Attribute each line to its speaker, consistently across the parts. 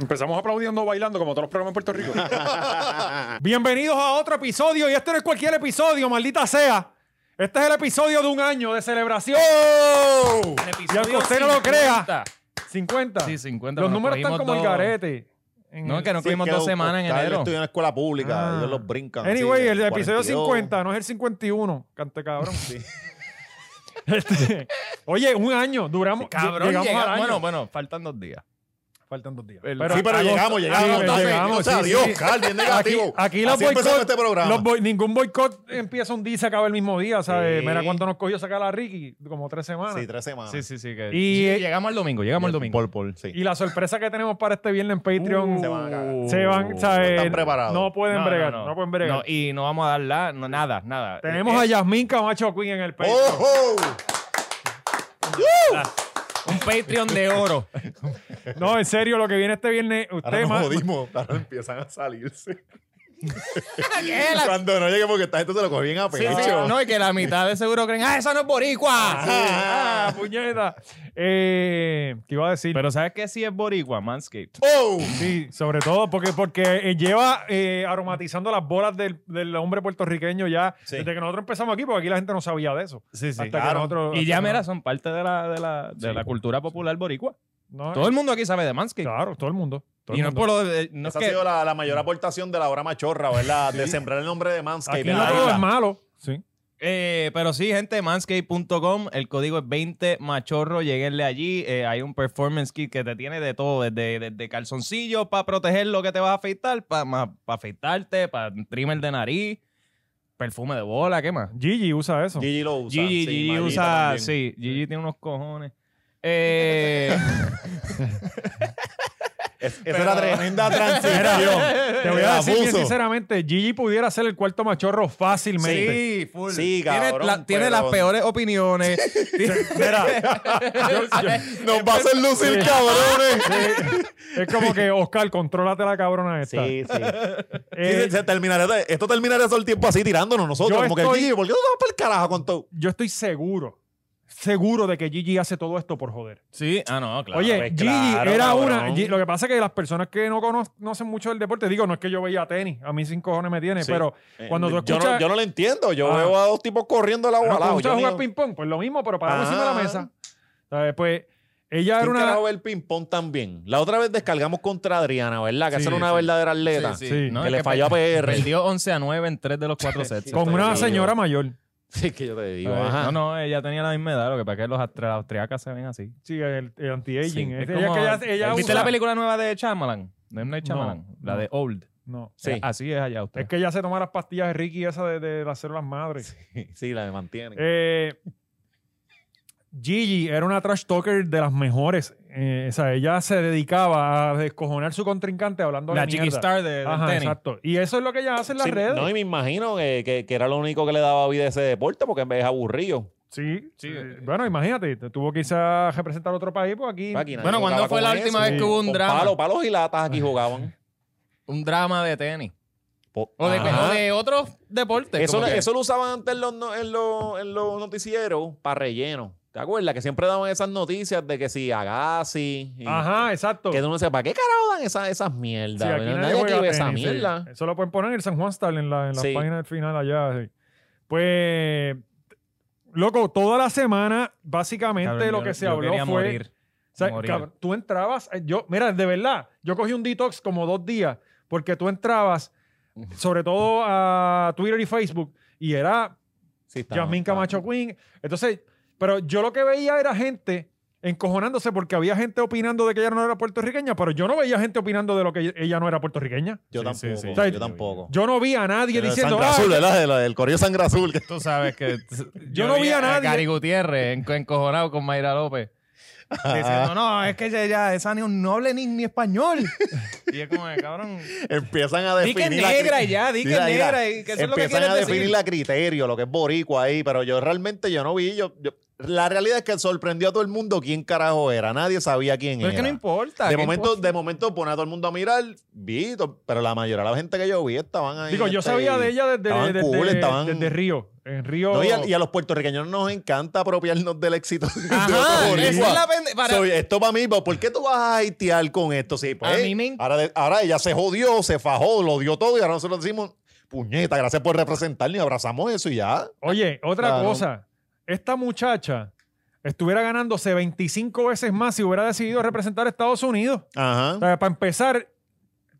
Speaker 1: Empezamos aplaudiendo, bailando, como todos los programas en Puerto Rico. Bienvenidos a otro episodio, y este no es cualquier episodio, maldita sea. Este es el episodio de un año de celebración. Y aunque usted no lo crea, 50.
Speaker 2: Sí, 50,
Speaker 1: Los
Speaker 2: nos
Speaker 1: números están
Speaker 2: cogimos
Speaker 1: como el
Speaker 2: dos.
Speaker 1: garete. En
Speaker 2: No,
Speaker 1: el-
Speaker 2: que no cogimos dos semanas en enero.
Speaker 3: Estudió en la escuela pública,
Speaker 1: Ah.
Speaker 3: ellos los brincan.
Speaker 1: Anyway,
Speaker 3: sí,
Speaker 1: el episodio
Speaker 3: 42.
Speaker 1: 50, no es el 51. Cante cabrón.
Speaker 3: Sí.
Speaker 1: Este, oye, un año, duramos.
Speaker 2: Cabrón,
Speaker 1: llegamos
Speaker 2: llega-
Speaker 1: al año.
Speaker 2: Bueno, bueno, faltan dos días.
Speaker 1: Faltan dos días.
Speaker 2: El-
Speaker 3: Sí, pero
Speaker 1: agosto-
Speaker 3: llegamos, llegamos.
Speaker 1: Sí,
Speaker 3: entonces,
Speaker 1: llegamos,
Speaker 3: gracias a
Speaker 1: sí,
Speaker 3: Dios,
Speaker 1: sí.
Speaker 3: Carl, bien negativo.
Speaker 1: Aquí, aquí los
Speaker 3: Así empezamos
Speaker 1: boicot,
Speaker 3: este programa.
Speaker 1: los boi- ningún boicot empieza un día y se acaba el mismo día, ¿sabes?
Speaker 3: Sí.
Speaker 1: Mira cuánto nos cogió sacar a Ricky, como tres semanas.
Speaker 3: Sí, tres semanas.
Speaker 2: Sí, sí, sí. que-
Speaker 1: Y-
Speaker 2: Sí, llegamos al domingo, llegamos al domingo.
Speaker 3: Por, por, sí.
Speaker 1: Y la sorpresa que tenemos para este viernes en Patreon.
Speaker 3: Uh, se van a cagar.
Speaker 1: se
Speaker 2: Uh.
Speaker 1: van, ¿sabes?
Speaker 3: Están preparados.
Speaker 1: No pueden bregar, no, pueden bregar.
Speaker 2: No, y no vamos a dar la- no, nada, nada.
Speaker 1: Tenemos
Speaker 2: Eh,
Speaker 1: a Yasmín Camacho Queen en el Patreon.
Speaker 3: ¡Ojo!
Speaker 2: Un Patreon de oro.
Speaker 1: No, en serio, lo que viene este viernes,
Speaker 3: Ahora
Speaker 1: usted
Speaker 3: nos
Speaker 1: más.
Speaker 3: jodimos. Ahora empiezan a salirse. Cuando no llegue, porque esta gente se lo coge bien a
Speaker 2: Sí,
Speaker 3: pecho.
Speaker 2: sí, No, y que la mitad de seguro creen, ¡ah, esa no es boricua!
Speaker 1: Ah, puñeta. Eh, ¿Qué iba a decir?
Speaker 2: Pero ¿sabes qué sí es boricua? Manscaped.
Speaker 3: ¡Oh!
Speaker 1: Sí, sobre todo porque, porque eh, lleva eh, aromatizando las bolas del, del hombre puertorriqueño ya
Speaker 3: Sí.
Speaker 1: desde que nosotros empezamos aquí, porque aquí la gente no sabía de eso.
Speaker 2: Sí, sí.
Speaker 1: Hasta que
Speaker 3: claro.
Speaker 1: nosotros-
Speaker 2: Y ya,
Speaker 1: hasta que
Speaker 2: mira, son parte de la, de la, de
Speaker 3: Sí.
Speaker 2: la cultura popular boricua.
Speaker 1: no- no,
Speaker 2: Todo el mundo aquí sabe de Manscaped.
Speaker 1: Claro, todo el mundo. todo el
Speaker 2: y no es
Speaker 1: mundo.
Speaker 2: por lo de- no es
Speaker 3: Esa
Speaker 2: que-
Speaker 3: ha sido la, la mayor aportación de la obra machorra, ¿verdad? De sembrar el nombre de Manscaped.
Speaker 1: Aquí
Speaker 3: en
Speaker 1: no
Speaker 3: la
Speaker 1: todo
Speaker 3: isla.
Speaker 1: es malo. Sí.
Speaker 2: Eh, pero sí, gente, manscape.com, el código es 20machorro, lleguenle allí, eh, hay un performance kit que te tiene de todo, desde, desde calzoncillos para proteger lo que te vas a afeitar, para afeitarte, para trimmer de nariz, perfume de bola, ¿qué más?
Speaker 1: Gigi usa eso.
Speaker 3: Gigi lo usa.
Speaker 2: Gigi,
Speaker 3: sí,
Speaker 2: Gigi
Speaker 3: Mayita
Speaker 2: usa,
Speaker 3: también.
Speaker 2: sí, Gigi tiene unos cojones. Eh,
Speaker 3: Es- esa
Speaker 2: Pero-
Speaker 3: era tremenda
Speaker 1: Mira,
Speaker 3: transición.
Speaker 1: te voy a decir bien
Speaker 3: Abuso.
Speaker 1: sinceramente, Gigi pudiera ser el cuarto machorro fácilmente.
Speaker 2: sí, full.
Speaker 3: Sí,
Speaker 2: tiene,
Speaker 3: cabrón,
Speaker 2: la- tiene
Speaker 3: pero-
Speaker 2: las peores opiniones.
Speaker 1: Mira,
Speaker 3: Nos va a hacer lucir, cabrones.
Speaker 1: eh, es como que, Oscar, contrólate la cabrona esta.
Speaker 3: Sí, sí.
Speaker 1: Eh,
Speaker 3: Sí, se terminará de- esto terminará todo el tiempo así tirándonos nosotros.
Speaker 1: Yo
Speaker 3: como
Speaker 1: estoy-
Speaker 3: que, Gigi, ¿por qué tú te vas para el carajo con todo?
Speaker 1: yo estoy seguro, seguro de que Gigi hace todo esto por joder.
Speaker 2: sí, ah, no, claro.
Speaker 1: Oye,
Speaker 3: pues,
Speaker 1: Gigi
Speaker 3: claro,
Speaker 1: era
Speaker 3: cabrón.
Speaker 1: una. Gi- lo que pasa es que las personas que no conocen mucho del deporte, digo, no es que yo veía tenis, a mí sin cojones me tiene,
Speaker 3: Sí.
Speaker 1: pero cuando tú
Speaker 3: Eh, yo
Speaker 1: escuchas.
Speaker 3: no- Yo no, lo entiendo. Yo
Speaker 1: Ah.
Speaker 3: veo a dos tipos corriendo al agua
Speaker 1: cuando
Speaker 3: al lado.
Speaker 1: tú
Speaker 3: Yo
Speaker 1: sabes
Speaker 3: ni-
Speaker 1: jugar ping-pong, pues lo mismo, pero parado encima de la
Speaker 3: Ah.
Speaker 1: mesa. ¿Sabes? Pues ella era
Speaker 3: ¿Quién
Speaker 1: una.
Speaker 3: carajo ve el ping-pong también? La otra vez descargamos contra Adriana, ¿verdad? Que
Speaker 2: Sí,
Speaker 3: esa era una
Speaker 2: sí.
Speaker 3: verdadera atleta.
Speaker 2: Sí, sí.
Speaker 1: Sí.
Speaker 2: No,
Speaker 3: Que
Speaker 2: es
Speaker 3: le
Speaker 2: que
Speaker 3: falló a PR.
Speaker 2: Perdió 11 a 9 en 3 de los 4 sets.
Speaker 1: Con
Speaker 3: Estoy
Speaker 1: una
Speaker 3: seguro.
Speaker 1: señora mayor.
Speaker 3: Sí, que yo te digo.
Speaker 2: Ay,
Speaker 3: Ajá.
Speaker 2: Pues, No, no, ella tenía la misma edad, lo que pasa es que los astra- austriacas se ven así.
Speaker 1: Sí, el, el anti-aging.
Speaker 3: Sí,
Speaker 1: Es-
Speaker 2: Es
Speaker 1: ella
Speaker 2: como-
Speaker 1: que ella- ella
Speaker 2: ¿Viste
Speaker 1: usa-
Speaker 2: la película nueva de Shyamalan? De M. Night Shyamalan,
Speaker 1: No,
Speaker 2: la
Speaker 1: no.
Speaker 2: de Old.
Speaker 1: No.
Speaker 3: Sí.
Speaker 2: Eh, Así es allá usted.
Speaker 1: Es que ella se toma las pastillas de Ricky, esa de, de las células madres.
Speaker 3: Sí, la mantienen.
Speaker 1: Eh, Gigi era una trash talker de las mejores. Eh, o sea, ella se dedicaba a descojonar su contrincante hablando
Speaker 2: la
Speaker 1: de
Speaker 2: Chiqui
Speaker 1: mierda.
Speaker 2: Star de, del
Speaker 1: Ajá,
Speaker 2: tenis.
Speaker 1: exacto. Y eso es lo que ella hace en las
Speaker 3: Sí,
Speaker 1: redes.
Speaker 3: No, y me imagino que, que- que era lo único que le daba vida a ese deporte porque es aburrido.
Speaker 1: sí,
Speaker 2: Sí,
Speaker 1: eh,
Speaker 2: eh.
Speaker 1: bueno, imagínate, te tuvo que irse a representar otro país, pues aquí.
Speaker 3: Aquí nadie
Speaker 2: Bueno, ¿cuándo
Speaker 3: jugaba
Speaker 2: fue la
Speaker 3: con
Speaker 2: última
Speaker 3: eso?
Speaker 2: vez que hubo un
Speaker 3: Con
Speaker 2: drama?
Speaker 3: Palos, palos y latas aquí jugaban.
Speaker 2: Un drama de tenis.
Speaker 3: Po-
Speaker 2: O de,
Speaker 3: Ajá.
Speaker 2: o de otros deportes.
Speaker 3: Eso,
Speaker 2: como
Speaker 3: lo-
Speaker 2: que-
Speaker 3: eso lo usaban antes en los, no- en los- en los noticieros para relleno. ¿Te acuerdas? Que siempre daban esas noticias de que si Agassi. y-
Speaker 1: Ajá, exacto.
Speaker 3: Que uno decía, ¿para qué carajo dan esas, esas
Speaker 1: Sí,
Speaker 3: mierdas?
Speaker 1: aquí
Speaker 3: ¿Verdad?
Speaker 1: nadie
Speaker 3: nadie aquí
Speaker 1: juega
Speaker 3: ve esa
Speaker 1: tenis, sí.
Speaker 3: mierda.
Speaker 1: Eso lo pueden poner en el San Juan Style en la, en la
Speaker 3: Sí.
Speaker 1: página del final allá. sí. Pues, loco, toda la semana, básicamente
Speaker 2: Cabrón,
Speaker 1: lo
Speaker 2: yo-
Speaker 1: que se
Speaker 2: yo
Speaker 1: habló fue.
Speaker 2: quería morir.
Speaker 1: O sea,
Speaker 2: Morir.
Speaker 1: cabrón, tú entrabas, eh, yo, mira, de verdad, yo cogí un detox como dos días, porque tú entrabas, sobre todo a Twitter y Facebook, y era
Speaker 3: Sí, está-
Speaker 1: Jasmine
Speaker 3: está-
Speaker 1: Camacho Queen. Entonces, pero yo lo que veía era gente encojonándose porque había gente opinando de que ella no era puertorriqueña, pero yo no veía gente opinando de lo que ella no era puertorriqueña.
Speaker 3: Yo
Speaker 2: Sí,
Speaker 3: tampoco.
Speaker 2: sí, sí.
Speaker 1: O sea,
Speaker 3: Yo tampoco.
Speaker 1: Yo no vi a nadie
Speaker 3: Pero de
Speaker 1: diciendo,
Speaker 3: sangre
Speaker 1: "Ah,
Speaker 3: azul, ¿verdad? De la- Del Correo Sangre Azul. que-
Speaker 2: Tú sabes que.
Speaker 1: no vi a nadie.
Speaker 2: Gary Gutiérrez enco- encojonado con Mayra López. Diciendo, no, es que ella, ella- esa ni no hable ni, ni español. y es como, de, cabrón.
Speaker 3: Empiezan a
Speaker 2: Di que
Speaker 3: definir. la
Speaker 2: negra
Speaker 3: cri-
Speaker 2: y ya, di que
Speaker 3: Mira, mira,
Speaker 2: negra y que eso es lo que
Speaker 3: Empiezan a
Speaker 2: quieres
Speaker 3: definir
Speaker 2: decir.
Speaker 3: la criterio, lo que es boricua ahí. Pero yo realmente yo no vi. Yo, yo- la realidad es que sorprendió a todo el mundo quién carajo era. Nadie sabía quién
Speaker 2: Pero
Speaker 3: era.
Speaker 2: es que no importa.
Speaker 3: de
Speaker 2: ¿qué
Speaker 3: momento,
Speaker 2: importa?
Speaker 3: de momento pone a todo el mundo a mirar, vi, to- pero la mayoría de la gente que yo vi estaban ahí.
Speaker 1: Digo, yo
Speaker 3: este,
Speaker 1: sabía de ella desde,
Speaker 3: estaban
Speaker 1: desde-
Speaker 3: cool,
Speaker 1: desde-
Speaker 3: estaban-
Speaker 1: desde Río. En Río.
Speaker 3: No, y, a, y a los puertorriqueños nos encanta apropiarnos del éxito de
Speaker 2: Ajá,
Speaker 3: otro
Speaker 2: esa
Speaker 3: boricua.
Speaker 2: es la pende- para-
Speaker 3: So, esto para mí, pues, ¿por qué tú vas a hatear con esto? Sí, pues,
Speaker 2: A
Speaker 3: eh,
Speaker 2: mí me-
Speaker 3: ahora, de- ahora ella se jodió, se fajó, lo dio todo y ahora nosotros decimos, puñeta, gracias por representarnos y abrazamos eso y ya.
Speaker 1: Oye, otra
Speaker 3: Claro.
Speaker 1: cosa. Esta muchacha estuviera ganándose 25 veces más si hubiera decidido representar a Estados Unidos.
Speaker 3: Ajá.
Speaker 1: O sea, para empezar,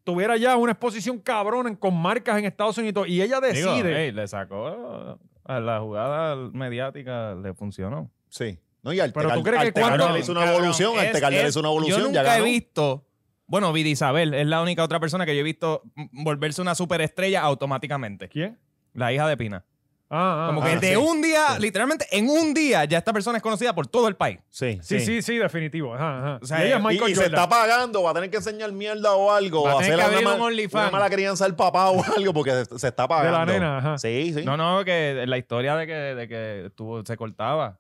Speaker 1: tuviera ya una exposición cabrona en- con marcas en Estados Unidos y ella
Speaker 2: Digo,
Speaker 1: decide.
Speaker 2: ey, le sacó a la jugada mediática, le funcionó.
Speaker 3: Sí. No, y al
Speaker 1: Pero tú
Speaker 3: Tecal-
Speaker 1: crees que
Speaker 3: al Tecal
Speaker 1: cuando-
Speaker 3: ya le hizo una
Speaker 2: Cabrón,
Speaker 3: evolución, al
Speaker 2: es-
Speaker 3: Tecal ya le
Speaker 2: es-
Speaker 3: hizo una evolución,
Speaker 2: Yo
Speaker 3: ya
Speaker 2: nunca he
Speaker 3: ganó.
Speaker 2: visto. Bueno, Vida Isabel es la única otra persona que yo he visto mm, volverse una superestrella automáticamente.
Speaker 1: ¿Quién?
Speaker 2: La hija de Pina.
Speaker 1: Ah, ah,
Speaker 2: Como
Speaker 1: ah.
Speaker 2: que
Speaker 3: ah,
Speaker 2: de
Speaker 3: sí,
Speaker 2: un día, literalmente en un día, ya esta persona es conocida por todo el país.
Speaker 3: Sí,
Speaker 1: Sí, sí, sí, definitivo. Ajá, ajá.
Speaker 2: O sea,
Speaker 1: Y ella es
Speaker 2: y-
Speaker 3: Y,
Speaker 1: Michael
Speaker 3: y se
Speaker 1: Jordan.
Speaker 3: está pagando, va a tener que enseñar mierda o algo,
Speaker 2: Va a
Speaker 3: o hacer
Speaker 2: tener que
Speaker 3: una,
Speaker 2: abrir un
Speaker 3: mal-
Speaker 2: OnlyFans.
Speaker 3: una mala crianza al papá o algo, porque se, se está
Speaker 1: de
Speaker 3: pagando.
Speaker 1: la nena, ajá.
Speaker 3: Sí, sí.
Speaker 2: No, no, que la historia de que, de que estuvo- se cortaba.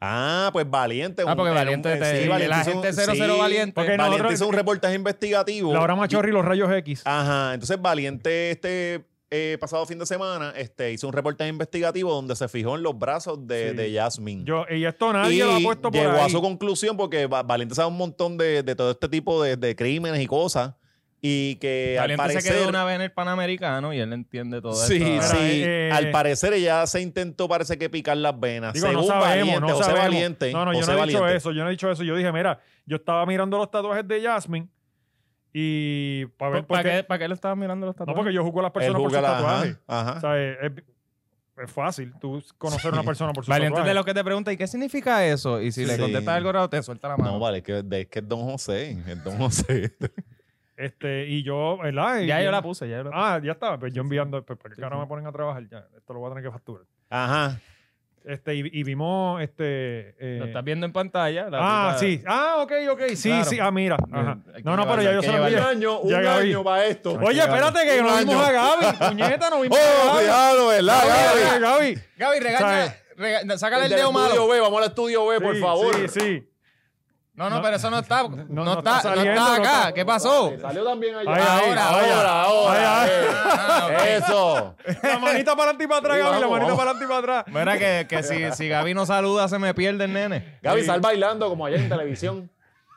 Speaker 3: Ah, pues Valiente.
Speaker 2: Ah, porque
Speaker 3: era
Speaker 2: Valiente te-
Speaker 3: eh, sí,
Speaker 2: la
Speaker 3: hizo
Speaker 2: gente 00 Valiente.
Speaker 1: Porque
Speaker 3: Valiente
Speaker 1: nosotros-
Speaker 3: hizo un reportaje investigativo.
Speaker 1: Laura Machorri y los rayos X.
Speaker 3: Ajá, entonces Valiente este eh, pasado fin de semana este, hizo un reportaje investigativo donde se fijó en los brazos de,
Speaker 1: Sí.
Speaker 3: de Jasmine.
Speaker 1: Yo, y esto nadie
Speaker 3: y
Speaker 1: lo ha puesto por
Speaker 3: llegó
Speaker 1: ahí.
Speaker 3: a su conclusión porque Va- Valiente sabe un montón de, de todo este tipo de, de crímenes y cosas y que al
Speaker 2: Valiente
Speaker 3: parecer
Speaker 2: se quedó una vez en el Panamericano y él entiende todo
Speaker 3: Sí,
Speaker 2: esto.
Speaker 3: sí.
Speaker 1: eh,
Speaker 3: Al parecer ella se intentó, parece que picar las venas.
Speaker 1: Digo,
Speaker 3: Según
Speaker 1: no sabemos,
Speaker 3: Valiente,
Speaker 1: no
Speaker 3: José
Speaker 1: sabemos.
Speaker 3: Valiente.
Speaker 1: No, no, yo no
Speaker 3: José
Speaker 1: he dicho
Speaker 3: Valiente.
Speaker 1: eso, yo no he dicho eso. Yo dije, mira, yo estaba mirando los tatuajes de Jasmine y para ver por
Speaker 2: ¿Para
Speaker 1: qué.
Speaker 2: qué, ¿Para Pues, qué le estabas mirando los
Speaker 1: No,
Speaker 2: tatuajes?
Speaker 1: porque yo juzgo a las
Speaker 3: Él
Speaker 1: personas por sus
Speaker 3: juzga la- ajá,
Speaker 1: tatuajes.
Speaker 3: ajá.
Speaker 1: O sea, eh, es, es fácil tú conocer a una persona por sus
Speaker 2: Valiente es
Speaker 1: tatuajes.
Speaker 2: de los que te pregunta, ¿y qué significa eso? Y si le
Speaker 3: Sí.
Speaker 2: contestas algo raro, te suelta la mano.
Speaker 3: No, vale, es que, es que es Don José. Es Don José.
Speaker 1: Este, y yo, ¿verdad? Y
Speaker 2: Ya yo la puse, ya yo la puse.
Speaker 1: Ah, ya estaba. Pues yo enviando, pues, ¿para qué
Speaker 2: Sí,
Speaker 1: carajo
Speaker 2: sí.
Speaker 1: me ponen a trabajar ya? Esto lo voy a tener que facturar.
Speaker 3: Ajá.
Speaker 1: Este, y, y vimos, este... eh,
Speaker 2: Lo estás viendo en pantalla. la
Speaker 1: ah,
Speaker 2: tipa-
Speaker 1: sí. Ah, ok, ok. Sí,
Speaker 2: Claro.
Speaker 1: sí. Ah, mira. Ajá.
Speaker 2: Bien, hay que
Speaker 1: No, no, pero ya
Speaker 2: llevarlo,
Speaker 1: yo
Speaker 2: hay
Speaker 1: se
Speaker 2: que
Speaker 1: lo envié.
Speaker 2: llevarlo.
Speaker 3: año,
Speaker 1: Ya, Gaby.
Speaker 3: para esto.
Speaker 1: Oye, espérate, que
Speaker 3: Un
Speaker 1: no vimos a
Speaker 3: año.
Speaker 1: Gaby. Puñeta, no vimos
Speaker 3: Oh,
Speaker 1: a Gaby.
Speaker 3: diablo, ¿verdad,
Speaker 1: No
Speaker 3: Gaby?
Speaker 1: vimos a Gaby.
Speaker 2: Gaby, regaña,
Speaker 1: ¿Sabes?
Speaker 2: rega- sácale
Speaker 3: El
Speaker 2: el
Speaker 3: del
Speaker 2: dedo malo.
Speaker 3: estudio B, vamos al estudio B, por
Speaker 1: Sí,
Speaker 3: favor.
Speaker 1: Sí, sí.
Speaker 2: No,
Speaker 1: No,
Speaker 2: no, pero eso no está. No,
Speaker 1: no
Speaker 2: está,
Speaker 1: está
Speaker 2: no
Speaker 1: saliendo,
Speaker 2: está
Speaker 1: no
Speaker 2: acá.
Speaker 1: está-
Speaker 2: ¿Qué pasó?
Speaker 3: Salió también allá.
Speaker 1: Ahí, ahí,
Speaker 2: Ahora,
Speaker 1: ahí,
Speaker 3: ahora, ahora.
Speaker 1: ahí, ahí.
Speaker 2: Ah, ok.
Speaker 3: eh. Eso.
Speaker 1: La manita para adelante y para atrás,
Speaker 3: Sí,
Speaker 1: Gaby. La
Speaker 3: vamos,
Speaker 1: manita
Speaker 3: vamos.
Speaker 1: para adelante y para atrás.
Speaker 2: Mira que, que si, si Gaby no saluda, se me pierde el nene.
Speaker 3: Gaby, sal bailando como allá en televisión.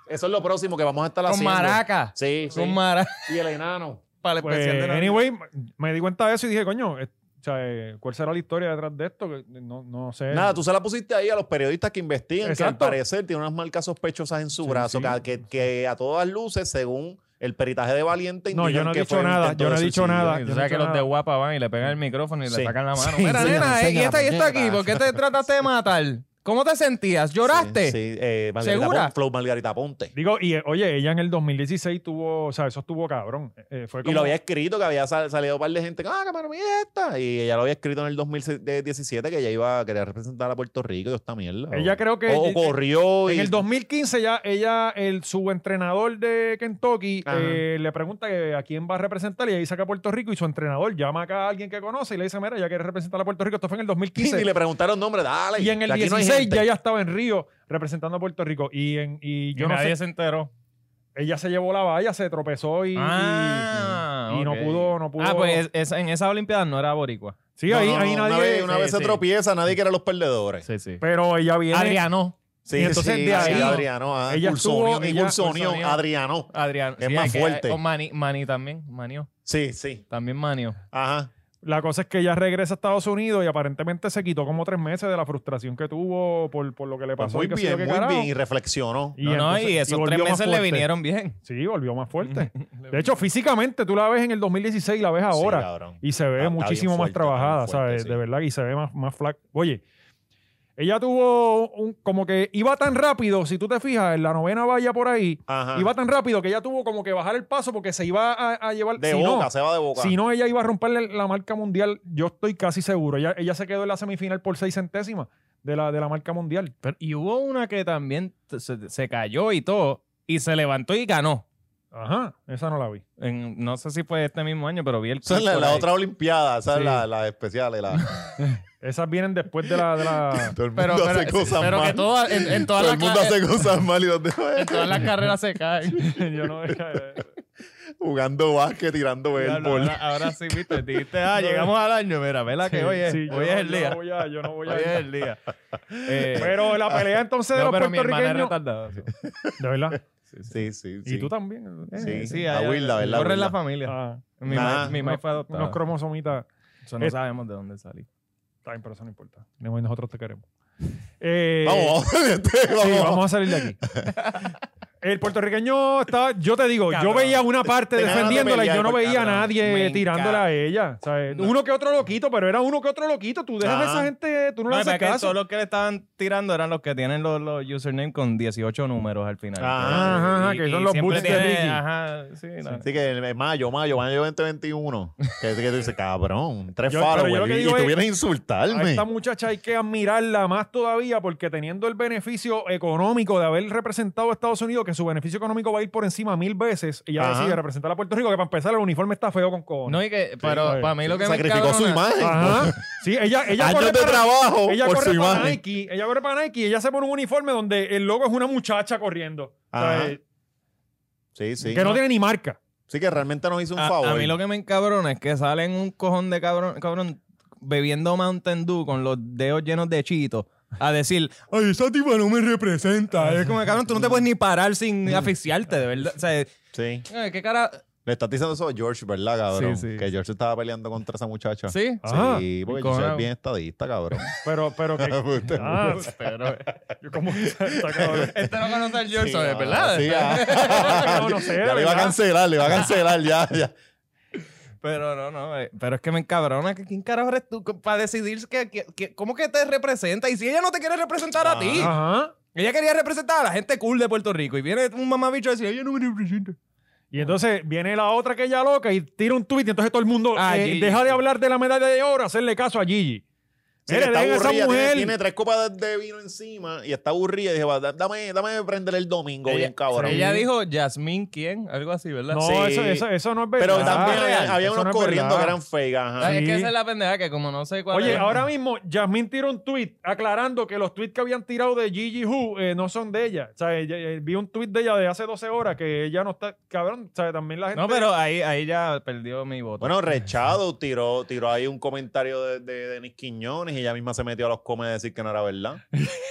Speaker 3: Eso es lo próximo que vamos a estar
Speaker 2: Con
Speaker 3: haciendo.
Speaker 2: maraca.
Speaker 3: Sí, sí.
Speaker 2: Con maraca.
Speaker 3: Y el enano.
Speaker 2: Para el especial de
Speaker 1: Pues,
Speaker 2: Navidad.
Speaker 1: anyway, me di cuenta de eso y dije, coño, eh, o sea, eh, ¿cuál será la historia detrás de esto? Que No, no sé.
Speaker 3: Nada, tú se la pusiste ahí a los periodistas que investigan, que al
Speaker 1: Eh. Exacto.
Speaker 3: parecer tiene unas marcas sospechosas en su
Speaker 1: Sí,
Speaker 3: brazo,
Speaker 1: sí.
Speaker 3: que- Que, que a todas luces, según el peritaje de Valiente,
Speaker 1: No, yo
Speaker 3: indican
Speaker 1: no he
Speaker 3: que
Speaker 1: dicho
Speaker 3: fue un
Speaker 1: nada,
Speaker 3: intento
Speaker 1: yo no
Speaker 3: de
Speaker 1: he dicho
Speaker 3: suicidio.
Speaker 1: nada.
Speaker 2: Y
Speaker 1: yo no
Speaker 2: tú
Speaker 1: he
Speaker 2: Ah, sabes que
Speaker 1: hecho
Speaker 2: los de
Speaker 1: nada.
Speaker 2: guapa van y le pegan el micrófono y
Speaker 3: Sí.
Speaker 2: le sacan la mano.
Speaker 3: Sí, pues,
Speaker 2: Mira,
Speaker 3: enséñala,
Speaker 2: nena, eh, y
Speaker 3: enséñala,
Speaker 2: esta y esta aquí,
Speaker 3: puñeta.
Speaker 2: ¿por qué te trataste de matar? ¿Cómo te sentías? ¿Lloraste?
Speaker 3: Sí, sí, eh, Margarita
Speaker 2: ¿Segura?
Speaker 3: Pon- Flow Margarita Ponte.
Speaker 1: Digo, y eh, oye, ella en el 2016 tuvo, o sea, eso estuvo cabrón. Eh, fue
Speaker 3: Y
Speaker 1: como,
Speaker 3: lo había escrito, que había sal- salido un par de gente, ah, cámara, mira esta. Y ella lo había escrito en el 2017, que ella iba a querer representar a Puerto Rico y esta mierda.
Speaker 1: Ella creo que-
Speaker 3: O
Speaker 1: eh,
Speaker 3: corrió y...
Speaker 1: En el 2015 ya ella, el, su entrenador de Kentucky
Speaker 3: Ajá.
Speaker 1: eh, le pregunta que a quién va a representar y ahí saca a Puerto Rico y su entrenador llama acá a alguien que conoce y le dice, mira, ya quiere representar a Puerto Rico. Esto fue en el
Speaker 3: Y
Speaker 1: 2015.
Speaker 3: le preguntaron nombre, dale.
Speaker 1: Y en el
Speaker 3: que aquí no hay
Speaker 1: 16
Speaker 3: gente.
Speaker 1: ya ella estaba en Río representando a Puerto Rico. Y, en, y yo
Speaker 2: Y
Speaker 1: no
Speaker 2: nadie
Speaker 1: sé,
Speaker 2: se enteró.
Speaker 1: ella se llevó la valla, se tropezó y, y- y no
Speaker 2: ok.
Speaker 1: pudo, no pudo.
Speaker 2: Ah, pues es- en esa Olimpiada no era boricua.
Speaker 1: sí,
Speaker 3: No,
Speaker 1: ahí,
Speaker 3: no,
Speaker 1: ahí
Speaker 3: no,
Speaker 1: nadie.
Speaker 3: Una vez, una
Speaker 2: sí,
Speaker 3: vez se
Speaker 2: sí.
Speaker 3: tropieza, nadie quiere a los perdedores.
Speaker 2: Sí, sí.
Speaker 1: Pero ella viene.
Speaker 2: Adriano.
Speaker 3: Sí,
Speaker 1: Y entonces
Speaker 3: sí,
Speaker 1: de ahí-
Speaker 3: sí, Adriano, ah,
Speaker 1: Ella
Speaker 3: Cursonio,
Speaker 1: estuvo-
Speaker 3: ni
Speaker 1: ella-
Speaker 3: Cursonio,
Speaker 2: Cursonio.
Speaker 3: Adriano.
Speaker 2: Adriano.
Speaker 3: Es más
Speaker 2: hay que-
Speaker 3: fuerte.
Speaker 2: o Mani, Mani también. Manio.
Speaker 3: Sí, sí.
Speaker 2: También Manio.
Speaker 3: Ajá.
Speaker 1: La cosa es que ella regresa a Estados Unidos y aparentemente se quitó como tres meses de la frustración que tuvo por, por lo que le
Speaker 3: Pues
Speaker 1: pasó.
Speaker 3: muy
Speaker 1: y qué sé yo
Speaker 3: bien,
Speaker 1: qué
Speaker 3: muy
Speaker 1: carajo.
Speaker 3: bien. Y reflexionó.
Speaker 2: no, no,
Speaker 1: entonces-
Speaker 2: y esos
Speaker 1: volvió
Speaker 2: tres
Speaker 1: más
Speaker 2: meses le
Speaker 1: fuerte.
Speaker 2: vinieron bien.
Speaker 1: Sí, volvió más fuerte. De hecho, físicamente tú la ves en el 2016 y la ves ahora.
Speaker 3: cabrón.
Speaker 1: y se ve
Speaker 3: Está- está
Speaker 1: muchísimo
Speaker 3: bien
Speaker 1: más
Speaker 3: fuerte,
Speaker 1: trabajada,
Speaker 3: está bien fuerte,
Speaker 1: ¿sabes?
Speaker 3: sí.
Speaker 1: De verdad, y se ve más, más flaca. Oye, ella tuvo un, como que iba tan rápido, si tú te fijas, en la novena valla por ahí,
Speaker 3: Ajá.
Speaker 1: iba tan rápido que ella tuvo como que bajar el paso porque se iba a, a llevar.
Speaker 3: de
Speaker 1: si
Speaker 3: boca,
Speaker 1: no,
Speaker 3: se va de boca.
Speaker 1: si no, ella iba a romperle la marca mundial, yo estoy casi seguro. Ella, ella se quedó en la semifinal por seis centésimas de la, de la marca mundial.
Speaker 2: Pero- y hubo una que también t- se, se cayó y todo, y se levantó y ganó.
Speaker 1: Ajá, esa no la vi.
Speaker 2: En- no sé si fue este mismo año, pero vi el.
Speaker 3: Esa es la,
Speaker 2: clip por
Speaker 3: la
Speaker 2: ahí.
Speaker 3: otra Olimpiada, esa
Speaker 1: Sí.
Speaker 3: es la, la especial. y La,
Speaker 1: Esas vienen después de la... De la...
Speaker 3: todo el mundo
Speaker 4: Pero,
Speaker 3: hace
Speaker 4: pero,
Speaker 3: cosas
Speaker 4: pero que
Speaker 3: mal.
Speaker 4: todas, en, en todas
Speaker 3: todo
Speaker 4: las
Speaker 3: el mundo
Speaker 4: cla-
Speaker 3: hace cosas mal y los eh, deja
Speaker 4: en todas las carreras se caen.
Speaker 1: Yo no...
Speaker 3: jugando básquet, tirando
Speaker 2: Diablo,
Speaker 3: béisbol.
Speaker 2: ahora, ahora sí, viste, dijiste, ah, llegamos al año, mira, vela Ah, que
Speaker 1: Sí,
Speaker 2: hoy es,
Speaker 1: sí, yo
Speaker 2: hoy
Speaker 1: no-
Speaker 2: es el
Speaker 1: Yo no
Speaker 2: día.
Speaker 1: voy a... Yo no voy a-
Speaker 2: Hoy es el día. Eh,
Speaker 1: Pero la pelea entonces de
Speaker 2: no,
Speaker 1: los
Speaker 2: pero mi hermana es
Speaker 1: puertorriqueños...
Speaker 2: retardada. sí.
Speaker 1: De verdad.
Speaker 3: Sí, sí, sí.
Speaker 1: Y tú también.
Speaker 3: Sí,
Speaker 1: Eh,
Speaker 3: sí,
Speaker 2: hay-
Speaker 3: la Wilda, ¿verdad?
Speaker 2: Corre en la
Speaker 3: Wilda?
Speaker 2: familia.
Speaker 1: ah,
Speaker 2: Mi
Speaker 3: Nah.
Speaker 2: ma- mi ma
Speaker 1: unos-
Speaker 2: fue adoptada.
Speaker 1: Unos cromosomitas.
Speaker 2: Eso no
Speaker 1: Es-
Speaker 2: sabemos de dónde salí.
Speaker 1: Está bien, pero eso no importa. Nemo, y Nosotros te queremos. Eh,
Speaker 3: Vamos, este, vamos.
Speaker 1: Sí, vamos a salir de aquí. El puertorriqueño estaba, yo te digo, yo
Speaker 2: Cabrón.
Speaker 1: veía una parte
Speaker 3: Tenía ganas de
Speaker 1: defendiéndola y yo
Speaker 3: pelear,
Speaker 1: no
Speaker 3: por
Speaker 1: veía a
Speaker 3: cabrón.
Speaker 1: nadie
Speaker 2: pues, Me
Speaker 1: tirándola
Speaker 2: encanta.
Speaker 1: a ella. ¿sabes?
Speaker 2: No. Ah.
Speaker 1: Uno que otro loquito, pero era uno que otro loquito. Tú dejas a
Speaker 3: Ajá.
Speaker 1: esa gente, tú no,
Speaker 2: No,
Speaker 1: le
Speaker 2: es
Speaker 1: haces
Speaker 2: que
Speaker 1: caso.
Speaker 2: todos los que le estaban tirando eran los que tienen los, los usernames con 18 números al final.
Speaker 3: Ajá,
Speaker 2: Eh,
Speaker 1: ajá, que son los
Speaker 2: siempre
Speaker 1: boots de
Speaker 2: tiene-
Speaker 1: Ricky.
Speaker 2: Ajá, sí, no.
Speaker 3: Así que en mayo, mayo, mayo 2021. Que, que tú dices, cabrón, tres
Speaker 1: Yo-
Speaker 3: faros,
Speaker 1: pero yo lo
Speaker 3: güey,
Speaker 1: que
Speaker 3: y,
Speaker 1: digo
Speaker 3: tú
Speaker 1: es-
Speaker 3: vienes a
Speaker 1: A
Speaker 3: insultarme.
Speaker 1: esta muchacha hay que admirarla más todavía porque teniendo el beneficio económico de haber representado a Estados Unidos, que su beneficio económico va a ir por encima mil veces, ella
Speaker 3: Ajá.
Speaker 1: decide representar a Puerto Rico, que para empezar el uniforme está feo con cojones.
Speaker 2: No, y que, pero
Speaker 1: oye,
Speaker 2: para mí lo que
Speaker 3: Sacrificó
Speaker 2: me
Speaker 3: su
Speaker 2: encabrona-
Speaker 3: imagen.
Speaker 1: Ajá. Sí, ella,
Speaker 2: Ah,
Speaker 1: ella
Speaker 3: Años
Speaker 1: corre
Speaker 3: de
Speaker 1: para-
Speaker 3: trabajo
Speaker 1: Ella
Speaker 3: por
Speaker 1: corre
Speaker 3: su
Speaker 1: para
Speaker 3: imagen.
Speaker 1: Nike, ella corre para Nike y ella se pone un uniforme donde el logo es una muchacha corriendo. O sea,
Speaker 3: Ajá.
Speaker 1: eh,
Speaker 3: Sí, sí.
Speaker 1: que no tiene ni marca.
Speaker 3: Sí, que realmente nos hizo un
Speaker 2: A-
Speaker 3: favor.
Speaker 2: A, mí lo que me encabrona es que salen un cojón de cabrón, cabrón bebiendo Mountain Dew con los dedos llenos de chito a decir, ay, esa tipa no me representa. Es como, cabrón, tú no te puedes ni parar sin asfixiarte, de verdad. O sea,
Speaker 3: Sí.
Speaker 2: ay, qué cara...
Speaker 3: Le estás diciendo eso a George, ¿verdad, cabrón?
Speaker 2: Sí, sí.
Speaker 3: Que George estaba peleando contra esa muchacha.
Speaker 2: ¿Sí?
Speaker 1: Ajá.
Speaker 3: Sí, porque
Speaker 2: Con-
Speaker 3: George es bien estadista, cabrón.
Speaker 1: Pero, pero que.
Speaker 3: pues,
Speaker 1: Ah, eh,
Speaker 4: Pero,
Speaker 1: yo como está cabrón.
Speaker 4: este no conoce al George,
Speaker 3: Sí, ah,
Speaker 4: ¿verdad?
Speaker 3: sí, ah.
Speaker 1: No, no sé,
Speaker 3: ya le iba a
Speaker 1: ¿verdad?
Speaker 3: cancelar, le iba a cancelar, ya, ya.
Speaker 2: Pero no, no, eh, pero es que me encabrona. que ¿Quién carajo eres tú para decidir que, que- que- cómo que te representa? Y si ella no te quiere representar a ti,
Speaker 1: Ajá.
Speaker 2: ella quería representar a la gente cool de Puerto Rico y viene un mamabicho a decir, ella no me representa.
Speaker 1: Y entonces viene la otra que ella loca y tira un tuit y entonces todo el mundo
Speaker 2: Ah,
Speaker 1: eh,
Speaker 2: Gigi.
Speaker 1: deja de hablar de la medalla de oro, hacerle caso a Gigi.
Speaker 3: Sí,
Speaker 1: Mire,
Speaker 3: que está
Speaker 1: dejen a esa
Speaker 3: aburrida, tiene,
Speaker 1: mujer.
Speaker 3: tiene tres copas de vino encima y está aburrida. Y dije, va, da- dame, dame prender el domingo, bien cabrón.
Speaker 2: Ella dijo, Yasmín, ¿quién? Algo así, ¿verdad?
Speaker 1: No,
Speaker 3: Sí.
Speaker 1: eso, eso, eso no es verdad.
Speaker 3: Pero también
Speaker 1: Eso
Speaker 3: había, había
Speaker 1: no
Speaker 3: unos
Speaker 1: es
Speaker 3: corriendo
Speaker 1: verdad.
Speaker 3: que eran fake, ajá.
Speaker 2: Ay, Ah, Es que
Speaker 1: Sí.
Speaker 2: esa es la pendeja que como no sé cuál
Speaker 1: Oye,
Speaker 2: es.
Speaker 1: ahora mismo Yasmín tiró un tweet aclarando que los tweets que habían tirado de Gigi Who eh, no son de ella. O sea, ella- eh, vi un tweet de ella de hace 12 horas que ella no está. Cabrón, o sea, también la gente.
Speaker 2: No, pero ahí, ahí ya perdió mi voto.
Speaker 3: Bueno, Rechado tiró, tiró ahí un comentario de, de Denis Quiñones y ella misma se metió a los comes a decir que no era verdad.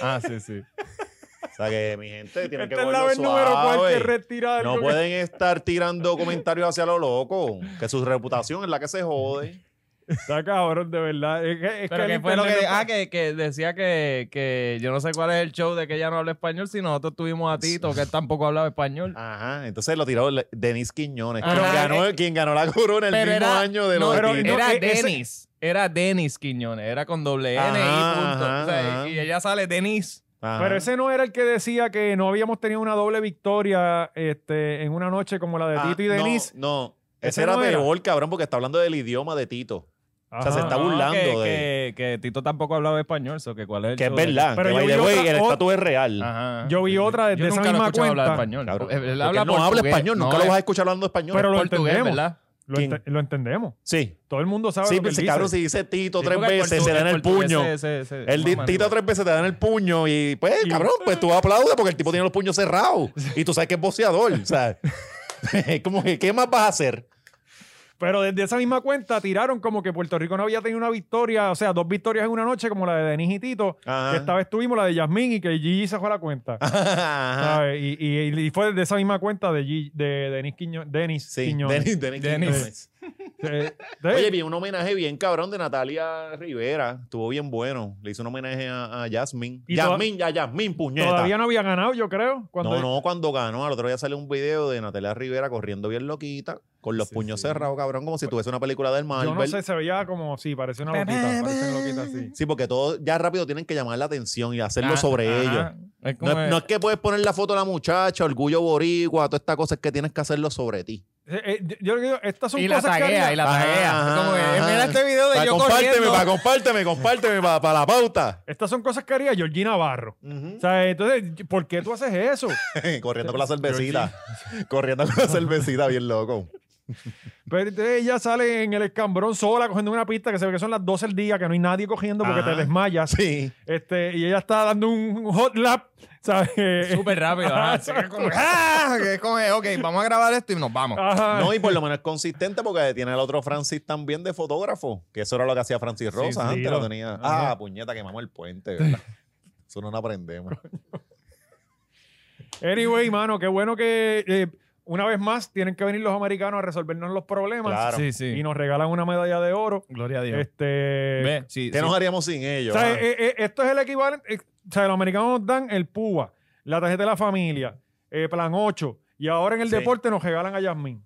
Speaker 2: ah, sí, sí.
Speaker 3: O sea que, mi gente, tienen
Speaker 1: Esta
Speaker 3: que
Speaker 1: es la
Speaker 3: cogerlo
Speaker 1: vez número 4 que
Speaker 3: suave.
Speaker 1: retirar.
Speaker 3: No pueden estar tirando comentarios hacia lo loco, que su reputación es la que se jode.
Speaker 1: Está cabrón, de verdad. Es que, es
Speaker 2: Pero
Speaker 1: el
Speaker 2: que fue lo que...
Speaker 1: internet no-
Speaker 2: Ah, que, que decía que, que yo no sé cuál es el show de que ella no habla español, si nosotros tuvimos a Tito, que él tampoco hablaba
Speaker 3: Ah,
Speaker 2: español.
Speaker 3: Ajá, entonces lo tiró le- Denis Quiñones,
Speaker 2: Ah,
Speaker 3: quien,
Speaker 2: no,
Speaker 3: ganó, quien ganó la corona el
Speaker 2: pero
Speaker 3: mismo
Speaker 2: era-
Speaker 3: año de
Speaker 2: no,
Speaker 3: los
Speaker 1: pero
Speaker 3: de Tito.
Speaker 1: no,
Speaker 2: era
Speaker 1: e- ese-
Speaker 2: Denis. Era Denis Quiñones. Era con doble N
Speaker 3: Ajá,
Speaker 2: y punto. O sea,
Speaker 3: ajá.
Speaker 2: y ella sale Denis.
Speaker 3: Ajá.
Speaker 1: Pero ese no era el que decía que no habíamos tenido una doble victoria este, en una noche como la de
Speaker 3: Ah,
Speaker 1: Tito y
Speaker 3: no,
Speaker 1: Denise.
Speaker 3: No,
Speaker 1: Ese
Speaker 3: ese era
Speaker 1: no era.
Speaker 3: peor, cabrón, porque está hablando del idioma de Tito. o sea, se
Speaker 1: Ajá.
Speaker 3: está burlando
Speaker 2: Ah, que,
Speaker 3: de-
Speaker 2: que- que Tito tampoco hablaba español, so que cuál es el
Speaker 3: Que es
Speaker 2: show de-
Speaker 3: verdad.
Speaker 1: Pero
Speaker 3: que
Speaker 1: yo
Speaker 3: by
Speaker 1: vi
Speaker 3: the way,
Speaker 1: otra- Ah,
Speaker 3: el
Speaker 1: ot-
Speaker 3: estatus es real.
Speaker 2: Ajá.
Speaker 1: Yo vi
Speaker 2: Sí, sí.
Speaker 1: otra de
Speaker 2: Yo
Speaker 1: esa
Speaker 2: nunca lo he
Speaker 1: misma
Speaker 2: escuchado hablar
Speaker 1: cuenta.
Speaker 2: español. Eh,
Speaker 3: Cabrón,
Speaker 2: Él- él
Speaker 3: porque
Speaker 2: habla
Speaker 3: él no habla
Speaker 2: portugués,
Speaker 3: español, nunca
Speaker 2: no
Speaker 3: lo
Speaker 2: es-
Speaker 3: vas a escuchar hablando español.
Speaker 1: Pero lo
Speaker 2: portugués,
Speaker 1: entendemos.
Speaker 2: ¿verdad?
Speaker 1: Lo, ente- lo entendemos.
Speaker 3: sí.
Speaker 1: Todo el mundo sabe
Speaker 3: Sí,
Speaker 1: lo que él
Speaker 3: pero si
Speaker 1: dice.
Speaker 3: cabrón, si dice Tito
Speaker 2: Sí,
Speaker 3: tres
Speaker 2: porque
Speaker 3: veces, se
Speaker 2: portu-
Speaker 3: le da en el
Speaker 2: portugués
Speaker 3: puño.
Speaker 2: es- es- es-
Speaker 3: El di-
Speaker 2: mamá,
Speaker 3: Tito tres veces te dan el puño y pues,
Speaker 1: Y-
Speaker 3: cabrón, pues tú aplaudes porque el tipo tiene los puños cerrados y tú sabes que es boceador, o sea, es como que, ¿qué más vas a hacer?
Speaker 1: Pero desde esa misma cuenta tiraron como que Puerto Rico no había tenido una victoria, o sea, dos victorias en una noche, como la de Denis y Tito,
Speaker 3: Ajá.
Speaker 1: que esta vez tuvimos la de Yasmín y que Gigi se fue a la cuenta.
Speaker 3: Ajá.
Speaker 1: ¿sabes? Y, y- y fue desde esa misma cuenta de, Gigi- de Denis Quiño- Denis
Speaker 3: Sí,
Speaker 1: Quiñones.
Speaker 3: Denis- Denis
Speaker 2: Denis.
Speaker 3: Quiñones.
Speaker 1: Eh, de-
Speaker 3: Oye, vi un homenaje bien cabrón de Natalia Rivera. Estuvo bien bueno. Le hizo un homenaje a, a Jasmine.
Speaker 1: Y
Speaker 3: Jasmine, a Jasmine, puñeta.
Speaker 1: todavía no había ganado, yo creo. Cuando
Speaker 3: No, no, cuando ganó, al otro día salió un video de Natalia Rivera corriendo bien loquita, con los
Speaker 2: Sí,
Speaker 3: puños
Speaker 2: sí.
Speaker 3: cerrados, cabrón, como si tuviese una película del Marvel.
Speaker 1: Pues, Yo no sé, se veía como, sí, parecía una
Speaker 2: Ba, ba,
Speaker 1: loquita, parecía
Speaker 2: ba.
Speaker 1: una loquita así.
Speaker 3: Sí, porque todos ya rápido tienen que llamar la atención y hacerlo
Speaker 2: Ah,
Speaker 3: sobre
Speaker 2: ajá.
Speaker 3: ellos.
Speaker 2: Es
Speaker 3: No
Speaker 2: como
Speaker 3: es, no es que puedes poner la foto de la muchacha, orgullo boricua, todas estas cosas es que tienes que hacerlo sobre ti.
Speaker 1: eh, eh, yo digo, estas son
Speaker 4: Y la
Speaker 1: cosas que
Speaker 4: taguea,
Speaker 1: haría-
Speaker 4: y la
Speaker 3: Ajá,
Speaker 4: taguea.
Speaker 3: ajá,
Speaker 4: Como que,
Speaker 3: ajá.
Speaker 4: mira este video de
Speaker 3: Pa,
Speaker 4: yo
Speaker 3: compárteme,
Speaker 4: corriendo.
Speaker 3: pa, compárteme, compárteme, para la pauta.
Speaker 1: Estas son cosas que haría Georgina Barro. O sea, entonces, ¿por qué tú haces eso?
Speaker 3: corriendo con la cervecita. corriendo con la cervecita, bien loco.
Speaker 1: Pero entonces ella sale en el escambrón sola cogiendo una pista que se ve que son las 12 del día, que no hay nadie cogiendo porque
Speaker 3: Ajá.
Speaker 1: te desmayas.
Speaker 3: Ah, Sí.
Speaker 1: Este, y ella está dando un hot lap, ¿sabes?
Speaker 4: Súper rápido. ajá. Así que como, ah, que es como, que, ok, vamos a grabar esto y nos vamos.
Speaker 3: Ah,
Speaker 1: Ajá.
Speaker 3: No, y por lo menos es consistente porque tiene el otro Francis también de fotógrafo, que eso era lo que hacía Francis Rosa
Speaker 1: sí,
Speaker 3: antes,
Speaker 1: lo-
Speaker 3: lo tenía. Ah, puñeta, quemamos el puente, ¿verdad? eso no lo aprendemos.
Speaker 1: Anyway, mano, qué bueno que eh, una vez más tienen que venir los americanos a resolvernos los problemas
Speaker 3: Claro.
Speaker 2: Sí, sí.
Speaker 1: y nos regalan una medalla de oro.
Speaker 2: Gloria a Dios.
Speaker 1: Este,
Speaker 2: Ve, sí,
Speaker 3: ¿Qué
Speaker 2: sí.
Speaker 3: nos haríamos sin
Speaker 1: o
Speaker 3: ellos?
Speaker 1: sea,
Speaker 3: ah?
Speaker 1: eh, eh, esto es el equivalente. eh, o sea, los americanos nos dan el PUA, la tarjeta de la familia, eh, plan 8, y ahora en el
Speaker 3: Sí.
Speaker 1: deporte nos regalan a Yasmín.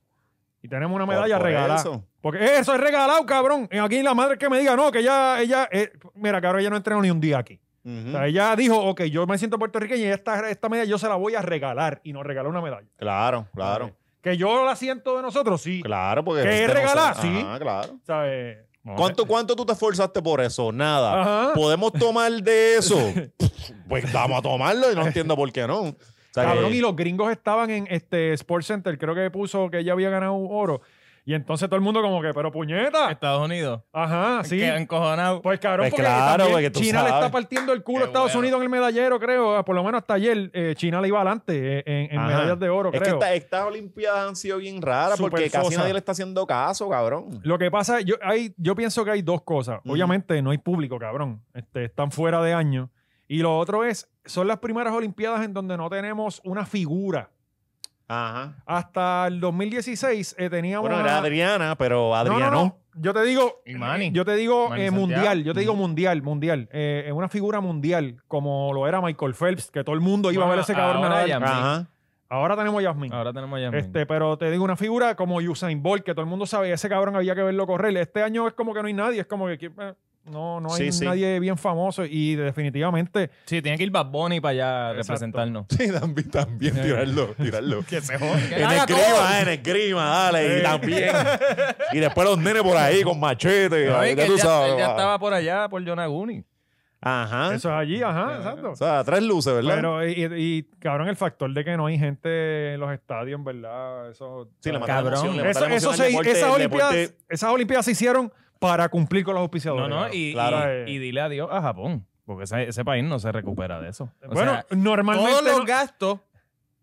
Speaker 1: Y tenemos una
Speaker 3: Por-
Speaker 1: medalla
Speaker 3: por
Speaker 1: regalada.
Speaker 3: eso.
Speaker 1: Porque eh, eso es regalado, cabrón. Y Aquí la madre que me diga, no, que ella, ella, eh, mira, cabrón, ella no entrenó ni un día aquí.
Speaker 3: Ujú.
Speaker 1: O sea, ella dijo, ok, yo me siento puertorriqueña y esta, esta medalla yo se la voy a regalar. Y nos regaló una medalla.
Speaker 3: Claro, claro.
Speaker 1: Que yo la siento de nosotros, sí.
Speaker 3: Claro, porque.
Speaker 1: ¿Qué
Speaker 3: este no
Speaker 1: regalar?
Speaker 3: se-
Speaker 1: Sí.
Speaker 3: Ajá, claro.
Speaker 1: ¿Sabes?
Speaker 3: ¿Cuánto, ¿Cuánto tú te esforzaste por eso? Nada.
Speaker 1: Ajá.
Speaker 3: ¿Podemos tomar de eso? pues vamos a tomarlo y no entiendo por qué no. O sea, que-
Speaker 1: Cabrón, y los gringos estaban en este Sports Center, creo que puso que ella había ganado oro. Y entonces todo el mundo como que, pero puñeta.
Speaker 2: Ah, Estados Unidos.
Speaker 1: Ajá, Ah, sí.
Speaker 2: Sí. Que encojonado.
Speaker 1: Pues cabrón,
Speaker 3: Pues
Speaker 1: porque
Speaker 3: claro,
Speaker 1: también
Speaker 3: porque tú
Speaker 1: China le
Speaker 3: sabes.
Speaker 1: está partiendo el culo a
Speaker 2: Qué
Speaker 1: Estados
Speaker 2: bueno.
Speaker 1: Unidos en el medallero, creo. Ah, Por lo menos hasta ayer eh, China le iba adelante eh, en, en
Speaker 3: Ajá.
Speaker 1: medallas de oro,
Speaker 3: Es que
Speaker 1: creo.
Speaker 3: esta- estas Olimpiadas han sido bien raras
Speaker 1: Súper
Speaker 3: porque casi
Speaker 1: fosa.
Speaker 3: nadie le está haciendo caso, cabrón.
Speaker 1: Lo que pasa, yo, hay, yo pienso que hay dos cosas.
Speaker 3: Ujú.
Speaker 1: Obviamente no hay público, cabrón. Este, están fuera de año. Y lo otro es, son las primeras Olimpiadas en donde no tenemos una figura.
Speaker 3: Ajá.
Speaker 1: Hasta el 2016 eh, teníamos...
Speaker 3: Bueno, era
Speaker 1: una-
Speaker 3: Adriana, pero
Speaker 1: No,
Speaker 3: Adriana
Speaker 1: no, no. Yo te digo,
Speaker 2: Y Manny.
Speaker 1: yo te digo
Speaker 2: Manny
Speaker 1: eh,
Speaker 2: Santiago.
Speaker 1: mundial, yo te digo mundial, mundial. Eh, eh, una figura mundial, como lo era Michael Phelps, que todo el mundo iba a ver
Speaker 2: Bueno,
Speaker 1: ese cabrón.
Speaker 2: ahora
Speaker 1: nadar.
Speaker 2: ya-
Speaker 3: Ajá.
Speaker 1: Ahora tenemos a Yasmin.
Speaker 2: Ahora tenemos a Yasmín.
Speaker 1: Este, pero te digo, una figura como Usain Bolt, que todo el mundo sabe, ese cabrón había que verlo correr. Este año es como que no hay nadie, es como que eh, no, no hay
Speaker 3: Sí, sí.
Speaker 1: nadie bien famoso y definitivamente
Speaker 2: Sí, tiene que ir Bad Bunny para allá a
Speaker 1: Exacto.
Speaker 2: representarnos.
Speaker 3: Sí, también, también
Speaker 1: Eh.
Speaker 3: tirarlo, tirarlo.
Speaker 2: Que se joda.
Speaker 3: En esgrima, en esgrima, dale,
Speaker 1: Eh.
Speaker 3: y también. Y después los nenes por ahí con machete, ahí, ya
Speaker 2: él
Speaker 3: tú
Speaker 2: ya,
Speaker 3: sabes,
Speaker 2: él ya
Speaker 3: va.
Speaker 2: estaba por allá, por Yonaguni.
Speaker 3: Ajá.
Speaker 1: eso es allí, ajá, exacto.
Speaker 3: O sea, tres luces, ¿verdad?
Speaker 1: Pero, y, y- y, cabrón, el factor de que no hay gente en los estadios, en verdad, eso...
Speaker 3: sí, le
Speaker 1: o sea,
Speaker 3: mata la
Speaker 2: Cabrón.
Speaker 3: emoción, le mata
Speaker 1: eso-
Speaker 3: la
Speaker 1: eso
Speaker 3: emoción al
Speaker 1: se-
Speaker 3: deporte,
Speaker 1: esas,
Speaker 3: el
Speaker 1: olimpiadas,
Speaker 3: deporte-
Speaker 1: esas Olimpiadas se hicieron para cumplir con los auspiciadores.
Speaker 2: No, no,
Speaker 1: cabrón.
Speaker 2: y,
Speaker 1: Claro.
Speaker 2: y, y dile adiós a Japón, porque ese, ese país no se recupera de eso. O
Speaker 1: bueno,
Speaker 2: sea,
Speaker 1: normalmente...
Speaker 2: todos los
Speaker 1: no-
Speaker 2: gastos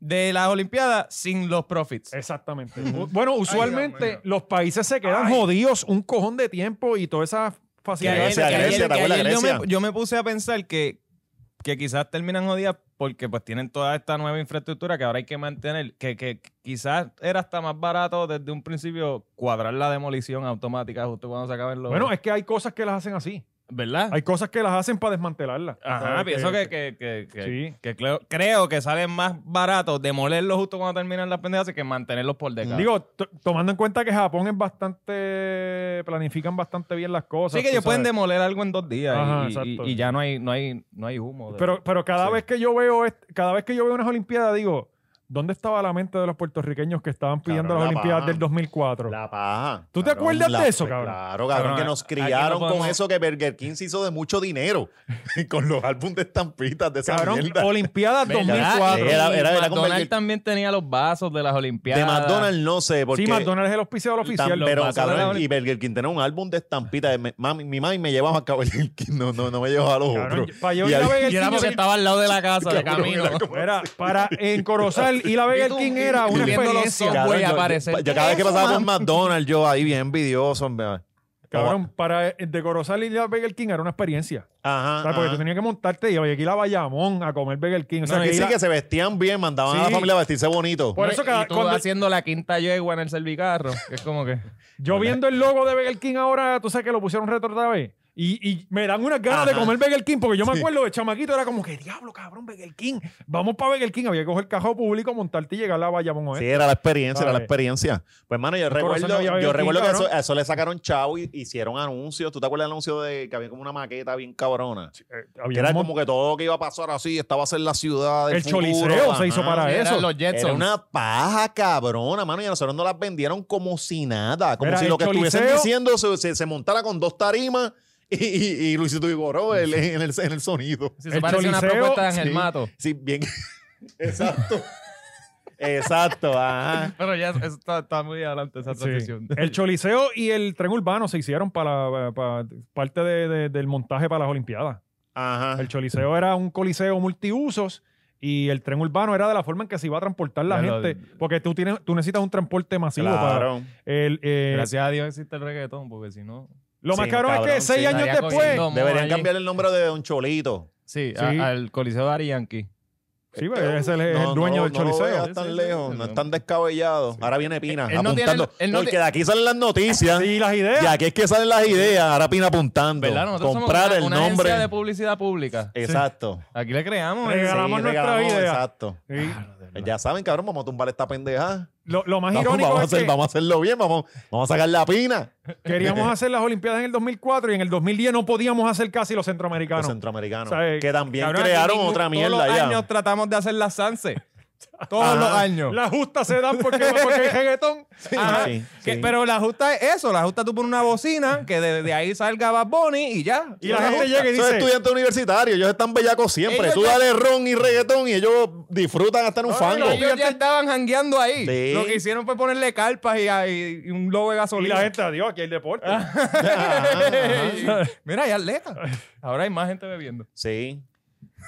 Speaker 2: de las Olimpiadas sin los profits.
Speaker 1: Exactamente. U- bueno, usualmente los países se quedan jodidos un cojón de tiempo y todas esas
Speaker 2: Que
Speaker 1: facilidades.
Speaker 3: Grecia,
Speaker 2: ayer- que ayer-
Speaker 3: Grecia, ¿te
Speaker 2: que
Speaker 3: acuerdas,
Speaker 2: ayer yo,
Speaker 3: Grecia?
Speaker 2: me, yo me puse a pensar que, que quizás terminan jodidas porque pues tienen toda esta nueva infraestructura que ahora hay que mantener, que, que quizás era hasta más barato desde un principio cuadrar la demolición automática justo cuando se acaben los...
Speaker 1: Bueno, es que hay cosas que las hacen así.
Speaker 2: ¿verdad?
Speaker 1: Hay cosas que las hacen para desmantelarlas.
Speaker 2: Ajá,
Speaker 1: ¿Sabes?
Speaker 2: pienso que, que, que, que-
Speaker 1: Sí.
Speaker 2: que creo, creo que sale más barato demolerlos justo cuando terminan las pendejas que mantenerlos por décadas.
Speaker 1: Digo, to- tomando en cuenta que Japón es bastante... Planifican bastante bien las cosas.
Speaker 2: sí que
Speaker 1: tú
Speaker 2: ellos pueden
Speaker 1: sabes.
Speaker 2: demoler algo en dos días y-
Speaker 1: Ajá,
Speaker 2: y,
Speaker 1: exacto.
Speaker 2: y- y ya no hay, no hay, no hay humo. de-
Speaker 1: Pero, pero cada
Speaker 2: Sí.
Speaker 1: vez que yo veo est- cada vez que yo veo unas olimpiadas, digo, ¿dónde estaba la mente de los puertorriqueños que estaban pidiendo
Speaker 3: Cabrón,
Speaker 1: las
Speaker 3: la
Speaker 1: olimpiadas
Speaker 3: paja.
Speaker 1: del 2004?
Speaker 3: La paja.
Speaker 1: ¿Tú te acuerdas de eso, cabrón?
Speaker 3: Claro, cabrón,
Speaker 2: Cabrón,
Speaker 3: que nos
Speaker 2: aquí no
Speaker 3: criaron con
Speaker 2: podemos-
Speaker 3: eso que Burger King se hizo de mucho dinero. con los álbumes de estampitas de esa
Speaker 1: Cabrón,
Speaker 3: mierda.
Speaker 1: Olimpiadas
Speaker 2: ¿Verdad?
Speaker 1: 2004.
Speaker 3: Sí, era-
Speaker 2: Y
Speaker 3: era- era como
Speaker 2: McDonald's
Speaker 3: el-
Speaker 2: también tenía los vasos de las
Speaker 3: De
Speaker 2: Olimpiadas.
Speaker 3: McDonald's no sé, porque...
Speaker 1: Sí, McDonald's es el auspiciador
Speaker 3: Tan-
Speaker 1: oficial.
Speaker 3: pero
Speaker 2: vasos de la
Speaker 3: cabrón,
Speaker 2: Oli-
Speaker 3: y Burger King tenía un álbum de estampitas. Me- mami- mi mami me llevaba a cabo el King, no, no, no me llevaba a los
Speaker 1: Cabrón,
Speaker 3: otros.
Speaker 1: para yo
Speaker 3: Y
Speaker 1: ir a
Speaker 3: había-
Speaker 1: Burger
Speaker 2: Y era
Speaker 1: King,
Speaker 2: porque
Speaker 1: yo-
Speaker 2: estaba al lado de la casa, de camino.
Speaker 1: Era para en Corozal y la Vega el King era una
Speaker 2: Viviendo los
Speaker 1: experiencia.
Speaker 2: ojos.
Speaker 3: Cabrón,
Speaker 2: voy a
Speaker 3: yo-
Speaker 2: aparecer.
Speaker 3: yo- yo cada vez que
Speaker 2: Eso,
Speaker 3: pasaba por McDonald's, yo ahí bien envidioso. me-
Speaker 1: Cabrón, para de Corozal y la Vega el King era una experiencia.
Speaker 3: Ajá.
Speaker 1: O sea, porque
Speaker 3: ajá.
Speaker 1: tú tenías que montarte y había que ir a Bayamón a comer Vega el King. O sea,
Speaker 3: No,
Speaker 1: que
Speaker 3: que sí
Speaker 1: ir a-
Speaker 3: que se vestían bien, mandaban a
Speaker 1: Sí. Pues,
Speaker 3: la familia a vestirse bonito.
Speaker 1: Por eso cada-
Speaker 2: y tú
Speaker 1: cuando-
Speaker 2: haciendo la quinta yegua en el cervicarro. que es como que...
Speaker 1: Yo viendo el logo de Burger King ahora, tú sabes que lo pusieron retro otra vez. Y, y me dan unas ganas de comer Burger King, porque yo me acuerdo de chamaquito, era como que, diablo, cabrón, Burger King. Vamos para Burger King. Había que coger cajón público, montarte y llegar a la Bayamón.
Speaker 3: Sí, era la experiencia, era la
Speaker 1: Sabe.
Speaker 3: experiencia. Pues, hermano, yo
Speaker 1: pues, corazón
Speaker 3: recuerdo,
Speaker 1: había
Speaker 3: yo
Speaker 1: Burger
Speaker 3: recuerdo
Speaker 1: King,
Speaker 3: que eso,
Speaker 1: cabrón.
Speaker 3: eso le sacaron chavo y hicieron anuncios. ¿Tú te acuerdas del anuncio de que había como una maqueta bien cabrona? Que
Speaker 1: Eh, había
Speaker 3: era
Speaker 1: un mon-
Speaker 3: como que todo lo que iba a pasar así, estaba a ser la ciudad del
Speaker 1: El
Speaker 3: futuro,
Speaker 1: choliseo se hizo
Speaker 3: ajá.
Speaker 1: para
Speaker 2: Eran
Speaker 1: eso.
Speaker 2: los Jetsons.
Speaker 3: Era una paja cabrona, mano, y a nosotros nos las vendieron como si nada, como
Speaker 1: Era
Speaker 3: si
Speaker 1: el
Speaker 3: lo que estuviesen
Speaker 1: Choliseo.
Speaker 3: diciendo se, se- se montara con dos tarimas y, y, y Luisito Vigoró el- en, el, en el sonido.
Speaker 2: Si se
Speaker 1: El
Speaker 2: parece a una
Speaker 1: Choliseo,
Speaker 2: propuesta de Ángel
Speaker 3: sí.
Speaker 2: Mato.
Speaker 3: Sí, bien. Exacto. Exacto, ajá.
Speaker 2: Pero ya eso está, está muy adelante esa
Speaker 1: Sí.
Speaker 2: transición.
Speaker 1: El Choliseo y el tren urbano se hicieron para, para parte de- de- del montaje para las Olimpiadas.
Speaker 3: Ajá.
Speaker 1: El Choliseo era un coliseo multiusos y el tren urbano era de la forma en que se iba a transportar la
Speaker 2: Ya lo-
Speaker 1: gente. Porque tú, tienes, tú necesitas un transporte masivo para.
Speaker 3: Claro.
Speaker 1: El, eh,
Speaker 2: Gracias a Dios existe el reggaetón, porque si no.
Speaker 1: lo más
Speaker 3: Sí,
Speaker 1: caro
Speaker 3: cabrón,
Speaker 1: es que
Speaker 3: sí,
Speaker 1: seis
Speaker 3: estaría
Speaker 1: años después.
Speaker 2: cogiendo- Vamos
Speaker 3: Deberían
Speaker 2: allí.
Speaker 3: cambiar el nombre de Don Cholito.
Speaker 2: Sí,
Speaker 1: Sí.
Speaker 2: a- al Coliseo de Ari Yankee.
Speaker 1: Sí, pues,
Speaker 2: Este,
Speaker 1: ese es el, el
Speaker 3: No,
Speaker 1: dueño
Speaker 3: no,
Speaker 1: del
Speaker 3: no lo
Speaker 1: Choliseo.
Speaker 3: veas tan lejos, no es tan descabellado. Ahora viene Pina
Speaker 2: Él- él no tiene-
Speaker 3: apuntando.
Speaker 2: él no
Speaker 3: porque
Speaker 2: tiene-
Speaker 3: de aquí salen las noticias.
Speaker 1: Sí, las ideas.
Speaker 3: Y aquí es que salen las ideas. Ahora Pina apuntando.
Speaker 2: ¿Verdad? Nosotros
Speaker 3: comprar
Speaker 2: somos
Speaker 3: el
Speaker 2: una, una
Speaker 3: nombre.
Speaker 2: agencia de publicidad pública.
Speaker 3: Exacto.
Speaker 2: Aquí le creamos.
Speaker 1: Rega-
Speaker 2: eh.
Speaker 1: Regalamos nuestra
Speaker 3: regalamos,
Speaker 1: idea.
Speaker 3: Exacto.
Speaker 1: Sí.
Speaker 3: Pues ya saben, cabrón, vamos a tumbar esta pendeja.
Speaker 1: Lo, lo más
Speaker 3: Vamos,
Speaker 1: irónico
Speaker 3: vamos a
Speaker 1: es
Speaker 3: hacer-
Speaker 1: que
Speaker 3: vamos a hacerlo bien, vamos, vamos a sacar la pina.
Speaker 1: queríamos hacer las Olimpiadas en el 2004 y en el 2010 no podíamos hacer casi los
Speaker 3: Los
Speaker 1: centroamericanos.
Speaker 3: centroamericanos.
Speaker 1: ¿Sabes?
Speaker 3: que también
Speaker 2: Cabrón, aquí
Speaker 3: crearon
Speaker 2: ningún-
Speaker 3: otra
Speaker 2: Todos
Speaker 3: mierda
Speaker 2: los
Speaker 3: ya.
Speaker 2: años tratamos de hacer las Sanse. Todos
Speaker 3: Ajá.
Speaker 2: los años.
Speaker 1: Las justas se dan porque, porque hay reggaetón.
Speaker 2: Ajá.
Speaker 3: sí,
Speaker 2: Que-
Speaker 3: sí.
Speaker 2: Pero la justa es eso, la justa tú pones una bocina, que de, de ahí salga Bad Bunny y ya.
Speaker 1: Y la gente llega y
Speaker 3: Son
Speaker 1: dice,
Speaker 3: estudiantes universitarios, ellos están bellacos siempre.
Speaker 2: Ellos
Speaker 3: Tú
Speaker 2: ya-
Speaker 3: dale ron y reggaetón y ellos disfrutan hasta en un fango.
Speaker 2: Ellos ya estaban jangueando ahí.
Speaker 3: Sí.
Speaker 2: Lo que hicieron fue ponerle carpas y, y- y un logo de
Speaker 1: y
Speaker 2: gasolina.
Speaker 1: la gente, adiós, aquí hay deporte.
Speaker 3: Ah.
Speaker 2: Mira, hay atletas. Ahora hay más gente bebiendo.
Speaker 3: Sí.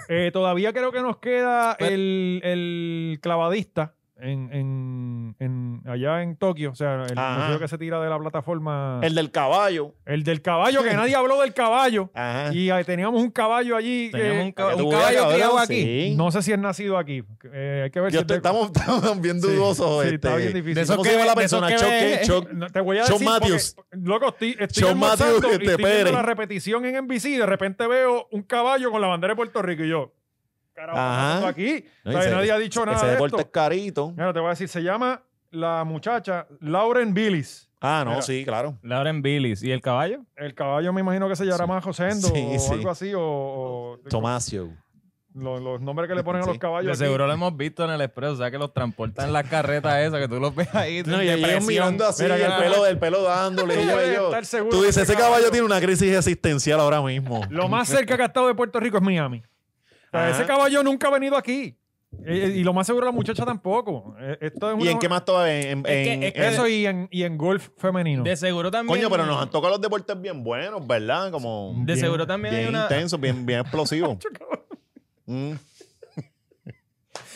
Speaker 1: Eh, todavía creo que nos queda
Speaker 3: Pues
Speaker 1: el, el clavadista en, en- en- allá en Tokio. O sea, el
Speaker 3: Ajá.
Speaker 1: museo que se tira de la plataforma. El,
Speaker 3: Ah. El del caballo.
Speaker 1: del caballo, que nadie habló del caballo.
Speaker 3: Ajá.
Speaker 1: Y ahí teníamos un caballo allí.
Speaker 2: Teníamos
Speaker 1: eh,
Speaker 2: un, ca-
Speaker 3: Para que tú
Speaker 2: un
Speaker 3: veas,
Speaker 2: caballo criado
Speaker 3: cabrón,
Speaker 2: aquí.
Speaker 3: sí.
Speaker 1: No sé si es nacido aquí. Eh, hay que ver
Speaker 3: Yo
Speaker 1: si es
Speaker 3: estoy-
Speaker 1: de-
Speaker 3: estamos, estamos bien
Speaker 1: Sí,
Speaker 3: dudosos.
Speaker 1: sí,
Speaker 3: este.
Speaker 1: está bien difícil.
Speaker 2: de esos
Speaker 3: ¿Cómo
Speaker 2: que
Speaker 3: se llama la
Speaker 2: ve- de esos
Speaker 3: persona?
Speaker 2: que
Speaker 3: Choc,
Speaker 2: ve-
Speaker 3: ¿qué? Choc.
Speaker 1: No, te voy a
Speaker 3: Shawn
Speaker 1: decir porque,
Speaker 3: Matthews.
Speaker 1: loco, estoy, estoy
Speaker 3: Shawn
Speaker 1: en
Speaker 3: Matthews,
Speaker 1: Monsanto y
Speaker 3: este,
Speaker 1: estoy viendo
Speaker 3: Pérez.
Speaker 1: la repetición en NBC y de repente veo un caballo con la bandera de Puerto Rico y yo, carajo,
Speaker 3: Ajá.
Speaker 1: ¿qué está pasando aquí?
Speaker 3: No,
Speaker 1: O sea,
Speaker 3: ese-
Speaker 1: nadie ha dicho nada
Speaker 3: Ese
Speaker 1: de
Speaker 3: deporte
Speaker 1: esto.
Speaker 3: es carito.
Speaker 1: Mira, te voy a decir, se llama la muchacha Lauren Billis.
Speaker 3: Ah, no,
Speaker 1: Mira.
Speaker 3: sí, claro.
Speaker 5: Lauren Billis. ¿Y el caballo?
Speaker 1: El caballo me imagino que se llamará José Endo
Speaker 3: Sí,
Speaker 1: o
Speaker 3: sí.
Speaker 1: algo así, o, o-
Speaker 3: Tomasio.
Speaker 1: los, los nombres que le ponen a
Speaker 3: Sí.
Speaker 1: los caballos.
Speaker 2: De
Speaker 1: aquí.
Speaker 2: seguro lo hemos visto en el expreso, o sea que los transportan en las carretas esas, que tú los ves ahí.
Speaker 3: No, y
Speaker 2: de
Speaker 3: ellos
Speaker 2: presión.
Speaker 3: mirando así,
Speaker 1: Mira,
Speaker 3: el,
Speaker 1: ya-
Speaker 3: pelo, el pelo dándole.
Speaker 1: Tú
Speaker 3: y
Speaker 1: puedes
Speaker 3: ellos-
Speaker 1: estar seguro
Speaker 3: tú
Speaker 1: que
Speaker 3: dices,
Speaker 1: ese
Speaker 3: ese caballo
Speaker 1: caballo-
Speaker 3: tiene una crisis existencial ahora mismo.
Speaker 1: Lo más cerca que ha estado de Puerto Rico es Miami. O sea,
Speaker 3: Ajá.
Speaker 1: ese caballo nunca ha venido aquí. Eh, Y, lo más seguro la muchacha tampoco. Eh, Esto es
Speaker 3: ¿Y en
Speaker 1: una-
Speaker 3: qué más todo? En, en- en-
Speaker 5: es que
Speaker 3: en-
Speaker 1: Eso y en, y en golf femenino.
Speaker 5: De seguro también.
Speaker 3: Coño, pero nos han tocado los deportes bien buenos, ¿verdad? Como
Speaker 5: De
Speaker 1: Bien,
Speaker 5: seguro también hay
Speaker 3: bien
Speaker 5: una.
Speaker 3: intensos, bien, bien explosivos. Mm.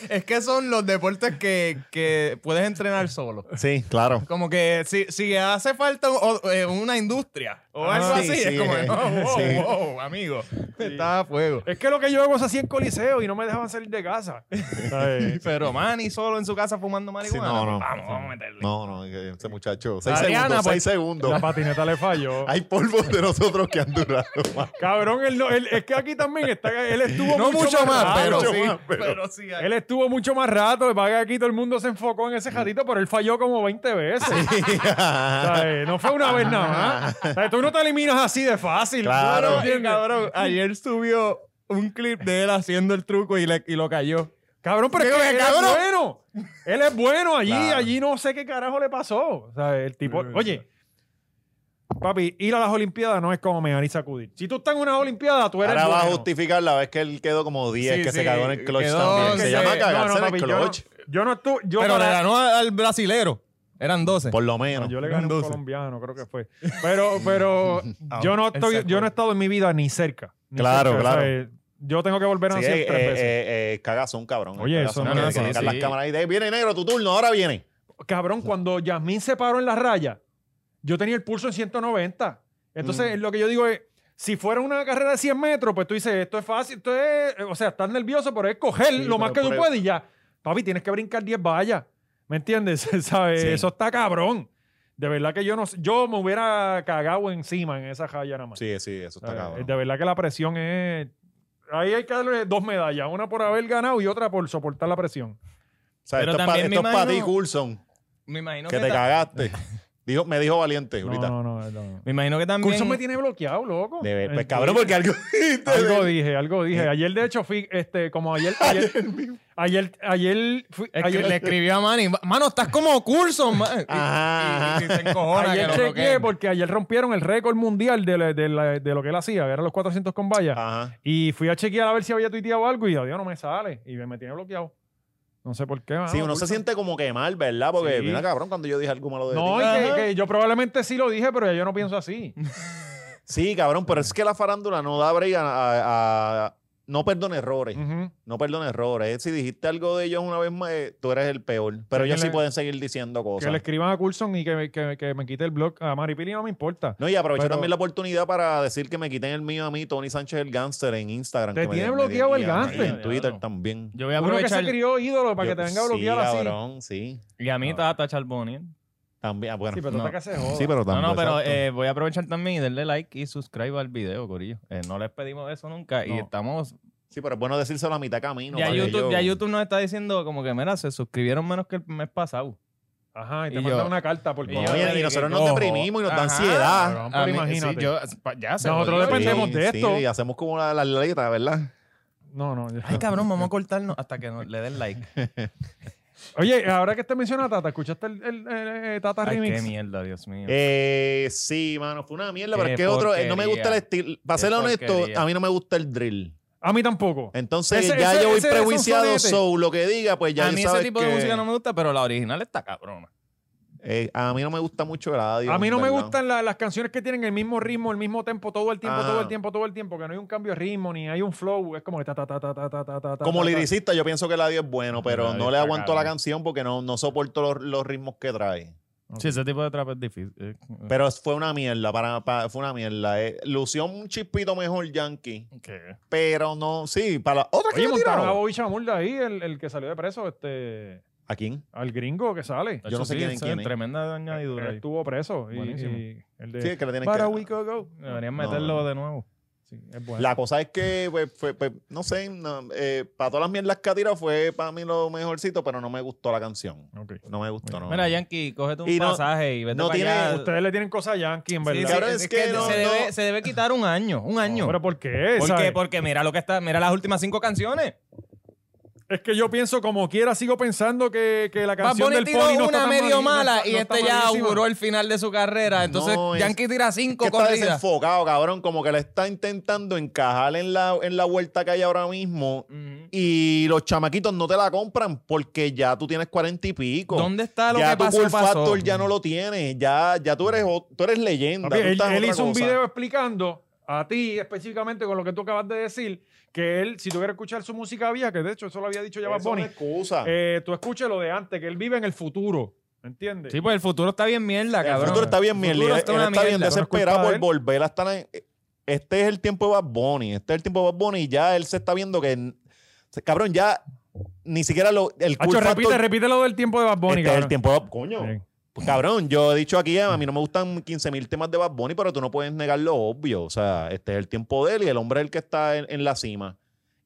Speaker 2: Es que son los deportes que, que puedes entrenar solo.
Speaker 3: Sí, claro.
Speaker 2: Como que si, si hace falta o- eh, una industria o
Speaker 3: Ah,
Speaker 2: algo
Speaker 3: sí,
Speaker 2: así,
Speaker 3: sí.
Speaker 2: es como, oh, wow,
Speaker 3: Sí.
Speaker 2: wow, amigo, está a fuego.
Speaker 1: Es que lo que yo hago es así en coliseo y no me dejaban salir de casa. ¿Sabes?
Speaker 2: Pero Manny solo en su casa fumando
Speaker 3: Eh, Sí,
Speaker 2: marihuana.
Speaker 3: no, no.
Speaker 2: Vamos, vamos a meterle.
Speaker 3: No, no, ese muchacho. Seis
Speaker 2: Adriana,
Speaker 3: segundos,
Speaker 2: pues-
Speaker 3: seis segundos.
Speaker 1: la patineta le falló.
Speaker 3: Hay polvos de nosotros que han durado más.
Speaker 1: Cabrón, él no- él- es que aquí también está. Él estuvo
Speaker 2: No
Speaker 1: mucho, más,
Speaker 2: pero,
Speaker 1: rato.
Speaker 2: sí,
Speaker 3: más, pero-
Speaker 2: pero, sí. hay-
Speaker 1: Él estuvo mucho más rato. Lo que pasa es que Aquí todo el mundo se enfocó en ese jatito, pero él falló como 20 veces. ¿Sabes? eh, No fue una vez nada más. ¿Sabes? Tú no te eliminas así de fácil.
Speaker 3: Claro.
Speaker 1: ¿no
Speaker 2: Claro,
Speaker 1: entiendes?
Speaker 2: cabrón, ayer subió un clip de él haciendo el truco y, le- y lo cayó.
Speaker 1: Cabrón, pero es
Speaker 2: Digo,
Speaker 1: que él
Speaker 2: cabrón.
Speaker 1: es bueno. Él es bueno allí.
Speaker 3: Claro.
Speaker 1: Allí no sé qué carajo le pasó. O sea, el tipo.
Speaker 2: Sí,
Speaker 1: Oye, papi, ir a las Olimpiadas no es como mear y sacudir. Si tú estás en unas Olimpiadas, tú eres.
Speaker 3: Ahora va a
Speaker 1: bueno.
Speaker 3: justificar la vez que él quedó como 10
Speaker 2: Sí,
Speaker 3: que
Speaker 2: sí,
Speaker 3: se cagó en el clutch
Speaker 2: quedó
Speaker 3: también.
Speaker 2: once.
Speaker 3: Se llama cagarse
Speaker 1: No, no, papi,
Speaker 3: en
Speaker 1: yo
Speaker 3: el
Speaker 1: no-
Speaker 3: clutch.
Speaker 1: Yo no estuve. Yo
Speaker 2: Pero le
Speaker 1: para-
Speaker 2: ganó al brasilero. Eran 12.
Speaker 3: Por lo menos.
Speaker 1: No, yo le gané a un
Speaker 2: 12.
Speaker 1: colombiano, creo que fue. Pero, pero yo no
Speaker 2: él se
Speaker 1: estoy, yo
Speaker 2: acuerda.
Speaker 1: no he estado en mi vida ni cerca. ni
Speaker 3: Ah, Claro,
Speaker 1: cerca,
Speaker 3: claro.
Speaker 1: ¿sabes? Yo tengo que volver a
Speaker 3: Sí,
Speaker 1: nacer
Speaker 3: eh,
Speaker 1: tres
Speaker 3: eh,
Speaker 1: veces.
Speaker 3: eh, eh, cagazón, cabrón.
Speaker 1: Oye, eso
Speaker 3: Cagazón, que
Speaker 1: no,
Speaker 3: le
Speaker 1: eso
Speaker 3: sacan
Speaker 2: sí.
Speaker 3: las cámaras y de, viene negro tu turno, ahora viene.
Speaker 1: Cabrón, cuando Yasmín se paró en la raya, yo tenía el pulso en 190.
Speaker 3: Mm.
Speaker 1: Entonces, lo que yo digo es, si fuera una carrera de 100 metros, pues tú dices, esto es fácil, esto es, o sea, estás nervioso, pero es coger lo más que
Speaker 3: pero
Speaker 1: tú
Speaker 3: por-
Speaker 1: puedes y ya. Papi, tienes que brincar 10 vallas. ¿Me entiendes? ¿Sabes?
Speaker 3: Sí.
Speaker 1: Eso está cabrón. De verdad que yo no sé- Yo me hubiera cagado encima en esa jaya nada más.
Speaker 3: Sí, sí, eso está
Speaker 1: Eh,
Speaker 3: cabrón.
Speaker 1: De verdad que la presión es. Ahí hay que darle dos medallas, una por haber ganado y otra por soportar la presión.
Speaker 3: O sea,
Speaker 2: Pero
Speaker 3: esto es pa-
Speaker 2: también me
Speaker 3: esto es para ti,
Speaker 2: imagino-
Speaker 3: Coulson,
Speaker 2: Me imagino
Speaker 3: que
Speaker 2: que,
Speaker 3: te
Speaker 2: ta-
Speaker 3: cagaste. Dijo, me dijo valiente
Speaker 1: No,
Speaker 3: ahorita.
Speaker 1: no, no. no, no.
Speaker 2: me imagino que también. Este,
Speaker 1: Curso me tiene bloqueado, loco.
Speaker 3: De ver- pues
Speaker 1: En
Speaker 3: cabrón,
Speaker 1: Twitter.
Speaker 3: porque algo dijiste.
Speaker 1: Algo dije, algo
Speaker 2: Eh.
Speaker 1: dije. Ayer, de hecho, fui, este, como ayer, ayer, ayer, ayer, fui-
Speaker 2: Es que
Speaker 1: ayer-
Speaker 2: le escribió a Manny. Mano, estás como curso, man.
Speaker 3: Ajá.
Speaker 2: Y, y- y se encojona
Speaker 1: ayer
Speaker 2: que lo
Speaker 1: chequeé
Speaker 2: bloqueen.
Speaker 1: porque ayer rompieron el récord mundial de, la- de la- de lo que él hacía, que eran los 400 con vallas.
Speaker 2: Ah.
Speaker 3: Ajá.
Speaker 1: Y fui a chequear a ver si había tuiteado algo y, adiós, no me sale. Y me tiene bloqueado. No sé por qué, mano,
Speaker 3: Sí, uno se
Speaker 1: Curso.
Speaker 3: siente como que mal, ¿verdad? Porque,
Speaker 1: Ah, Sí.
Speaker 3: mira, cabrón, cuando yo dije algo malo de
Speaker 1: No,
Speaker 3: ti.
Speaker 1: y que, que yo probablemente sí lo dije, pero ya yo no pienso así.
Speaker 3: Sí, cabrón, pero es que la farándula no da break a... a- a- no perdona errores.
Speaker 1: Ujú.
Speaker 3: No perdona errores. Si dijiste algo de ellos una vez más, eh, tú eres el peor. Pero
Speaker 1: Que
Speaker 3: ellos sí
Speaker 1: le-
Speaker 3: pueden seguir diciendo
Speaker 1: Que
Speaker 3: cosas.
Speaker 1: le escriban a Coulson y que, me- que- que me quite el blog. A Maripili no me importa.
Speaker 3: No, y aprovecho
Speaker 1: Pero-
Speaker 3: también la oportunidad para decir que me quiten el mío a mí, Tony Sánchez el Gánster, en Instagram.
Speaker 1: Te
Speaker 3: que me
Speaker 1: tiene
Speaker 3: di- me
Speaker 1: bloqueado
Speaker 3: di-
Speaker 1: el
Speaker 3: y a-
Speaker 1: Gánster.
Speaker 3: y En Twitter
Speaker 2: Diablo.
Speaker 3: también.
Speaker 2: Yo voy a
Speaker 1: Uno que se
Speaker 2: aprovechar.
Speaker 1: crió ídolo para
Speaker 3: Yo-
Speaker 1: que te venga a
Speaker 3: sí,
Speaker 1: bloquear así.
Speaker 3: cabrón, sí.
Speaker 2: Y a mí, Tata Charbonnier.
Speaker 3: También, ah, bueno.
Speaker 1: Sí, pero
Speaker 2: No.
Speaker 1: toca que se joda.
Speaker 3: Sí, pero
Speaker 2: No,
Speaker 3: también.
Speaker 2: no, pero
Speaker 3: exacto.
Speaker 2: eh, voy a aprovechar también y darle like y subscribe al video, Corillo. Eh, no les pedimos eso nunca y
Speaker 1: No.
Speaker 2: estamos...
Speaker 3: sí, pero es bueno decírselo a mitad camino.
Speaker 2: ya,
Speaker 3: para que
Speaker 2: YouTube,
Speaker 3: yo-
Speaker 2: ya YouTube nos está diciendo como que, mira, se suscribieron menos que el mes pasado.
Speaker 1: Ajá, y te
Speaker 2: Y
Speaker 1: mandan
Speaker 2: yo-
Speaker 1: una carta porque.
Speaker 3: No,
Speaker 2: yo
Speaker 3: oye,
Speaker 2: dije
Speaker 3: y nosotros
Speaker 2: que
Speaker 3: nos
Speaker 2: cojo.
Speaker 3: deprimimos y nos da
Speaker 2: Ajá,
Speaker 3: ansiedad.
Speaker 1: cabrón,
Speaker 2: A
Speaker 1: pero
Speaker 2: mí-
Speaker 1: imagínate.
Speaker 2: sí, yo- pa- ya se
Speaker 1: Nosotros
Speaker 2: jodió.
Speaker 1: dependemos- aprendemos de esto.
Speaker 3: y hacemos como la, la, letra, ¿verdad?
Speaker 1: No, no. yo-
Speaker 2: Ay, cabrón, vamos a cortarnos hasta que nos- le den like.
Speaker 1: Oye, ahora que te menciona a Tata, ¿escuchaste el, el- el- eh, Tata
Speaker 2: Ay, qué
Speaker 1: Remix?
Speaker 2: mierda, Dios mío.
Speaker 3: Eh, sí, mano, fue una mierda, pero
Speaker 2: Qué
Speaker 3: es que otro, eh, no me gusta el
Speaker 2: porquería.
Speaker 3: estilo. Para
Speaker 2: Qué
Speaker 3: ser honesto,
Speaker 2: porquería.
Speaker 3: a mí no me gusta el drill.
Speaker 1: a mí tampoco.
Speaker 3: Eh, Entonces
Speaker 1: Ese-
Speaker 3: ya
Speaker 1: ese-
Speaker 3: yo voy
Speaker 1: ese es un
Speaker 3: prejuiciado,
Speaker 1: sonete.
Speaker 3: so lo que diga, pues ya
Speaker 2: a
Speaker 3: tú
Speaker 2: mí ese
Speaker 3: sabes
Speaker 2: tipo
Speaker 3: que-
Speaker 2: de música no me gusta, pero la original está cabrona.
Speaker 3: Eh, a mí no me gusta mucho el radio.
Speaker 1: a mí no me
Speaker 3: ¿verdad?
Speaker 1: gustan la- las canciones que tienen el mismo ritmo, el mismo tempo, todo el tiempo,
Speaker 3: Ajá.
Speaker 1: todo el tiempo, todo el tiempo, que no hay un cambio de ritmo, ni hay un flow. Es como que ta, ta, ta, ta, ta, ta, ta, ta, ta,
Speaker 3: Como
Speaker 1: ta.
Speaker 3: liricista, yo pienso que el radio es bueno, pero
Speaker 2: Radio
Speaker 3: no le
Speaker 2: está
Speaker 3: aguanto la
Speaker 2: cabrón.
Speaker 3: canción porque no, no soporto los, los ritmos que trae.
Speaker 2: Sí, ese tipo de trap es difícil. eh.
Speaker 3: Pero fue una mierda, para, para- fue una mierda. eh. Lució un chispito mejor Yankee,
Speaker 2: ¿Qué?
Speaker 3: pero no, sí, para otras
Speaker 1: Oye,
Speaker 3: que le
Speaker 1: montaron a
Speaker 3: tiraron.
Speaker 1: Bobby Chamul de ahí, el, el que salió de preso, este,
Speaker 3: ¿A quién?
Speaker 1: al gringo que sale.
Speaker 3: Yo no sé quién- quién es.
Speaker 2: Tremenda
Speaker 1: Él
Speaker 2: añadidura. ahí.
Speaker 1: estuvo preso. Y,
Speaker 2: Buenísimo.
Speaker 1: y el de,
Speaker 3: Sí, es que le tienes
Speaker 1: About
Speaker 3: que-
Speaker 1: a week ago.
Speaker 2: Deberían
Speaker 3: No,
Speaker 2: meterlo
Speaker 3: no.
Speaker 2: de nuevo.
Speaker 1: Sí, es bueno.
Speaker 3: La cosa es que, pues, fue- pues, no sé, no, eh, para todas las mierdas que ha tirado fue para mí lo mejorcito, pero no me gustó la canción.
Speaker 1: Ok.
Speaker 3: No me gustó, no.
Speaker 2: Mira, Yankee, cógete un
Speaker 3: Y no-
Speaker 2: pasaje y vete
Speaker 3: no
Speaker 2: para
Speaker 3: tiene-
Speaker 2: allá.
Speaker 1: Ustedes le tienen cosas a Yankee, en
Speaker 2: Sí, sí,
Speaker 1: verdad.
Speaker 3: Cabrón, es que no-
Speaker 2: se,
Speaker 3: no-
Speaker 2: Debe, se debe quitar un año, un año.
Speaker 1: ¿Pero por qué?
Speaker 2: ¿Por
Speaker 1: ¿Sabes?
Speaker 2: qué? Porque mira lo que está, mira las últimas cinco canciones.
Speaker 1: Es que yo pienso como quiera, sigo pensando que, que la
Speaker 2: Bad
Speaker 1: canción
Speaker 2: Bunny
Speaker 1: del
Speaker 2: tiró
Speaker 1: Pony no está
Speaker 2: una
Speaker 1: tan
Speaker 2: medio
Speaker 1: mal-
Speaker 2: mala
Speaker 1: no-
Speaker 2: y
Speaker 1: no está
Speaker 2: este ya
Speaker 1: malísima.
Speaker 2: auguró el final de su carrera. Entonces,
Speaker 3: No, es-
Speaker 2: Yankee tira
Speaker 3: que
Speaker 2: cinco
Speaker 3: está
Speaker 2: corridas.
Speaker 3: desenfocado, cabrón. Como que le está intentando encajar en la, en la vuelta que hay ahora mismo.
Speaker 2: Ujú.
Speaker 3: Y los chamaquitos no te la compran porque ya tú tienes cuarenta y pico.
Speaker 2: ¿Dónde está lo
Speaker 3: ya
Speaker 2: que
Speaker 3: tu
Speaker 2: pasó?
Speaker 3: cool
Speaker 2: pasó?
Speaker 3: factor ya no lo tienes. Ya, ya tú eres ot- tú eres leyenda.
Speaker 1: Papi,
Speaker 3: tú
Speaker 1: él
Speaker 3: estás en
Speaker 1: él
Speaker 3: otra
Speaker 1: hizo un
Speaker 3: cosa.
Speaker 1: video explicando a ti específicamente con lo que tú acabas de decir, que él, si tú quieres escuchar su música vieja, que de hecho eso lo había dicho ya
Speaker 3: Eso
Speaker 1: Bad
Speaker 3: es una
Speaker 1: Bunny,
Speaker 3: excusa.
Speaker 1: eh, tú escuches lo de antes, que él vive en el futuro. ¿Entiendes?
Speaker 2: Sí, pues el futuro está bien mierda,
Speaker 3: el
Speaker 2: cabrón.
Speaker 3: futuro está bien
Speaker 2: El
Speaker 3: mierda.
Speaker 2: futuro
Speaker 3: Él,
Speaker 2: está
Speaker 3: él
Speaker 2: una
Speaker 3: está bien
Speaker 2: mierda.
Speaker 1: des-
Speaker 3: desesperado
Speaker 1: Pero
Speaker 3: por
Speaker 1: es
Speaker 3: volver a estar en- Este es el tiempo de Bad Bunny. Este es el tiempo de Bad Bunny. Y ya él se está viendo que... n- Cabrón, ya ni siquiera lo, el cool
Speaker 1: Hacho,
Speaker 3: factor-
Speaker 1: repite, repite lo del tiempo de Bad Bunny,
Speaker 3: este es el
Speaker 1: cabrón.
Speaker 3: tiempo de Bad Coño.
Speaker 1: Sí.
Speaker 3: Pues, cabrón, yo he dicho aquí, a mí no me gustan 15.000 temas de Bad Bunny, pero tú no puedes negar lo obvio. O sea, este es el tiempo de él y el hombre es el que está en, en la cima.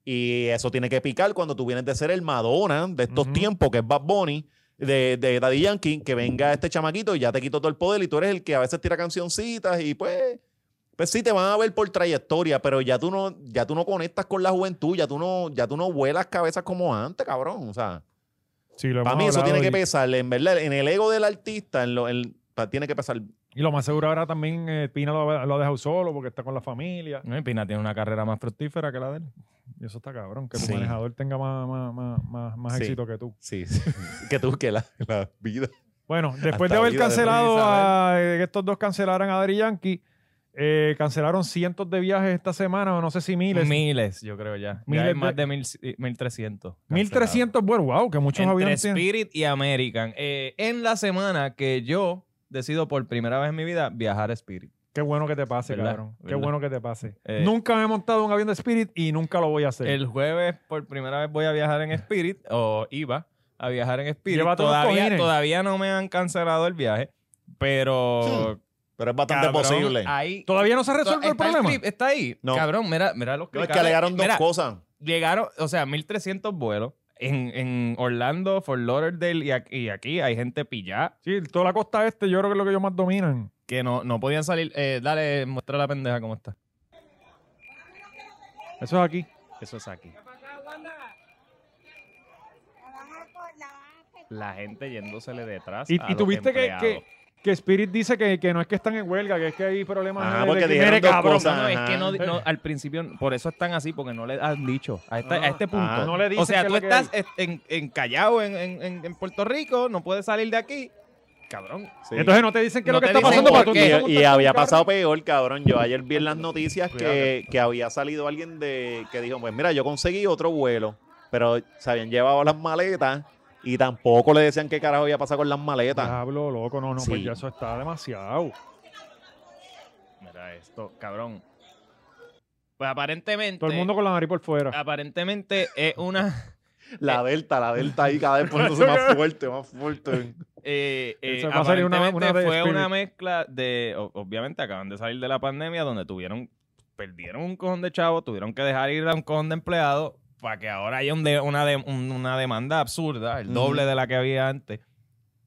Speaker 3: Y eso tiene que picar cuando tú vienes de ser el Madonna de estos
Speaker 1: Ujú.
Speaker 3: tiempos, que es Bad Bunny, de, de Daddy Yankee, que venga este chamaquito y ya te quito todo el poder y tú eres el que a veces tira cancioncitas y pues... Pues sí, te van a ver por trayectoria, pero ya tú no, ya tú no conectas con la juventud, ya tú no, ya tú no vuelas cabezas como antes, cabrón. O sea,
Speaker 1: Sí, lo
Speaker 3: para
Speaker 1: hemos
Speaker 3: mí eso
Speaker 1: hablado
Speaker 3: tiene que
Speaker 1: y-
Speaker 3: pesar, en verdad, en el ego del artista, en lo, en- pa- tiene que pesar.
Speaker 1: Y lo más seguro ahora también eh, Pina lo, lo ha dejado solo porque está con la familia.
Speaker 2: No, y Pina tiene una carrera más fructífera que la de él.
Speaker 1: Y eso está cabrón, que tu
Speaker 3: Sí.
Speaker 1: manejador tenga más, más, más, más, más
Speaker 3: Sí.
Speaker 1: éxito que tú.
Speaker 3: Sí, sí. que tú, que la, la vida.
Speaker 1: Bueno, después
Speaker 3: Hasta
Speaker 1: de haber
Speaker 3: vida de
Speaker 1: cancelado
Speaker 2: Luis
Speaker 1: a eh, que estos dos cancelaran a Daddy Yankee, eh, cancelaron cientos de viajes esta semana, o no sé si miles.
Speaker 2: Miles, yo creo ya.
Speaker 1: Miles
Speaker 2: Miles hay
Speaker 1: de-
Speaker 2: más de mil, eh, mil trescientos.
Speaker 1: 1300, bueno, wow, que muchos
Speaker 2: entre
Speaker 1: aviones tienen.
Speaker 2: Spirit y American. Eh, en la semana que yo decido por primera vez en mi vida viajar a Spirit.
Speaker 1: Qué bueno que te pase,
Speaker 2: ¿Verdad?
Speaker 1: cabrón. Qué
Speaker 2: ¿Verdad?
Speaker 1: bueno que te pase.
Speaker 2: Eh,
Speaker 1: nunca me he montado un avión de Spirit y nunca lo voy a hacer.
Speaker 2: El jueves por primera vez voy a viajar en Spirit o iba a viajar en Spirit.
Speaker 1: Llévate unos
Speaker 2: Todavía,
Speaker 1: cojines.
Speaker 2: todavía no me han cancelado el viaje. pero
Speaker 3: Pero es bastante
Speaker 2: cabrón,
Speaker 3: Hmm, posible.
Speaker 2: ahí
Speaker 1: Todavía no se resuelve
Speaker 2: está
Speaker 1: el problema.
Speaker 2: clip, está ahí.
Speaker 3: No.
Speaker 2: Cabrón, mira, mira
Speaker 3: No,
Speaker 2: los
Speaker 3: es que
Speaker 2: clicados.
Speaker 3: alegaron dos
Speaker 2: Mira,
Speaker 3: cosas.
Speaker 2: Llegaron, o sea, 1300 vuelos en, en Orlando, Fort Lauderdale y aquí, y aquí hay gente pillada
Speaker 1: Sí, toda la costa este yo creo que es lo que ellos más dominan.
Speaker 2: que no, no podían salir. Eh, dale, muestra la pendeja cómo está.
Speaker 1: Eso es aquí.
Speaker 2: Eso es aquí. La gente yéndosele detrás.
Speaker 1: Y,
Speaker 2: a
Speaker 1: y
Speaker 2: los
Speaker 1: tuviste que,
Speaker 2: empleados.
Speaker 1: que, que Spirit dice que, que no es que están en huelga, que es que hay problemas.
Speaker 3: Ajá,
Speaker 1: de- de
Speaker 3: porque
Speaker 1: que-
Speaker 3: dijeron
Speaker 1: Mire,
Speaker 3: dos
Speaker 1: cabrón,
Speaker 3: cosas.
Speaker 2: No, no, Ah, es que no,
Speaker 1: Ajá.
Speaker 2: no, al principio, por eso están así, porque no le han dicho a, esta-
Speaker 1: Ah,
Speaker 2: a este punto.
Speaker 3: ah,
Speaker 1: no le dicen
Speaker 2: o sea,
Speaker 1: qué
Speaker 2: tú
Speaker 1: es lo que
Speaker 2: estás est- en, en Callao, en, en- en- en Puerto Rico, no puedes salir de aquí. Cabrón.
Speaker 3: Sí.
Speaker 1: Entonces no te dicen qué es
Speaker 2: No
Speaker 1: lo que
Speaker 2: te
Speaker 1: está
Speaker 2: dicen
Speaker 1: pasando
Speaker 2: por
Speaker 1: para tú
Speaker 2: qué.
Speaker 1: tú montas
Speaker 3: Y, y
Speaker 1: en un
Speaker 3: había
Speaker 1: carro.
Speaker 3: pasado peor, cabrón. Yo ayer vi en las noticias que, que había salido alguien de que dijo, pues mira, yo conseguí otro vuelo, pero se habían llevado las maletas y tampoco le decían qué carajo había pasado con las maletas.
Speaker 1: Diablo, loco, no, no, pues
Speaker 3: Sí.
Speaker 1: ya eso está demasiado.
Speaker 2: Mira esto, cabrón. Pues aparentemente.
Speaker 1: Todo el mundo con la nariz por fuera.
Speaker 2: Aparentemente es una.
Speaker 3: La delta, la delta ahí cada vez poniéndose más fuerte, más fuerte.
Speaker 2: Eh, eh,
Speaker 1: Eso va a salir una-
Speaker 2: aparentemente
Speaker 1: una de
Speaker 2: fue
Speaker 1: Spirit.
Speaker 2: una mezcla de, o- obviamente acaban de salir de la pandemia donde tuvieron, perdieron un cojón de chavos, tuvieron que dejar ir a un cojón de empleados para que ahora haya un de- una, de- un- una demanda absurda, el doble de la que había antes.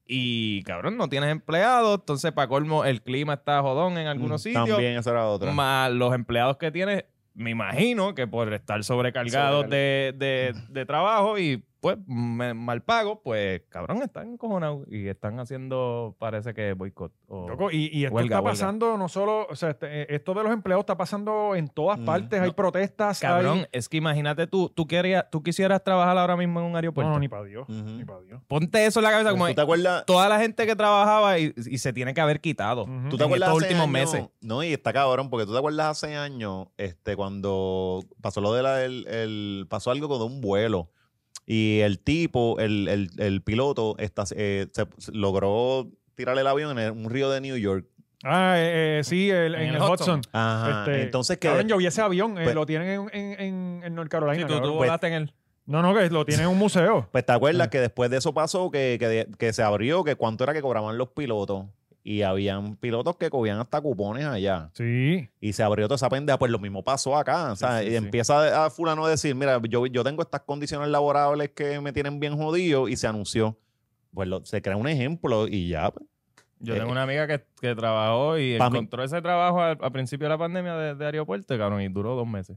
Speaker 2: Y cabrón, no tienes empleados, entonces para colmo el clima está jodón en algunos
Speaker 1: Mm,
Speaker 2: sitios.
Speaker 3: Mm, También esa era otra.
Speaker 2: Más los empleados que tienes, me imagino que por estar sobrecargados de, de- de trabajo y pues me- mal pago, pues cabrón, están encojonados y están haciendo, parece que boicot. o-
Speaker 1: Loco, y, y esto
Speaker 2: Huelga,
Speaker 1: está
Speaker 2: huelga.
Speaker 1: pasando no solo, o sea, este, eh, esto de los empleados está pasando en todas
Speaker 3: Mm,
Speaker 1: partes, hay
Speaker 2: no.
Speaker 1: protestas. hay-
Speaker 2: Cabrón, es que imagínate tú, tú, querías, tú quisieras trabajar ahora mismo en un
Speaker 1: No,
Speaker 2: aeropuerto.
Speaker 1: no, ni para Dios,
Speaker 3: Ujú.
Speaker 1: ni para Dios.
Speaker 2: Ponte eso en la cabeza como
Speaker 3: Pues, ¿Tú te acuerdas?
Speaker 2: toda la gente que trabajaba y, y se tiene que haber quitado.
Speaker 1: Ujú.
Speaker 3: ¿Tú te
Speaker 2: en
Speaker 3: acuerdas
Speaker 2: estos
Speaker 3: hace
Speaker 2: últimos
Speaker 3: años-
Speaker 2: meses.
Speaker 3: No, y está cabrón, porque tú te acuerdas hace años, este, cuando pasó lo de la, el, el- pasó algo con un vuelo. Y el tipo, el, el- el piloto, está, eh, se, se logró tirar el avión en el- un río de New York.
Speaker 1: Ah, eh, eh, sí, el- en, el Hudson.
Speaker 3: Ajá.
Speaker 1: Este,
Speaker 3: Entonces que
Speaker 1: Cabrón, yo vi ese avión, eh,
Speaker 3: Pues-
Speaker 1: lo tienen en, en, en, en North Carolina.
Speaker 2: Sí, tú- tú
Speaker 1: cabrón.
Speaker 2: volaste en el-
Speaker 1: No, no, que lo tienen en un museo.
Speaker 3: Pues te acuerdas
Speaker 1: Ah.
Speaker 3: que después de eso pasó que, que- que se abrió, que cuánto era que cobraban los pilotos. Y habían pilotos que cobían hasta cupones allá.
Speaker 1: Sí.
Speaker 3: y se abrió toda esa pendeja, pues lo mismo pasó acá. o sea,
Speaker 2: sí,
Speaker 3: y
Speaker 2: sí.
Speaker 3: empieza a fulano a decir, mira, yo, yo tengo estas condiciones laborables que me tienen bien jodido y se anunció. Pues lo- se crea un ejemplo y ya. pues.
Speaker 2: Yo
Speaker 3: Eh,
Speaker 2: tengo una amiga que, que trabajó y
Speaker 3: pa' mí-
Speaker 2: encontró ese trabajo al, al principio de la pandemia de, de aeropuerto, cabrón, y duró dos meses.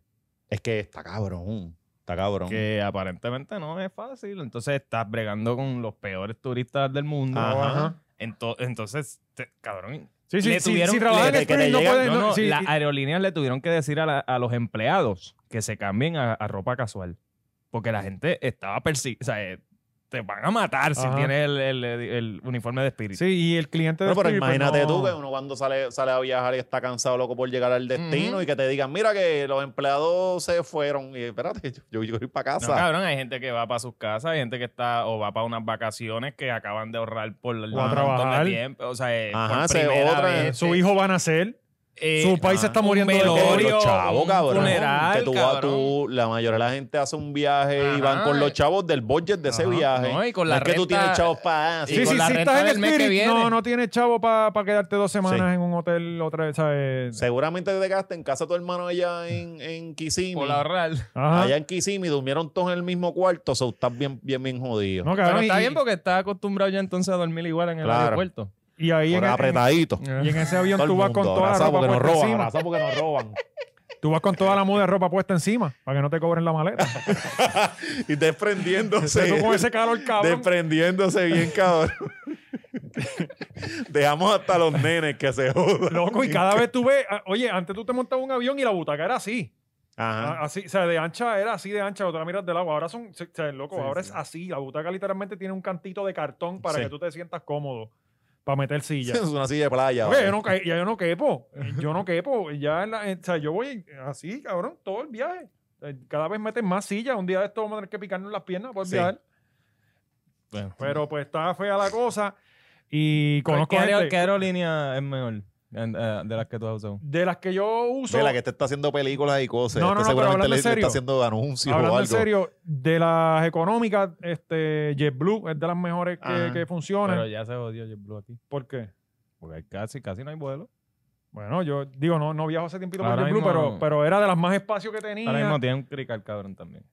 Speaker 3: Es que está cabrón, está cabrón.
Speaker 2: Que aparentemente no es fácil. Entonces estás bregando con los peores turistas del mundo.
Speaker 3: Ajá.
Speaker 2: Ento- entonces, te- cabrón.
Speaker 1: Sí, sí,
Speaker 2: Le
Speaker 1: sí,
Speaker 2: tuvieron-
Speaker 1: si trabajan
Speaker 3: le-
Speaker 1: en
Speaker 3: que te
Speaker 1: Spirit no
Speaker 3: llegan-
Speaker 1: pueden...
Speaker 2: No,
Speaker 1: no,
Speaker 2: no,
Speaker 1: sí,
Speaker 2: las
Speaker 1: y-
Speaker 2: aerolíneas le tuvieron que decir a, la- a los empleados que se cambien a, a ropa casual. Porque la gente estaba persi O sea, eh, te van a matar si
Speaker 1: Ajá.
Speaker 2: tienes el, el- el uniforme de espíritu.
Speaker 1: sí, y el cliente de
Speaker 3: No, pero
Speaker 1: Spirit, pues,
Speaker 3: imagínate
Speaker 1: no.
Speaker 3: tú que uno cuando sale, sale a viajar y está cansado, loco, por llegar al destino
Speaker 2: Ujú.
Speaker 3: y que te digan, mira que los empleados se fueron. Y espérate, yo, yo, yo voy para
Speaker 2: No,
Speaker 3: casa.
Speaker 2: cabrón, hay gente que va para sus casas, hay gente que está o va para unas vacaciones que acaban de ahorrar por el
Speaker 1: O a trabajar.
Speaker 2: de tiempo. O sea, eh,
Speaker 3: Ajá,
Speaker 2: por
Speaker 3: se-
Speaker 2: primera
Speaker 3: otra,
Speaker 2: vez,
Speaker 1: Su
Speaker 2: eh,
Speaker 1: hijo van a ser,
Speaker 2: eh,
Speaker 1: su país se
Speaker 3: ajá.
Speaker 1: está
Speaker 2: un
Speaker 1: muriendo de
Speaker 2: velorio,
Speaker 1: COVID.
Speaker 3: Con los chavos,
Speaker 2: un
Speaker 3: cabrón.
Speaker 2: funeral,
Speaker 3: que tú, vas- tú- la mayoría de la gente hace un viaje y van
Speaker 2: Ajá.
Speaker 3: con los chavos del budget de ese
Speaker 1: Ajá.
Speaker 3: viaje.
Speaker 2: No, y con
Speaker 3: No
Speaker 2: la
Speaker 3: es que tú
Speaker 2: renta- eh,
Speaker 3: tienes chavos para.
Speaker 2: Sí,
Speaker 1: Sí,
Speaker 2: con
Speaker 1: sí,
Speaker 2: la
Speaker 1: si
Speaker 2: renta
Speaker 1: estás en
Speaker 2: del mes que
Speaker 1: Spirit, no,
Speaker 2: viene.
Speaker 1: no tienes chavo para quedarte dos semanas
Speaker 3: Sí.
Speaker 1: en un hotel otra vez, ¿sabes?
Speaker 3: Seguramente te quedaste en casa de tu hermano allá en, en Kissimmee.
Speaker 2: Por ahorrar.
Speaker 1: Ajá.
Speaker 3: Allá en Kissimmee durmieron todos en el mismo cuarto, so estás bien, bien, bien jodido.
Speaker 1: No,
Speaker 2: Pero
Speaker 1: cabrón,
Speaker 2: está
Speaker 1: y-
Speaker 2: bien porque está acostumbrado ya entonces a dormir igual en el
Speaker 3: Claro.
Speaker 2: aeropuerto.
Speaker 1: Y ahí
Speaker 3: Por
Speaker 1: en, en-
Speaker 3: apretadito.
Speaker 1: y en ese avión
Speaker 3: Todo el
Speaker 1: tú vas
Speaker 3: mundo,
Speaker 1: con toda la
Speaker 3: abrazado
Speaker 1: ropa
Speaker 3: porque nos
Speaker 1: puesta
Speaker 3: roban,
Speaker 1: encima.
Speaker 3: abrazado porque nos roban.
Speaker 1: Tú vas con toda la muda de ropa puesta encima para que no te cobren la maleta.
Speaker 3: y desprendiéndose.
Speaker 1: Tú con ese calor, cabrón.
Speaker 3: Desprendiéndose bien, cabrón. Dejamos hasta los nenes que se jodan.
Speaker 1: Loco, y cada vez tú ves... ah, Oye, antes tú te montabas un avión y la butaca era así.
Speaker 3: Ajá.
Speaker 1: Ah, Así, o sea, de ancha era así de ancha, otra miras del agua. Ahora son, o sea, loco, ahora es así. La butaca literalmente tiene un cantito de cartón para
Speaker 3: Sí.
Speaker 1: que tú te sientas cómodo para meter silla.
Speaker 3: Es una silla de playa.
Speaker 1: Oye,
Speaker 3: ¿vale?
Speaker 1: yo no, ca- ya yo no quepo. eh, Yo no quepo. Ya en la- en- o sea, yo voy así, cabrón, todo el viaje. Eh, Cada vez meten más sillas. Un día de esto vamos a tener que picarnos las piernas por
Speaker 3: Sí.
Speaker 1: viajar.
Speaker 2: Bueno.
Speaker 1: Pero pues está fea la cosa. Y conozco
Speaker 2: ¿Qué, aer-
Speaker 1: gente
Speaker 2: qué aerolínea es mejor en- eh, de las que tú has usado?
Speaker 1: de las que yo uso.
Speaker 3: Mira, que este está haciendo películas y cosas.
Speaker 1: No, no,
Speaker 3: este
Speaker 1: no, pero
Speaker 3: seguramente
Speaker 1: hablando
Speaker 3: le,
Speaker 1: en
Speaker 3: le
Speaker 1: serio.
Speaker 3: está haciendo anuncios o
Speaker 1: Hablando en
Speaker 3: algo.
Speaker 1: serio, de las económicas, este, JetBlue es de las mejores que,
Speaker 3: Ajá.
Speaker 1: que funcionan.
Speaker 2: Pero ya se jodió JetBlue aquí.
Speaker 1: ¿Por qué?
Speaker 2: Porque hay casi, casi no hay vuelo.
Speaker 1: Bueno, yo digo, no, no viajo hace tiempito
Speaker 2: Ahora
Speaker 1: por JetBlue,
Speaker 2: mismo-
Speaker 1: pero, pero era de las más espacios que
Speaker 2: Ahora mismo
Speaker 1: tenía.
Speaker 2: tiene un crical cabrón también.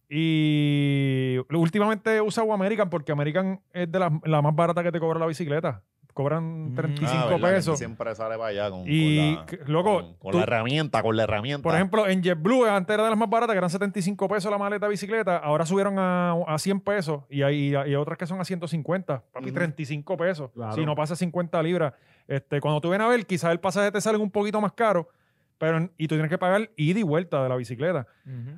Speaker 1: Y últimamente usa American porque American es de las la más barata que te cobra la bicicleta. Cobran
Speaker 2: Mm.
Speaker 1: 35
Speaker 3: Ah, ¿verdad?
Speaker 1: pesos.
Speaker 3: Que Siempre sale para allá con,
Speaker 1: Y,
Speaker 3: con la,
Speaker 1: que- loco,
Speaker 3: con, con
Speaker 1: tú-
Speaker 3: la herramienta, con la herramienta.
Speaker 1: Por ejemplo, en JetBlue antes era de las más baratas, que eran 75 pesos la maleta de bicicleta. Ahora subieron a, a 100 pesos y hay, y hay otras que son a 150, papi,
Speaker 3: Ujú.
Speaker 1: 35 pesos.
Speaker 6: Claro.
Speaker 1: Si no pasa 50 libras. Este, cuando tú vienes a ver, quizás el pasaje te sale un poquito más caro, pero en- y tú tienes que pagar ida y vuelta de la bicicleta.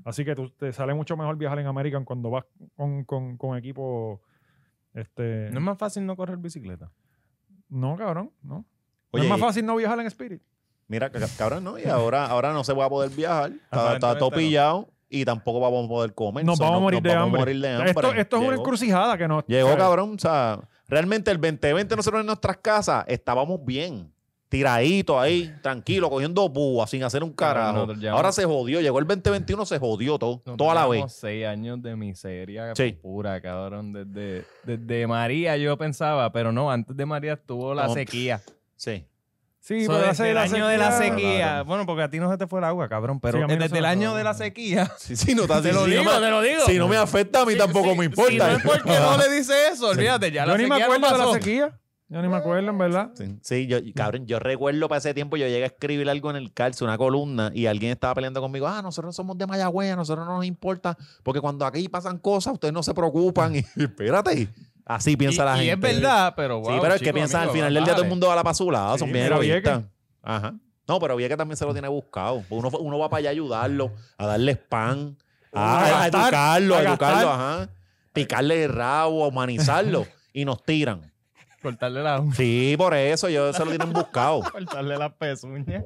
Speaker 1: Así que tú, te sale mucho mejor viajar en American cuando vas con, con- con equipo. Este,
Speaker 2: No es más fácil no correr bicicleta.
Speaker 1: no, cabrón, no. No
Speaker 3: Oye,
Speaker 1: es más
Speaker 3: y-
Speaker 1: fácil no viajar en Spirit.
Speaker 3: Mira, ca- cabrón, no, y ahora, ahora no se va a poder viajar. Está, está
Speaker 2: Aparentemente
Speaker 3: todo
Speaker 2: no.
Speaker 3: pillado y tampoco vamos a poder comer.
Speaker 1: Nos
Speaker 3: So,
Speaker 1: vamos a
Speaker 3: no-
Speaker 1: morir
Speaker 3: nos
Speaker 1: de
Speaker 3: vamos
Speaker 1: hambre.
Speaker 3: a morir de hambre.
Speaker 1: Esto, esto es una
Speaker 3: Llegó.
Speaker 1: encrucijada que no.
Speaker 3: Llegó,
Speaker 1: ¿sabes?
Speaker 3: cabrón. O sea, realmente el 2020 nosotros en nuestras casas estábamos bien. Tiradito ahí, tranquilo, cogiendo búa sin hacer un
Speaker 2: Cabrón,
Speaker 3: carajo.
Speaker 2: nosotros llevamos-
Speaker 3: Ahora se jodió. Llegó el 2021, se jodió todo. toda la vez.
Speaker 2: Llevamos seis años de miseria
Speaker 3: Sí.
Speaker 2: pura, cabrón. Desde, desde María yo pensaba, pero no, antes de María estuvo la
Speaker 3: No.
Speaker 2: sequía.
Speaker 3: Sí.
Speaker 1: Sí,
Speaker 2: So,
Speaker 1: pero
Speaker 2: desde
Speaker 1: hace
Speaker 2: el
Speaker 1: la
Speaker 2: año de la
Speaker 1: sequía-
Speaker 2: sequía. Bueno, porque a ti no se te fue el agua, cabrón, pero
Speaker 1: Sí, a mí no
Speaker 2: desde
Speaker 1: se me
Speaker 2: el
Speaker 1: fue el
Speaker 2: año
Speaker 1: agua.
Speaker 2: de la sequía.
Speaker 3: Sí, sí, no, está-
Speaker 2: Te
Speaker 3: si
Speaker 2: lo
Speaker 3: no
Speaker 2: digo,
Speaker 3: me-
Speaker 2: te lo digo.
Speaker 3: Si no me afecta a mí, tampoco me
Speaker 2: Si
Speaker 3: importa.
Speaker 2: no es porque no le dice eso, olvídate, ya la
Speaker 1: Yo ni me
Speaker 2: sequía no
Speaker 1: acuerdo de la
Speaker 2: pasó.
Speaker 1: sequía. Yo ni me acuerdo, en verdad.
Speaker 3: Sí, sí, yo, y, cabrón, yo recuerdo para ese tiempo yo llegué a escribir algo en el calcio, una columna, y alguien estaba peleando conmigo, ah, nosotros somos de Mayagüez, a nosotros no nos importa, porque cuando aquí pasan cosas, ustedes no se preocupan, y espérate, así piensa
Speaker 2: y,
Speaker 3: la
Speaker 2: y
Speaker 3: gente.
Speaker 2: es verdad, pero
Speaker 3: Sí,
Speaker 2: wow,
Speaker 3: pero es que
Speaker 2: chico,
Speaker 3: piensan al
Speaker 2: amigo,
Speaker 3: final del día todo el
Speaker 2: vale.
Speaker 3: mundo va a la pasulada, son
Speaker 1: Sí,
Speaker 3: bien
Speaker 1: pero
Speaker 3: egoístas. Ajá. No, pero Vieques también se lo tiene buscado. Uno, uno va para allá a ayudarlo, a darles pan, a,
Speaker 1: A
Speaker 3: a
Speaker 1: gastar,
Speaker 3: educarlo,
Speaker 1: a
Speaker 3: a educarlo,
Speaker 1: gastar.
Speaker 3: ajá. Picarle el rabo, a humanizarlo, y nos tiran.
Speaker 2: Cortarle la
Speaker 3: Sí, por eso, yo se lo tienen buscado.
Speaker 2: cortarle las pezuñas.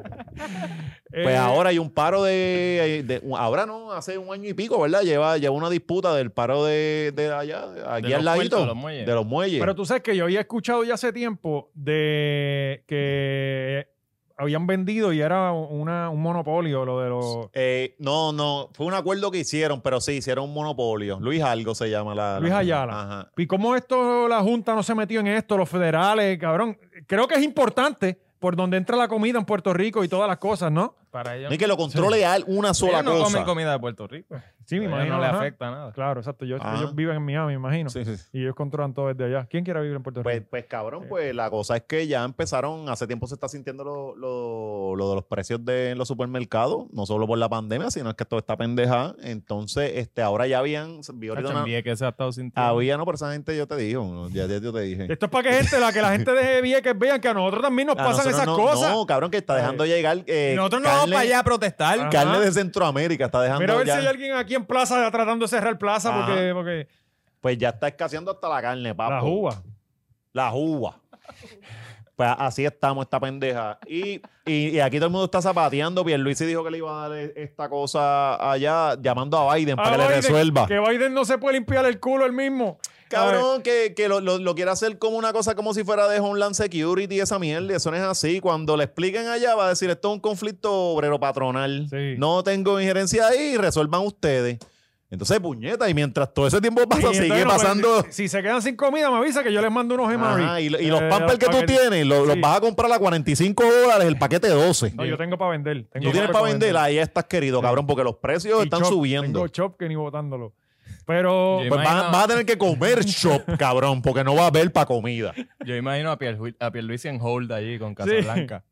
Speaker 3: Pues
Speaker 1: Eh,
Speaker 3: ahora hay un paro de, de- Ahora no, hace un año y pico, ¿verdad? Lleva, lleva una disputa del paro de, de allá, de aquí
Speaker 2: De
Speaker 3: al
Speaker 2: los
Speaker 3: ladito.
Speaker 2: puertos, de los muelles.
Speaker 3: de los muelles.
Speaker 1: Pero tú sabes que yo había escuchado ya hace tiempo de que habían vendido y era una, un monopolio lo de los...
Speaker 3: Eh, no, no, fue un acuerdo que hicieron, pero sí, hicieron un monopolio. Luis Algo se llama la. la-
Speaker 1: Luis Ayala.
Speaker 3: Ajá.
Speaker 1: ¿Y cómo esto, la Junta no se metió en esto, los federales, cabrón? Creo que es importante por donde entra la comida en Puerto Rico y todas las cosas, ¿no?
Speaker 2: Para ellos.
Speaker 3: No es que lo controle a él una sola
Speaker 2: ellos no
Speaker 3: cosa.
Speaker 2: comen comida de Puerto Rico.
Speaker 1: Sí, me
Speaker 2: A ellos
Speaker 1: imagino.
Speaker 2: No le
Speaker 1: ajá.
Speaker 2: afecta nada.
Speaker 1: Claro, exacto. Yo-
Speaker 2: Ah.
Speaker 3: Ajá.
Speaker 1: Ellos viven en Miami, me imagino.
Speaker 3: Sí, sí, sí.
Speaker 1: Y ellos controlan todo desde allá. ¿Quién quiera vivir en Puerto
Speaker 3: Pues,
Speaker 1: Rico?
Speaker 3: pues cabrón, pues la cosa es que ya empezaron, hace tiempo se está sintiendo lo, lo- lo de los precios de los supermercados, no solo por la pandemia, sino es que todo está pendeja. Entonces, este, ahora ya habían, vi ahorita Ah, una-
Speaker 2: Cacho, en Vieques se ha estado sintiendo.
Speaker 3: había, no, pero esa gente yo te digo, ya, ya yo te dije.
Speaker 1: Esto es para que gente, la que la gente deje bien, que vean que a nosotros también nos
Speaker 3: A
Speaker 1: pasan
Speaker 3: nosotros
Speaker 1: esas
Speaker 3: no-
Speaker 1: cosas.
Speaker 3: No, cabrón, que está dejando llegar. eh,
Speaker 4: Nosotros no vamos
Speaker 3: carne-
Speaker 4: para allá a protestar.
Speaker 1: Ajá.
Speaker 3: Carne de Centroamérica está dejando
Speaker 1: Mira a ver
Speaker 3: ya.
Speaker 1: si hay alguien aquí en plaza tratando de cerrar plaza
Speaker 3: Ajá.
Speaker 1: porque, porque
Speaker 3: Pues ya está escaseando hasta la carne, papo.
Speaker 1: la uva.
Speaker 3: La uva. Pues así estamos, esta pendeja. Y, y, y aquí todo el mundo está zapateando. Pierluisi dijo que le iba a dar e- esta cosa allá, llamando a Biden para
Speaker 1: Ah,
Speaker 3: que le
Speaker 1: Biden,
Speaker 3: resuelva.
Speaker 1: Que Biden no se puede limpiar el culo él mismo.
Speaker 3: Cabrón, que, que lo, lo- lo quiere hacer como una cosa como si fuera de Homeland Security y esa mierda. Eso no es así. Cuando le expliquen allá, va a decir esto es un conflicto obrero-patronal.
Speaker 1: Sí.
Speaker 3: No tengo injerencia ahí, resuelvan ustedes. Entonces, puñeta, y mientras todo ese tiempo pasa,
Speaker 1: Y entonces no
Speaker 3: sigue
Speaker 1: pueden-
Speaker 3: pasando.
Speaker 1: si se quedan sin comida, me avisa que yo les mando unos Emari.
Speaker 3: Ajá, y, lo- y los pampers que tú tienes, lo- los,
Speaker 1: Eh, sí.
Speaker 3: vas a comprar a 45 dólares el paquete de 12.
Speaker 1: No, yo tengo para vender. Tengo
Speaker 3: Tú tienes
Speaker 1: papel
Speaker 3: para vender, ahí estás querido, cabrón, porque los precios
Speaker 1: Y
Speaker 3: están
Speaker 1: chop, Tengo
Speaker 3: subiendo.
Speaker 1: chop que ni botándolo. Pero
Speaker 2: Yo
Speaker 3: Pues vas,
Speaker 2: Imagina-
Speaker 3: vas a tener que comer shop, cabrón, porque no va a haber para comida.
Speaker 2: Yo imagino a, Pierlu a Pierluisi en hold allí con Casablanca.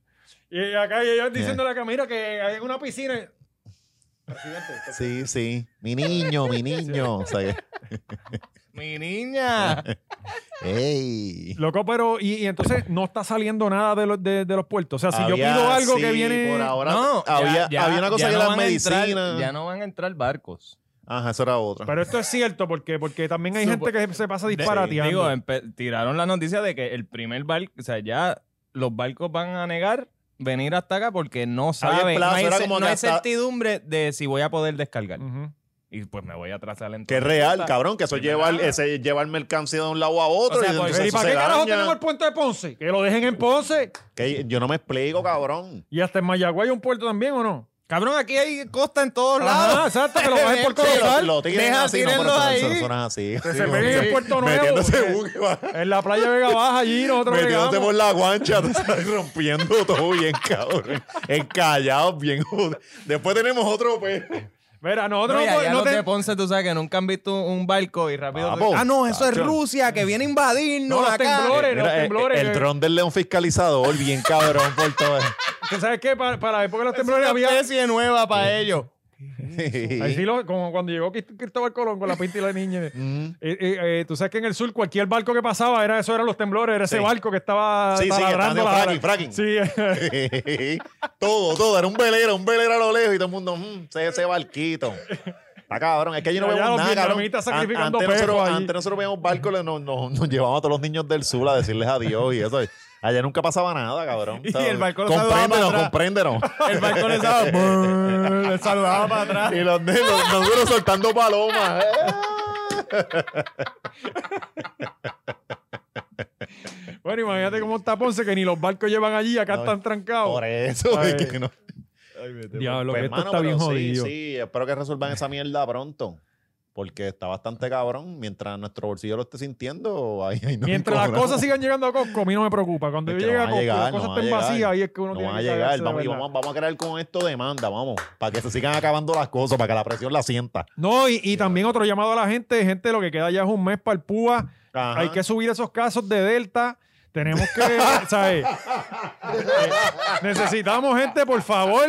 Speaker 1: y acá ellos diciéndole acá, mira que hay una piscina.
Speaker 3: Sí, sí. Mi niño, mi niño. O sea que-
Speaker 2: ¡Mi niña!
Speaker 3: ¡Ey!
Speaker 1: Loco, pero y, y entonces no está saliendo nada de los de, de los puertos. O sea, si
Speaker 3: Había-
Speaker 1: yo pido algo
Speaker 3: sí,
Speaker 1: que viene
Speaker 3: Por ahora,
Speaker 2: no, ya-
Speaker 3: había,
Speaker 2: ya-
Speaker 3: había una cosa
Speaker 2: ya
Speaker 3: que
Speaker 2: no
Speaker 3: las
Speaker 2: van a entrar-
Speaker 3: medicinas.
Speaker 2: ya no van a entrar barcos.
Speaker 3: Ajá, eso era otra.
Speaker 1: Pero esto es cierto porque porque también hay
Speaker 2: Supo-
Speaker 1: gente que se pasa
Speaker 2: De-
Speaker 1: disparateando.
Speaker 2: Digo, empe- tiraron la noticia de que el primer barco, o sea, ya los barcos van a negar venir hasta acá porque no saben,
Speaker 3: plazo,
Speaker 2: no hay,
Speaker 3: era
Speaker 2: ce-
Speaker 3: como
Speaker 2: no
Speaker 3: que
Speaker 2: hay
Speaker 3: hasta-
Speaker 2: certidumbre de si voy a poder descargar.
Speaker 1: Ujú.
Speaker 2: Y pues me voy a atrasar entonces.
Speaker 3: que es real, cabrón, que eso
Speaker 2: Sí,
Speaker 3: lleva, el-
Speaker 2: ¿verdad?
Speaker 3: ese, llevar mercancía de un lado a otro.
Speaker 2: O sea,
Speaker 3: y
Speaker 2: por-
Speaker 3: entonces
Speaker 1: Pero pues, ¿y
Speaker 3: eso
Speaker 1: para
Speaker 3: se
Speaker 1: qué carajo
Speaker 3: daña.
Speaker 1: tenemos el puente de Ponce? Que lo dejen en Ponce.
Speaker 3: Que yo no me explico, cabrón.
Speaker 1: Y hasta en Mayagüez hay un puerto también, ¿o no?
Speaker 4: Cabrón, aquí hay costa en todos
Speaker 1: Ajá,
Speaker 4: lados.
Speaker 1: exacto, que lo
Speaker 3: Eh,
Speaker 1: bajen por Corozal.
Speaker 3: Lo tiran
Speaker 4: Deja,
Speaker 3: así, no,
Speaker 4: tírenlo
Speaker 3: pero son-
Speaker 4: ahí.
Speaker 3: son- son así.
Speaker 1: Que
Speaker 3: Sí,
Speaker 1: se peguen en Puerto Nuevo.
Speaker 3: Metiéndose
Speaker 1: eh,
Speaker 3: buque, va.
Speaker 1: En la playa Vega Baja, allí nosotros
Speaker 3: Metiéndose
Speaker 1: llegamos.
Speaker 3: por la guancha, tú sabes, rompiendo todo bien, cabrón. Encallados, bien jodidos. Después tenemos otro pues, pez.
Speaker 1: Mira,
Speaker 4: No,
Speaker 1: nosotros
Speaker 4: y
Speaker 1: no,
Speaker 4: allá
Speaker 1: no
Speaker 4: los
Speaker 1: te-
Speaker 4: de Ponce, tú sabes que nunca han visto un barco y rápido.
Speaker 3: Papo,
Speaker 4: ah, no, eso es
Speaker 3: tacho.
Speaker 4: Rusia que viene a invadirnos
Speaker 1: No, los
Speaker 4: acá.
Speaker 1: temblores. Pero
Speaker 3: Mira, eh,
Speaker 1: temblores,
Speaker 3: el,
Speaker 1: eh.
Speaker 3: dron del león fiscalizador, bien cabrón por todo.
Speaker 1: ¿tú ¿Sabes qué? Para, para la época de los
Speaker 4: Es una
Speaker 1: temblores había...
Speaker 4: especie nueva para ellos.
Speaker 1: Ahí sí lo- como cuando llegó Crist- Cristóbal Colón con la pinta y la niña.
Speaker 3: Mm.
Speaker 1: Eh, eh, eh, tú sabes que en el sur cualquier barco que pasaba era eso eran los temblores era ese
Speaker 3: Sí.
Speaker 1: barco que estaba
Speaker 3: Sí, sí, que estaba
Speaker 1: taladrando
Speaker 3: haciendo
Speaker 1: la-
Speaker 3: fracking, fracking.
Speaker 1: sí
Speaker 3: todo, todo. Era un velero, un velero a lo lejos y todo el mundo, mm, ese, ese barquito. Está cabrón, es que yo no
Speaker 1: Ya,
Speaker 3: veo
Speaker 1: ya, los
Speaker 3: nada, cabrón.
Speaker 1: vietnamitas
Speaker 3: An-
Speaker 1: sacrificando
Speaker 3: antes, nosotros,
Speaker 1: perros ahí.
Speaker 3: antes nosotros veíamos barcos, le- nos, nos, nos llevábamos a todos los niños del sur a decirles adiós y eso. Allá nunca pasaba nada, cabrón.
Speaker 4: Y el barco lo saludaba
Speaker 3: Compréndenos,
Speaker 4: para atrás.
Speaker 3: compréndenos.
Speaker 4: El barco le estaba- le saludaba para atrás.
Speaker 3: y los niños, los- nosotros soltando palomas. eh.
Speaker 1: bueno imagínate cómo está Ponce que ni los barcos llevan allí acá
Speaker 3: No,
Speaker 1: están trancados
Speaker 3: Por eso,
Speaker 1: Ay.
Speaker 3: es que no.
Speaker 1: diablo
Speaker 3: Pues,
Speaker 1: que esto
Speaker 3: mano,
Speaker 1: está
Speaker 3: pero
Speaker 1: bien
Speaker 3: sí,
Speaker 1: jodido
Speaker 3: Sí, espero que resuelvan esa mierda pronto. Porque está bastante cabrón. Mientras nuestro bolsillo lo esté sintiendo, ahí, ahí no
Speaker 1: mientras las cosas
Speaker 3: siguen
Speaker 1: sigan llegando a Costco a mí no me preocupa cuando
Speaker 3: Es
Speaker 1: yo
Speaker 3: que
Speaker 1: llegue a
Speaker 3: no van a
Speaker 1: Costco
Speaker 3: llegar,
Speaker 1: las cosas
Speaker 3: no van
Speaker 1: estén
Speaker 3: a llegar.
Speaker 1: vacías ahí es que uno
Speaker 3: No
Speaker 1: tiene
Speaker 3: van a
Speaker 1: que
Speaker 3: llegar.
Speaker 1: cagarse de
Speaker 3: Vamos, y
Speaker 1: verdad.
Speaker 3: vamos, vamos a crear con esto demanda, vamos. Para que se sigan acabando las cosas, para que la presión la sienta.
Speaker 1: no y, y también otro llamado a la gente gente lo que queda ya es un mes para el púa
Speaker 3: Ajá.
Speaker 1: Hay que subir esos casos de Delta. Tenemos que, ¿sabes? Eh, necesitamos gente, por favor.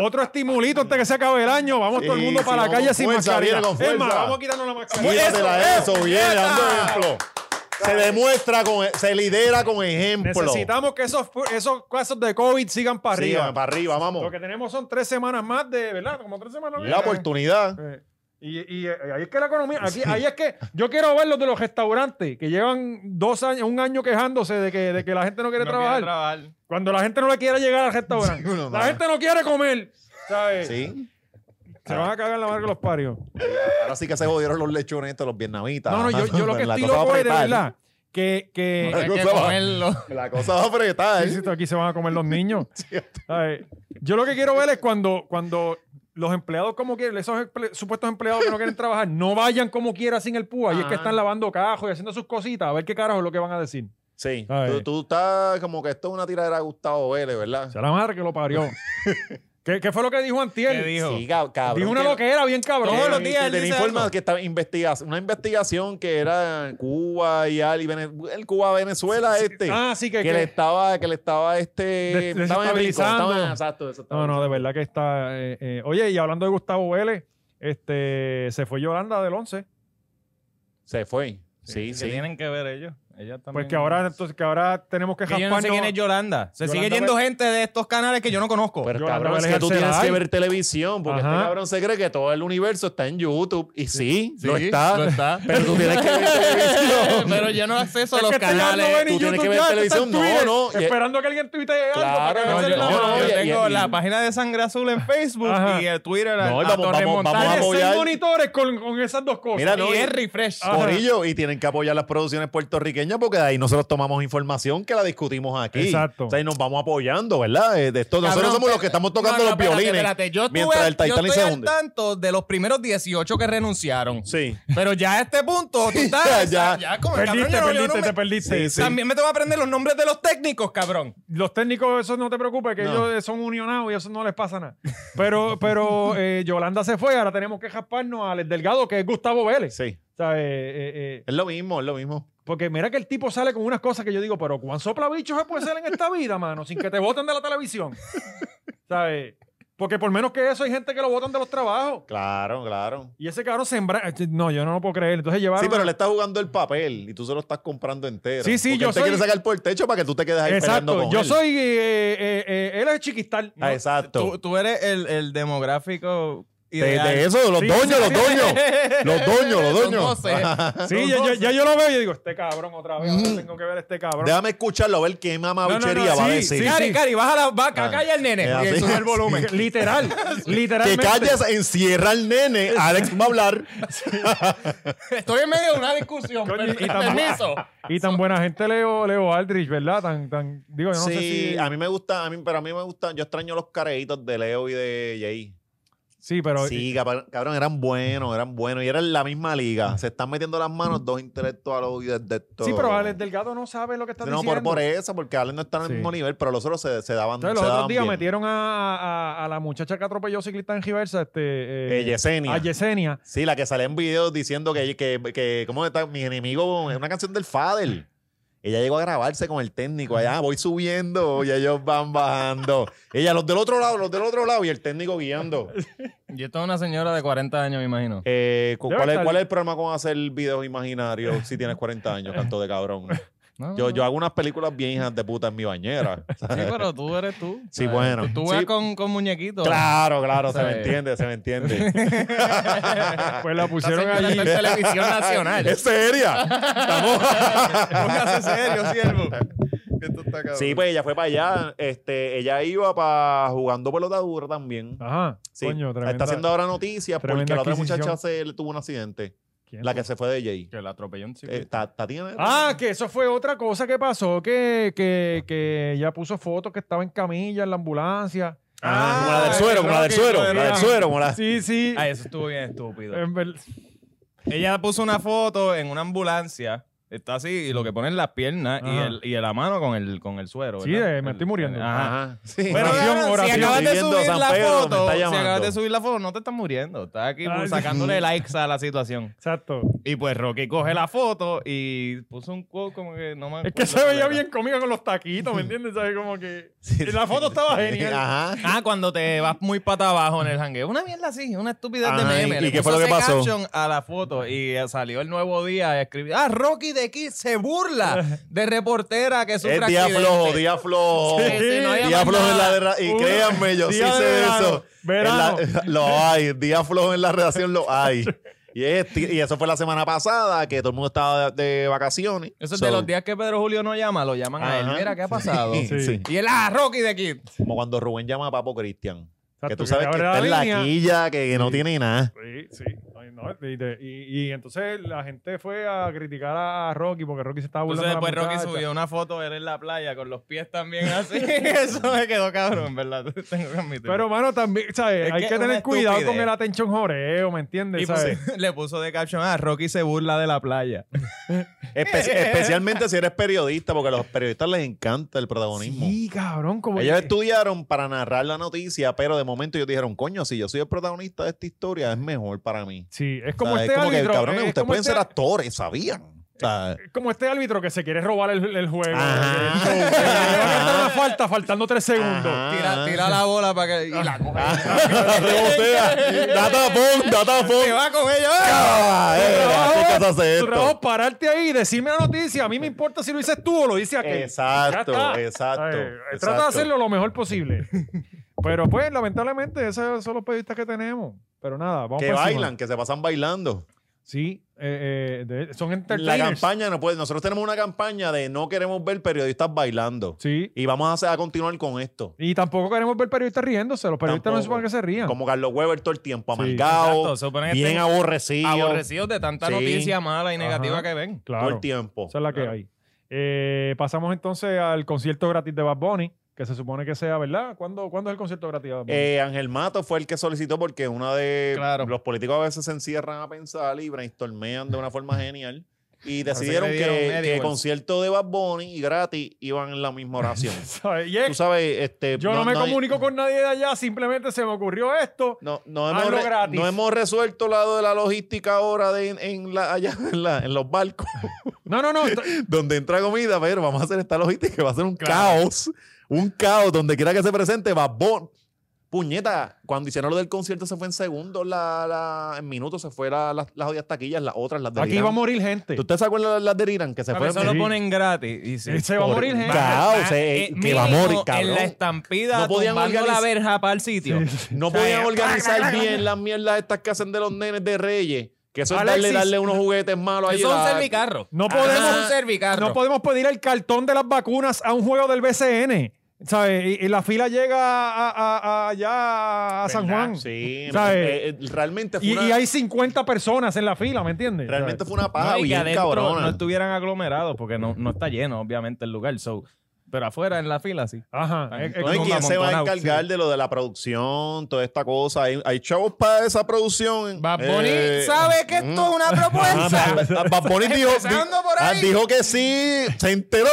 Speaker 1: Otro estimulito antes que se acabe el año. Vamos todo el
Speaker 3: Sí,
Speaker 1: mundo
Speaker 3: sí,
Speaker 1: para la
Speaker 3: vamos
Speaker 1: calle
Speaker 3: con
Speaker 1: sin
Speaker 3: fuerza,
Speaker 1: mascarilla.
Speaker 3: viene con
Speaker 1: Es más,
Speaker 3: fuerza.
Speaker 1: vamos a quitarnos la mascarilla.
Speaker 3: Quítatela eso, bien, dando
Speaker 4: ¡Puñeta!
Speaker 3: ejemplo. Se demuestra, con, e, se lidera con ejemplo.
Speaker 1: Necesitamos que esos, esos casos de COVID sigan para
Speaker 3: Sí,
Speaker 1: arriba.
Speaker 3: para arriba, vamos.
Speaker 1: Lo que tenemos son tres semanas más de, ¿verdad? Como tres semanas
Speaker 3: La
Speaker 1: más.
Speaker 3: oportunidad.
Speaker 1: Eh, Y, y, eh, ahí es que la economía, aquí, ahí es que yo quiero ver los de los restaurantes que llevan dos años, un año quejándose de que, de que la gente no quiere
Speaker 4: No
Speaker 1: trabajar.
Speaker 4: quiere trabajar.
Speaker 1: Cuando la gente no le quiere llegar al restaurante.
Speaker 3: Sí, uno
Speaker 1: la
Speaker 3: no.
Speaker 1: gente no quiere comer. ¿Sabes?
Speaker 3: Sí.
Speaker 1: Se van a cagar en la marca los parios.
Speaker 3: Ahora sí que se jodieron los lechones estos, los vietnamitas.
Speaker 1: No, no, yo, yo lo que
Speaker 3: La
Speaker 1: estoy
Speaker 3: cosa va a
Speaker 1: loco es de
Speaker 3: apretar.
Speaker 1: verdad. Que, que
Speaker 4: Hay que
Speaker 3: cosa va-
Speaker 4: comerlo.
Speaker 3: La cosa va a apretar.
Speaker 1: Sí, sí, aquí se van a comer los niños. ¿Sabes? Yo lo que quiero ver es cuando, cuando los empleados como quieren, esos emple- supuestos empleados que no quieren trabajar, no vayan como quiera sin el púa. Y es que
Speaker 4: Ah.
Speaker 3: Ajá.
Speaker 1: están lavando cajos y haciendo sus cositas. A ver qué carajo es lo que van a decir.
Speaker 3: Sí.
Speaker 1: Ay.
Speaker 3: Tú, tú estás como que esto es una tiradera de Gustavo Vélez, ¿verdad?
Speaker 1: O sea, la madre que lo parió. ¿Qué, qué fue lo que dijo Antiel?
Speaker 4: ¿Qué dijo?
Speaker 3: Sí, cab- cabrón.
Speaker 1: Dijo una
Speaker 3: que-
Speaker 1: loquera bien cabrón.
Speaker 4: Todos los
Speaker 3: que-
Speaker 4: días
Speaker 3: que
Speaker 4: él
Speaker 3: tenía
Speaker 4: dice
Speaker 3: informa
Speaker 4: algo.
Speaker 3: que estaba investiga- una investigación que era en Cuba y al- y Vene- el Cuba Venezuela este
Speaker 1: Ah, sí, que...
Speaker 3: que,
Speaker 1: que-
Speaker 3: le estaba que le estaba este
Speaker 1: Des-
Speaker 3: estaba en el rincón,
Speaker 1: desestabilizando.
Speaker 3: estaba en- exacto, eso estaba
Speaker 1: No, no,
Speaker 3: en-
Speaker 1: de verdad que está. eh, eh. Oye, y hablando de Gustavo Vélez, este, se fue Yolanda del pues 11.
Speaker 3: se fue. Sí,
Speaker 2: ¿Qué
Speaker 3: sí.
Speaker 2: tienen que ver ellos? Ella también.
Speaker 1: Pues que ahora, entonces, que ahora tenemos que
Speaker 4: Que yo no sé quién es Yolanda. Se
Speaker 1: Yolanda
Speaker 4: sigue yendo gente de estos canales que yo no conozco.
Speaker 3: Pero
Speaker 1: Yo
Speaker 3: Pues, cabrón,
Speaker 1: la
Speaker 3: es
Speaker 1: verdad
Speaker 3: que
Speaker 1: es
Speaker 3: tú
Speaker 1: que
Speaker 3: tienes
Speaker 1: se la
Speaker 3: que
Speaker 1: hay.
Speaker 3: verte televisión, porque
Speaker 1: Ajá.
Speaker 3: este cabrón se cree que todo el universo está en YouTube. Y sí, lo está.
Speaker 4: Lo está.
Speaker 3: Pero tú tienes que ver televisión.
Speaker 4: Pero yo no acceso a
Speaker 1: Es
Speaker 4: los
Speaker 1: que este ya no ve
Speaker 4: canales.
Speaker 1: ni
Speaker 3: tú tienes
Speaker 1: YouTube
Speaker 3: que ver
Speaker 1: ya, este
Speaker 3: televisión.
Speaker 1: está en Twitter,
Speaker 3: No, no, y-
Speaker 1: Esperando que alguien tuite algo
Speaker 3: Claro,
Speaker 1: para que
Speaker 3: no,
Speaker 1: no,
Speaker 4: Yo,
Speaker 1: se la-
Speaker 3: no, no,
Speaker 4: yo
Speaker 3: y-
Speaker 4: tengo
Speaker 3: y-
Speaker 4: la página de Sangra Azul en Facebook
Speaker 1: Ajá.
Speaker 4: y el Twitter
Speaker 3: No,
Speaker 4: a,
Speaker 3: y vamos- vamos- vamos a
Speaker 1: Tiene seis
Speaker 3: apoyar.
Speaker 1: monitores con, con esas dos cosas.
Speaker 3: Mira, no,
Speaker 4: y
Speaker 3: y- Ah.
Speaker 4: es refresh.
Speaker 1: Ajá.
Speaker 3: Corillo, y tienen que apoyar las producciones puertorriqueñas porque de ahí nosotros tomamos información que la discutimos aquí.
Speaker 1: Exacto.
Speaker 3: O sea, y nos vamos apoyando, ¿verdad? Eh, De esto, nosotros
Speaker 4: Cabrón,
Speaker 3: somos los
Speaker 4: espérate.
Speaker 3: que estamos
Speaker 4: No,
Speaker 3: tocando
Speaker 4: no,
Speaker 3: los
Speaker 4: espérate,
Speaker 3: violines
Speaker 4: espérate. Yo estuve
Speaker 3: mientras
Speaker 4: al-
Speaker 3: el Titanic
Speaker 4: yo
Speaker 3: se
Speaker 4: estoy
Speaker 3: hunde.
Speaker 4: al tanto de los primeros 18 que renunciaron.
Speaker 3: Sí.
Speaker 4: Pero ya a este punto, tú estás.
Speaker 3: Ya.
Speaker 4: ya, ya, como el
Speaker 1: Perdiste,
Speaker 4: cabrón, yo no- yo
Speaker 1: perdiste,
Speaker 4: no me-
Speaker 1: te perdiste.
Speaker 3: Sí, sí.
Speaker 4: También me tengo que aprender los nombres de los técnicos, cabrón.
Speaker 1: Los técnicos, eso no te preocupes, que
Speaker 3: No.
Speaker 1: ellos eh, son unionados y eso no les pasa nada. Pero, pero eh, Yolanda se fue, ahora tenemos que jasparnos a Alex Delgado, que es Gustavo Vélez.
Speaker 3: Sí.
Speaker 1: ¿Sabes? Eh, eh,
Speaker 3: Es lo mismo, es lo mismo.
Speaker 1: Porque mira que el tipo sale con unas cosas que yo digo, pero ¿cuán soplabichos se puede ser en esta vida, mano? Sin que te voten de la televisión. ¿Sabes? Porque por menos que eso hay gente que lo votan de los trabajos.
Speaker 3: Claro, claro.
Speaker 1: Y ese cabrón sembra... eh, No, yo no lo puedo creer. Entonces llevaron...
Speaker 3: Sí, pero le estás jugando el papel y tú se lo estás comprando entero.
Speaker 1: Sí, sí,
Speaker 3: Porque
Speaker 1: yo
Speaker 3: él te
Speaker 1: soy-
Speaker 3: quiere sacar por el techo para que tú te quedes ahí peleando
Speaker 1: Exacto.
Speaker 3: con
Speaker 1: Yo
Speaker 3: él.
Speaker 1: soy... eh, eh, eh, él es chiquistal.
Speaker 3: Ah, exacto.
Speaker 4: Tú, tú eres el, el demográfico
Speaker 3: De, de eso, los
Speaker 1: Sí,
Speaker 3: doños,
Speaker 1: sí,
Speaker 3: los
Speaker 1: sí.
Speaker 3: doños. Los doños, los
Speaker 4: Son
Speaker 3: doños.
Speaker 4: 12.
Speaker 1: Sí, ya, ya- ya yo lo veo y yo digo, este cabrón otra vez,
Speaker 3: Mm.
Speaker 1: ahora tengo que ver a este cabrón.
Speaker 3: Déjame escucharlo a ver qué
Speaker 1: No, no, no,
Speaker 3: mamabichería va a
Speaker 1: sí,
Speaker 3: decir.
Speaker 1: sí,
Speaker 4: Cari, Cari, baja la vaca,
Speaker 3: Ah.
Speaker 4: calla el nene.
Speaker 3: Es así.
Speaker 4: Y sube el volumen.
Speaker 1: Literal,
Speaker 3: Te
Speaker 1: literalmente.
Speaker 3: callas, encierra al nene. Alex va a hablar.
Speaker 4: Estoy en medio de una discusión.
Speaker 1: Coño,
Speaker 4: per-
Speaker 1: y tan-
Speaker 4: Permiso.
Speaker 1: Y tan buena gente Leo, Leo Aldrich, ¿verdad? Tan, tan, digo, yo no sé
Speaker 3: sí,
Speaker 1: si...
Speaker 3: a mí me gusta, a mí, pero a mí me gusta. Yo extraño los careitos de Leo y de Jay.
Speaker 1: Sí, pero...
Speaker 3: Sí, capa- cabrón, eran buenos, eran buenos. Y eran la misma liga. Se están metiendo las manos dos intelectuales y de, de todo.
Speaker 1: Sí, pero Alex Delgado no sabe lo que está
Speaker 3: No,
Speaker 1: diciendo.
Speaker 3: por, por eso, porque Alex no está en el
Speaker 1: Sí.
Speaker 3: mismo nivel, pero los otros se, se daban.
Speaker 1: Entonces, los
Speaker 3: se
Speaker 1: otros
Speaker 3: daban
Speaker 1: días
Speaker 3: bien.
Speaker 1: metieron a, a- a la muchacha que atropelló ciclista en Giversa, este... eh,
Speaker 3: Eh, Yesenia.
Speaker 1: A Yesenia.
Speaker 3: Sí, la que sale en videos diciendo que, que, que ¿cómo está? Mi enemigo es una canción del Fadel. Ella llegó a grabarse con el técnico. Allá voy subiendo y ellos van bajando. Ella, los del otro lado, los del otro lado y el técnico guiando.
Speaker 2: Yo estoy una señora de 40 años, me imagino.
Speaker 3: Eh, cu-
Speaker 1: Debe
Speaker 3: ¿cuál, es,
Speaker 1: estar-
Speaker 3: cuál es el problema con hacer videos imaginarios si tienes 40 años, canto de cabrón?
Speaker 2: No,
Speaker 3: Yo,
Speaker 2: no.
Speaker 3: yo hago unas películas bien hijas de puta en mi bañera.
Speaker 2: Sí, pero tú eres tú.
Speaker 3: Sí,
Speaker 2: ¿sabes?
Speaker 3: bueno.
Speaker 2: Tú, tú vas
Speaker 3: Sí.
Speaker 2: con, con muñequitos.
Speaker 3: Claro, claro, se me
Speaker 2: Sí.
Speaker 3: entiende, se me entiende.
Speaker 1: Pues la
Speaker 4: Esta
Speaker 1: pusieron
Speaker 4: señora
Speaker 1: allí.
Speaker 4: está en televisión nacional.
Speaker 3: ¡Es seria! Estamos...
Speaker 4: Póngase serio, siervo. Esto está cabrón.
Speaker 3: Sí, pues ella fue para allá. Este, ella iba para jugando pelota dura también.
Speaker 1: Ajá,
Speaker 3: Sí.
Speaker 1: Ah, coño, tremenda.
Speaker 3: Está haciendo ahora noticias porque
Speaker 1: tremenda
Speaker 3: la otra
Speaker 1: adquisición.
Speaker 3: muchacha se le tuvo un accidente.
Speaker 1: ¿Quién
Speaker 3: La
Speaker 1: fue?
Speaker 3: que se fue de Jay.
Speaker 2: Que la atropelló un
Speaker 3: Eh, Ta- Tatiana.
Speaker 1: Ah, que eso fue otra cosa que pasó, que, que, que ella puso fotos que estaba en camilla, en la ambulancia.
Speaker 3: Ah, como
Speaker 1: eh,
Speaker 3: la del suero, como la del suero, como la del suero, como la.
Speaker 1: Sí, sí.
Speaker 2: Ah, eso estuvo bien estúpido.
Speaker 1: En ver-
Speaker 2: Ella puso una foto en una ambulancia. Está así, y lo que pone es las piernas y,
Speaker 1: Ajá.
Speaker 2: el, y la mano con el, con el suero.
Speaker 1: Sí,
Speaker 2: ¿verdad?
Speaker 1: eh, me
Speaker 2: El-
Speaker 1: estoy muriendo.
Speaker 2: Ajá.
Speaker 3: Ajá. Sí.
Speaker 2: Pero
Speaker 1: Oración,
Speaker 2: cabrón,
Speaker 1: oración.
Speaker 2: si acabas de
Speaker 3: Estoy viendo
Speaker 2: subir
Speaker 3: San
Speaker 2: la
Speaker 3: Pedro, me
Speaker 2: foto,
Speaker 3: está
Speaker 2: si
Speaker 3: llamando.
Speaker 2: acabas de subir la foto, no te estás muriendo. Estás aquí
Speaker 1: Ay,
Speaker 2: pues, sacándole likes a la situación.
Speaker 1: Exacto.
Speaker 2: Y pues Rocky coge la foto y puso un quote como que no me
Speaker 3: Ah,
Speaker 1: Es que
Speaker 2: acuerdo
Speaker 1: se
Speaker 2: cuál
Speaker 1: veía
Speaker 2: era.
Speaker 1: bien conmigo con los taquitos, ¿me entiendes? ¿Sabes? Como que... y la foto estaba genial.
Speaker 3: Ajá.
Speaker 2: Ah, cuando te vas muy pata abajo en el jangueo. Una mierda así, una estupidez de
Speaker 3: Ajá,
Speaker 2: meme.
Speaker 3: ¿y
Speaker 2: Le
Speaker 3: qué fue
Speaker 2: puso
Speaker 3: lo que
Speaker 2: ese
Speaker 3: pasó?
Speaker 2: caption a la foto y eh, salió el nuevo día y escribió, ah, Rocky de Kid se burla de reportera que sufre
Speaker 3: Es Eh, día
Speaker 2: accidente".
Speaker 3: flojo, día flojo.
Speaker 2: Sí, sí, no había
Speaker 3: Día
Speaker 2: más
Speaker 3: flojo en la
Speaker 2: nada.
Speaker 3: verdad. Y
Speaker 1: Uh,
Speaker 3: créanme, yo sí
Speaker 1: día de
Speaker 3: sé
Speaker 1: verano,
Speaker 3: eso. En la-
Speaker 1: verano.
Speaker 3: lo hay. Día flojo en la redacción lo hay. Y, este- y eso fue la semana pasada, que todo el mundo estaba de, de vacaciones.
Speaker 2: Eso es
Speaker 3: So,
Speaker 2: de los días que Pedro Julio no llama, lo llaman a él.
Speaker 3: Ajá.
Speaker 2: Mira, ¿qué ha pasado?
Speaker 3: Sí,
Speaker 1: Sí.
Speaker 3: sí.
Speaker 2: Y él, ah, Rocky de Kid.
Speaker 3: Como cuando Rubén llama a Papo Cristian. Que
Speaker 1: Exacto,
Speaker 3: tú sabes que
Speaker 1: abre
Speaker 3: está en la
Speaker 1: línea.
Speaker 3: quilla, que, que no tiene nada.
Speaker 1: Sí, sí. Ay, no, y, de- y- y entonces la gente fue a criticar a a Rocky porque Rocky se estaba burlando. de
Speaker 2: Entonces
Speaker 1: la
Speaker 2: después Rocky
Speaker 1: muchacha.
Speaker 2: subió una foto, él en la playa con los pies también así. Eso me quedó cabrón, ¿verdad? Tengo que admitirlo.
Speaker 1: Pero, mano, también, ¿sabes?
Speaker 2: Es
Speaker 1: Hay
Speaker 2: que
Speaker 1: que,
Speaker 2: es una
Speaker 1: tener cuidado con
Speaker 2: estupidez.
Speaker 1: el atención joreo, ¿me entiendes?
Speaker 2: y
Speaker 1: ¿Sabes?
Speaker 2: puse- le puso de caption, ah, Rocky se burla de la playa.
Speaker 3: Espe- especialmente si eres periodista, porque a los periodistas les encanta el protagonismo.
Speaker 1: Sí, cabrón, como.
Speaker 3: Ellos estudiaron para narrar la noticia, pero de momento ellos dijeron, coño, si yo soy el protagonista de esta historia, es mejor para mí.
Speaker 1: Sí, es
Speaker 3: O
Speaker 1: como
Speaker 3: sea,
Speaker 1: este
Speaker 3: es como
Speaker 1: árbitro.
Speaker 3: que, cabrones,
Speaker 1: es
Speaker 3: ustedes
Speaker 1: como
Speaker 3: pueden
Speaker 1: este-
Speaker 3: ser actores, sabían. O sea,
Speaker 1: es como este árbitro que se quiere robar el, el juego.
Speaker 3: Ajá.
Speaker 1: Que- que le va a cantar una falta faltando tres segundos.
Speaker 3: Ajá.
Speaker 2: Tira, tira la bola para que... Y
Speaker 1: Ah.
Speaker 2: la coge.
Speaker 3: Ah. Rebotea. Da tapón, da tapón.
Speaker 2: Se va con ella.
Speaker 3: Ah, eh, así que se hace
Speaker 1: Tu trabajo
Speaker 3: esto.
Speaker 1: es pararte ahí y decirme la noticia. A mí me importa si lo dices tú o lo dice aquel.
Speaker 3: Exacto,
Speaker 1: Ya está.
Speaker 3: exacto,
Speaker 1: Ay, Trata de
Speaker 3: exacto.
Speaker 1: hacerlo lo mejor posible. Pero pues, lamentablemente, esos son los periodistas que tenemos. Pero nada, vamos
Speaker 3: Que
Speaker 1: por encima.
Speaker 3: bailan, que se pasan bailando.
Speaker 1: Sí, eh, eh, de- son
Speaker 3: La
Speaker 1: entertainers.
Speaker 3: campaña no puede. Nosotros tenemos una campaña de no queremos ver periodistas bailando.
Speaker 1: Sí.
Speaker 3: Y vamos a, hacer- a continuar con esto.
Speaker 1: Y tampoco queremos ver periodistas riéndose. Los periodistas no se
Speaker 3: Tampoco.
Speaker 1: supone que se rían.
Speaker 3: Como Carlos Weber todo el tiempo,
Speaker 1: Sí.
Speaker 3: amargado,
Speaker 2: Exacto, se supone que
Speaker 3: bien
Speaker 2: estén
Speaker 3: aborrecido,
Speaker 2: Aborrecidos de tanta
Speaker 3: Sí.
Speaker 2: noticia mala y
Speaker 1: Ajá.
Speaker 2: negativa que ven.
Speaker 1: Claro.
Speaker 3: todo el tiempo.
Speaker 1: Esa es la que hay. Eh, pasamos entonces al concierto gratis de Bad Bunny, que se supone que sea, ¿verdad? ¿Cuándo, cuándo es el concierto gratis de Bad Bunny?
Speaker 3: Eh, Ángel Mato fue el que solicitó porque una de
Speaker 2: Claro.
Speaker 3: los políticos a veces se encierran a pensar y brainstormean de una forma genial y
Speaker 2: Parece que
Speaker 3: decidieron
Speaker 2: le
Speaker 3: que,
Speaker 2: dieron
Speaker 3: que
Speaker 2: Edibles.
Speaker 3: concierto de Bad Bunny y gratis iban en la misma oración.
Speaker 1: ¿Sabes? Y
Speaker 3: Tú
Speaker 1: es-
Speaker 3: sabes, este,
Speaker 1: yo no, me
Speaker 3: hay-
Speaker 1: comunico con nadie de allá, simplemente se me ocurrió esto.
Speaker 3: No, no
Speaker 1: Hazlo
Speaker 3: hemos, re-
Speaker 1: gratis.
Speaker 3: no hemos resuelto lado de la logística ahora de, en, en la, allá en, la- en los barcos
Speaker 1: No, no, no.
Speaker 3: donde entra comida, pero vamos a hacer esta logística que va a ser un
Speaker 2: Claro.
Speaker 3: caos, un caos donde quiera que se presente, va Puñeta, cuando hicieron lo del concierto se fue en segundos, la, la- en minutos se fue la- la- las odias taquillas, las otras, las de
Speaker 1: Aquí
Speaker 3: Irán.
Speaker 1: va a morir gente.
Speaker 3: ¿Tú te acuerdas las- las de Irán? Que se
Speaker 2: A
Speaker 3: fue
Speaker 2: veces lo ponen gratis. Y
Speaker 1: Sí, se va a morir gente.
Speaker 3: Cao,
Speaker 2: Ah,
Speaker 3: se-
Speaker 2: eh,
Speaker 3: que va a
Speaker 2: mínimo
Speaker 3: morir,
Speaker 2: En
Speaker 3: cabrón.
Speaker 2: la estampida,
Speaker 3: No podían
Speaker 2: tumbando la
Speaker 3: organiz-
Speaker 2: verja para el sitio.
Speaker 3: No
Speaker 1: eh,
Speaker 3: podían organizar bien las mierdas estas que hacen de los nenes de Reyes. Que eso es darle,
Speaker 2: Alexis.
Speaker 3: darle unos juguetes malos ahí.
Speaker 2: Eso es un
Speaker 3: la-
Speaker 2: servicarro. Ah,
Speaker 1: No
Speaker 2: Eso es
Speaker 1: podemos-
Speaker 2: un servicarro.
Speaker 1: No podemos pedir el cartón de las vacunas a un juego del BCN. ¿Sabes? Y, y la fila llega a, a- a- allá a San
Speaker 3: ¿Verdad?
Speaker 1: Juan.
Speaker 3: Sí,
Speaker 1: ¿Sabes?
Speaker 3: eh, eh, realmente fue
Speaker 1: Y,
Speaker 3: una,
Speaker 1: y hay 50 personas en la fila, ¿me entiendes?
Speaker 3: realmente
Speaker 1: ¿Sabes?
Speaker 3: fue una paja
Speaker 2: No, y que
Speaker 3: bien
Speaker 2: adentro no
Speaker 3: cabrona.
Speaker 2: estuvieran aglomerados porque no, no está lleno, obviamente, el lugar. So, pero afuera, en la fila, sí.
Speaker 1: Ajá.
Speaker 2: Ay,
Speaker 1: Eh, eh,
Speaker 3: No, y
Speaker 2: todo el
Speaker 3: quién
Speaker 2: mundo
Speaker 3: se va a
Speaker 2: amontonado,
Speaker 3: encargar de lo de la producción, toda esta cosa. Hay, hay chavos para esa producción.
Speaker 4: Bad Bunny
Speaker 3: Eh,
Speaker 4: sabe que esto es una propuesta.
Speaker 3: Ah, Bad Bunny dijo,
Speaker 4: Empezando por
Speaker 3: ah,
Speaker 4: ahí.
Speaker 3: dijo que sí, se enteró.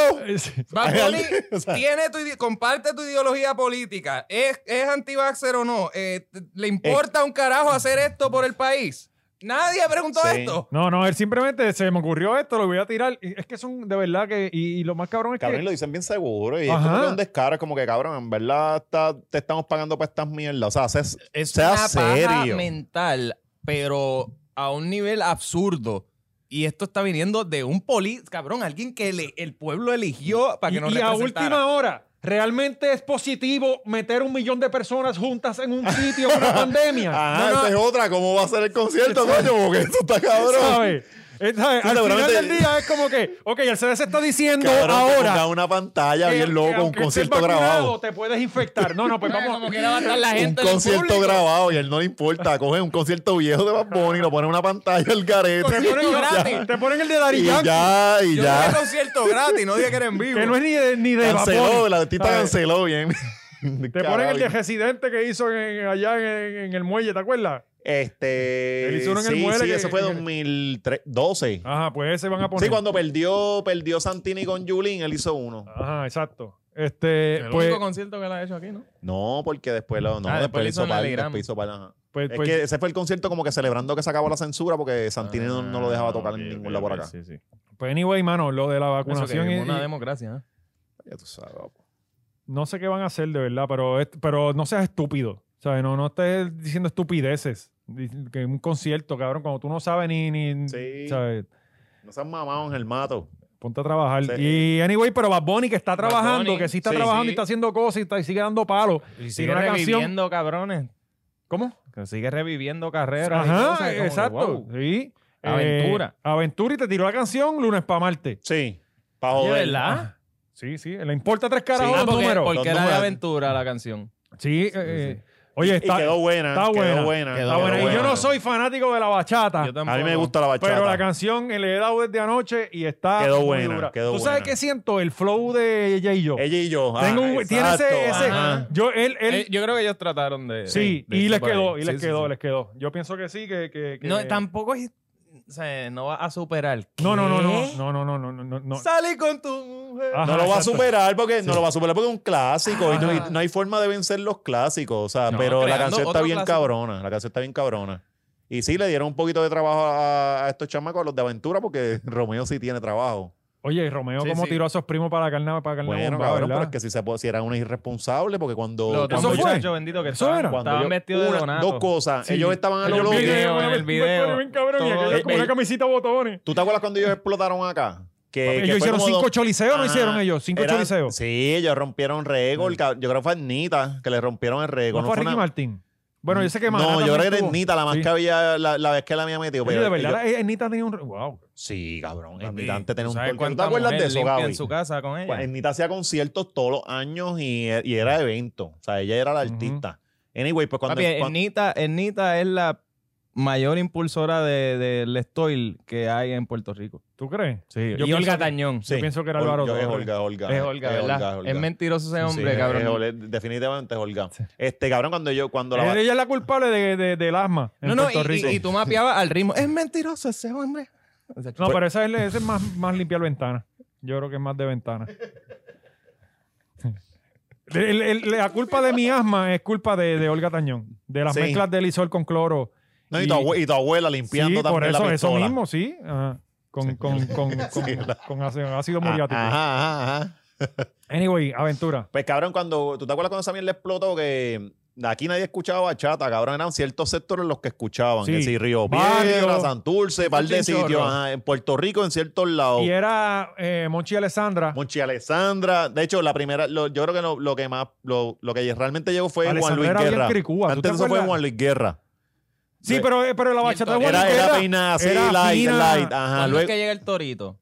Speaker 4: Bad
Speaker 3: Hay
Speaker 4: Bunny
Speaker 3: alguien- o sea,
Speaker 4: tiene tu ide- comparte tu ideología política. ¿Es, es antivaxxer o no? Eh, t- ¿Le importa un carajo hacer esto por el país? Nadie preguntó
Speaker 3: Sí.
Speaker 4: esto.
Speaker 1: No, no, él simplemente se me ocurrió esto, lo voy a tirar. Y Es que son de verdad que. Y, y lo más cabrón es
Speaker 3: Cabrón, y lo
Speaker 1: que.
Speaker 3: dicen bien seguro. Y es
Speaker 1: Ajá.
Speaker 3: como que un descaro, es como que cabrón, en verdad está- te estamos pagando para estas mierdas. O sea, se,
Speaker 2: es
Speaker 3: sea
Speaker 2: una paja
Speaker 3: serio.
Speaker 2: mental, pero a un nivel absurdo. Y esto está viniendo de un poli, cabrón, alguien que le- el pueblo eligió para que
Speaker 1: Y,
Speaker 2: nos
Speaker 1: y a
Speaker 2: representara.
Speaker 1: última hora, ¿realmente es positivo meter un millón de personas juntas en un sitio en una pandemia?
Speaker 3: Ajá, esta es otra. ¿Cómo va a ser el concierto, coño? Porque esto está cabrón.
Speaker 1: ¿Sabes? Eh, ¿sabes?
Speaker 3: Sí,
Speaker 1: Al final
Speaker 3: seguramente-
Speaker 1: del día es como que, ok, el CDC está diciendo
Speaker 3: Cabrón, que ponga
Speaker 1: ahora
Speaker 3: una pantalla
Speaker 1: que-
Speaker 3: bien
Speaker 1: que
Speaker 3: loco, un
Speaker 1: aunque estés
Speaker 3: concierto
Speaker 1: vacunado,
Speaker 3: grabado.
Speaker 1: te puedes infectar. No, no, pues vamos.
Speaker 2: Como quiera va a estar la
Speaker 3: Un
Speaker 2: gente. en el
Speaker 3: concierto
Speaker 2: público.
Speaker 3: grabado y a él no le importa. Coge un concierto viejo de Bad Bunny, lo pone en una pantalla al
Speaker 1: Te
Speaker 3: garete.
Speaker 1: ponen,
Speaker 3: ya,
Speaker 1: te ponen el de Dari
Speaker 3: y ya, y
Speaker 4: Yo dije
Speaker 3: ya.
Speaker 4: concierto gratis, no dije que era en vivo.
Speaker 1: que no es ni de, ni de
Speaker 3: Canceló,
Speaker 1: vapor.
Speaker 3: la artista
Speaker 1: ¿Sabes?
Speaker 3: canceló bien.
Speaker 1: Te ponen el de residente que hizo en- allá en, en el muelle, ¿te acuerdas?
Speaker 3: Este.
Speaker 1: Que le hicieron el
Speaker 3: sí,
Speaker 1: muere
Speaker 3: sí,
Speaker 1: que-
Speaker 3: ese fue
Speaker 1: que-
Speaker 3: 2012.
Speaker 1: Ajá, pues ese van a poner.
Speaker 3: sí, cuando perdió, perdió Santini con Julín, él hizo uno.
Speaker 1: Ajá, exacto. Este,
Speaker 2: El
Speaker 1: pues,
Speaker 2: único concierto que la ha hecho aquí, ¿no?
Speaker 3: No, porque después lo. No,
Speaker 2: Ah,
Speaker 3: después,
Speaker 2: después hizo
Speaker 3: hizo
Speaker 2: en
Speaker 3: para
Speaker 2: el Irán.
Speaker 3: después hizo para- ajá.
Speaker 1: pues,
Speaker 3: Es
Speaker 1: pues-
Speaker 3: que ese fue el concierto como que celebrando que se acabó la censura porque Santini no, no lo dejaba
Speaker 1: Ah,
Speaker 3: tocar en ningún lado por acá.
Speaker 2: Sí, sí.
Speaker 1: pues anyway, mano, lo de la
Speaker 2: Eso que
Speaker 1: vacunación.
Speaker 2: vivimos
Speaker 1: y-
Speaker 2: una
Speaker 1: y-
Speaker 2: democracia. ¿eh?
Speaker 3: Ya tú sabes, papo.
Speaker 1: no sé qué van a hacer de verdad, pero, es- pero no seas estúpido. ¿Sabes? No, no estés diciendo estupideces. Dic- Que un concierto, cabrón, cuando tú no sabes ni. ni
Speaker 3: Sí.
Speaker 1: ¿sabes?
Speaker 3: No seas mamado en el mato.
Speaker 1: Ponte a trabajar.
Speaker 3: Sí.
Speaker 1: Y anyway, pero Bad Bunny que está
Speaker 2: Bad
Speaker 1: trabajando,
Speaker 2: Bunny,
Speaker 1: que sí está
Speaker 3: sí,
Speaker 1: trabajando
Speaker 2: sí.
Speaker 1: y está haciendo cosas y, está, y sigue dando palos.
Speaker 2: Y
Speaker 1: sigue
Speaker 2: sigue reviviendo, cabrones.
Speaker 1: ¿Cómo?
Speaker 2: Que sigue reviviendo carreras. y
Speaker 1: Ajá,
Speaker 2: cosas, como que,
Speaker 1: exacto.
Speaker 2: wow.
Speaker 1: Sí. Eh,
Speaker 2: Aventura.
Speaker 1: aventura y te tiró la canción lunes para Marte.
Speaker 3: Sí. Para
Speaker 2: Oye,
Speaker 3: joder.
Speaker 2: ¿Verdad?
Speaker 1: Sí, sí. Le importa tres carajos
Speaker 2: Ah,
Speaker 1: los
Speaker 2: porque,
Speaker 1: Ah, números.
Speaker 2: porque
Speaker 3: Los
Speaker 2: era de
Speaker 3: números.
Speaker 2: aventura la canción.
Speaker 1: Sí, eh, Oye,
Speaker 3: Y
Speaker 1: está,
Speaker 3: quedó buena.
Speaker 1: está buena.
Speaker 3: Quedó buena.
Speaker 2: Quedó
Speaker 1: está
Speaker 3: quedó
Speaker 1: buena. Y yo
Speaker 3: buena.
Speaker 1: no soy fanático de la bachata.
Speaker 2: Yo tampoco.
Speaker 3: A mí me gusta la bachata.
Speaker 1: Pero la canción eh, le he dado desde anoche y está.
Speaker 3: Quedó
Speaker 1: muy
Speaker 3: buena,
Speaker 1: dura.
Speaker 3: quedó
Speaker 1: ¿Tú sabes
Speaker 3: buena.
Speaker 1: qué siento? El flow de ella y yo.
Speaker 3: Ella y yo. Ah,
Speaker 1: Tengo un- tiene ese.
Speaker 3: exacto,
Speaker 1: ese-
Speaker 3: ajá.
Speaker 1: yo, él, él-
Speaker 2: Eh, yo creo que ellos trataron de.
Speaker 1: sí,
Speaker 2: de- de
Speaker 1: y
Speaker 2: irse
Speaker 1: les
Speaker 2: por ahí.
Speaker 1: quedó, y les
Speaker 2: Sí, sí,
Speaker 1: quedó,
Speaker 2: sí.
Speaker 1: les quedó. Yo pienso que sí, que. que- que-
Speaker 2: No, tampoco es. O sea, no va a superar.
Speaker 1: no, no, no,
Speaker 2: ¿Qué?
Speaker 1: no, no, no, no, no, no, Ah, no.
Speaker 2: Salí con tu mujer.
Speaker 1: Ajá,
Speaker 3: no lo va a
Speaker 1: exacto.
Speaker 3: superar porque no lo va a superar porque es un clásico y no, y
Speaker 2: Ajá.
Speaker 3: no hay forma de vencer los clásicos, o sea,
Speaker 2: No,
Speaker 3: pero la
Speaker 2: creando
Speaker 3: canción está
Speaker 2: otro
Speaker 3: bien
Speaker 2: clásico.
Speaker 3: cabrona, la canción está bien cabrona. Y sí le dieron un poquito de trabajo a, a estos chamacos, a los de aventura porque Romeo sí tiene trabajo.
Speaker 1: Oye, y Romeo,
Speaker 2: Sí,
Speaker 1: como
Speaker 2: sí.
Speaker 1: tiró a sus primos para la carne, para la carne
Speaker 3: Bueno,
Speaker 1: bomba,
Speaker 3: cabrón, pero
Speaker 1: ¿verdad?
Speaker 3: es que si se po- si eran unos irresponsables porque cuando,
Speaker 2: Los otros
Speaker 3: cuando
Speaker 1: ¿Eso fue?
Speaker 2: muchachos benditos que
Speaker 1: ¿Eso
Speaker 2: estaban,
Speaker 1: era?
Speaker 3: cuando
Speaker 2: estaban
Speaker 3: yo-
Speaker 2: vestidos de
Speaker 3: una-
Speaker 2: donato.
Speaker 3: dos cosas,
Speaker 1: Sí.
Speaker 3: ellos estaban a
Speaker 1: Ellos
Speaker 3: lo
Speaker 2: Ellos
Speaker 3: loco.
Speaker 1: vienen
Speaker 2: video,
Speaker 1: con
Speaker 2: en
Speaker 1: una-
Speaker 2: el video.
Speaker 1: con una- cabrón, y
Speaker 2: Todo-
Speaker 1: aquella con
Speaker 3: Eh,
Speaker 1: una
Speaker 3: eh.
Speaker 1: camisita botones.
Speaker 3: ¿Tú te acuerdas cuando ellos explotaron acá? Que, que
Speaker 1: ellos
Speaker 3: fue
Speaker 1: hicieron
Speaker 3: como
Speaker 1: cinco
Speaker 3: dos-
Speaker 1: choliseos,
Speaker 2: Ah.
Speaker 1: ¿no
Speaker 3: Ajá.
Speaker 1: hicieron ellos? Cinco
Speaker 3: Eran-
Speaker 1: choliseos.
Speaker 3: Sí, ellos rompieron récord. cab- Yo creo que fue Nita que le rompieron el récord.
Speaker 1: ¿No fue
Speaker 3: fue
Speaker 1: Ricky
Speaker 3: una-
Speaker 1: Martín? Bueno, yo sé que Maná
Speaker 3: No, yo
Speaker 1: también
Speaker 3: creo que era
Speaker 1: estuvo.
Speaker 3: Nita la más
Speaker 1: Sí.
Speaker 3: que había, la, la vez que la había metido.
Speaker 1: Oye,
Speaker 3: Pero
Speaker 1: de verdad,
Speaker 3: ellos-
Speaker 1: eh, Nita tenía un. ¡Wow!
Speaker 3: sí, cabrón.
Speaker 2: Papi,
Speaker 3: Nita antes tenía
Speaker 2: ¿tú
Speaker 3: un
Speaker 2: sabes
Speaker 3: torque. ¿No te
Speaker 2: cuánta
Speaker 3: acuerdas de
Speaker 2: mujer
Speaker 3: eso,
Speaker 2: limpia
Speaker 3: Gaby?
Speaker 2: en su casa con
Speaker 3: Pues,
Speaker 2: ella?
Speaker 3: Nita hacía conciertos todos los años y, y era evento. O sea, ella era la
Speaker 1: Ujú.
Speaker 3: artista. Anyway, pues cuando...
Speaker 2: Papi,
Speaker 3: cuando-
Speaker 2: Ernita, Ernita es la mayor impulsora de- del estoil que hay en Puerto Rico.
Speaker 1: ¿Tú crees?
Speaker 2: Sí,
Speaker 1: yo
Speaker 2: y
Speaker 1: pienso
Speaker 2: Olga
Speaker 1: que-
Speaker 2: Tañón.
Speaker 1: yo pienso que era Álvaro
Speaker 3: Yo- Es
Speaker 1: Torres.
Speaker 3: Olga, Olga.
Speaker 2: Es Olga, ¿verdad?
Speaker 3: Olga, Olga.
Speaker 2: Es mentiroso ese hombre,
Speaker 3: Sí,
Speaker 2: cabrón.
Speaker 3: es Olga, definitivamente es Olga. Este cabrón, cuando yo, cuando la,
Speaker 1: Ella es la culpable de, de- del asma en
Speaker 2: no, no, y,
Speaker 1: Puerto Rico.
Speaker 2: y- y tú mapeabas al ritmo. Es mentiroso ese hombre. O sea, pues, ah,
Speaker 1: no,
Speaker 3: Pues
Speaker 1: pero esa es, esa es más, más limpiar ventana. Yo creo que es más de ventana. El- el- la culpa de mi asma es culpa de, de Olga Tañón. De las
Speaker 3: Sí.
Speaker 1: mezclas de lisol con cloro.
Speaker 3: No, y, tu abue- y tu abuela limpiando
Speaker 1: sí,
Speaker 3: también
Speaker 1: por eso,
Speaker 3: la
Speaker 1: eso
Speaker 3: pistola.
Speaker 1: mismo, sí. Ajá. Con, con, con, con, con ácido, ácido
Speaker 3: Ah,
Speaker 1: muriático.
Speaker 3: ajá, ajá, ajá.
Speaker 1: Anyway, aventura.
Speaker 3: Pues cabrón, cuando. ¿Tú te acuerdas cuando esa mierda explotó? Que Aquí nadie escuchaba bachata, cabrón. Eran ciertos sectores los que escuchaban.
Speaker 1: Sí.
Speaker 3: Que si Río
Speaker 1: Barrio,
Speaker 3: Piedra, Santurce, par de
Speaker 2: chinchorro.
Speaker 3: sitios. ajá, en Puerto Rico, en ciertos lados.
Speaker 1: Y era eh, Monchi Alessandra.
Speaker 3: Monchi Alessandra. De hecho, la primera, lo- yo creo que lo, lo que más, lo, lo que realmente llegó fue Juan
Speaker 1: Alessandra
Speaker 3: Luis
Speaker 1: era bien
Speaker 3: Guerra.
Speaker 1: cricúa, ¿tú te
Speaker 3: Antes eso fue
Speaker 1: acuerdas?
Speaker 3: Juan Luis Guerra.
Speaker 1: Sí, pero, eh, pero la bachata de Juan
Speaker 3: Era,
Speaker 1: Luis
Speaker 3: era
Speaker 1: Guerra
Speaker 3: peinada así,
Speaker 1: era
Speaker 3: light,
Speaker 1: fina.
Speaker 3: light. Ajá.
Speaker 2: ¿Cuándo es
Speaker 3: Luego,
Speaker 2: que llega el torito?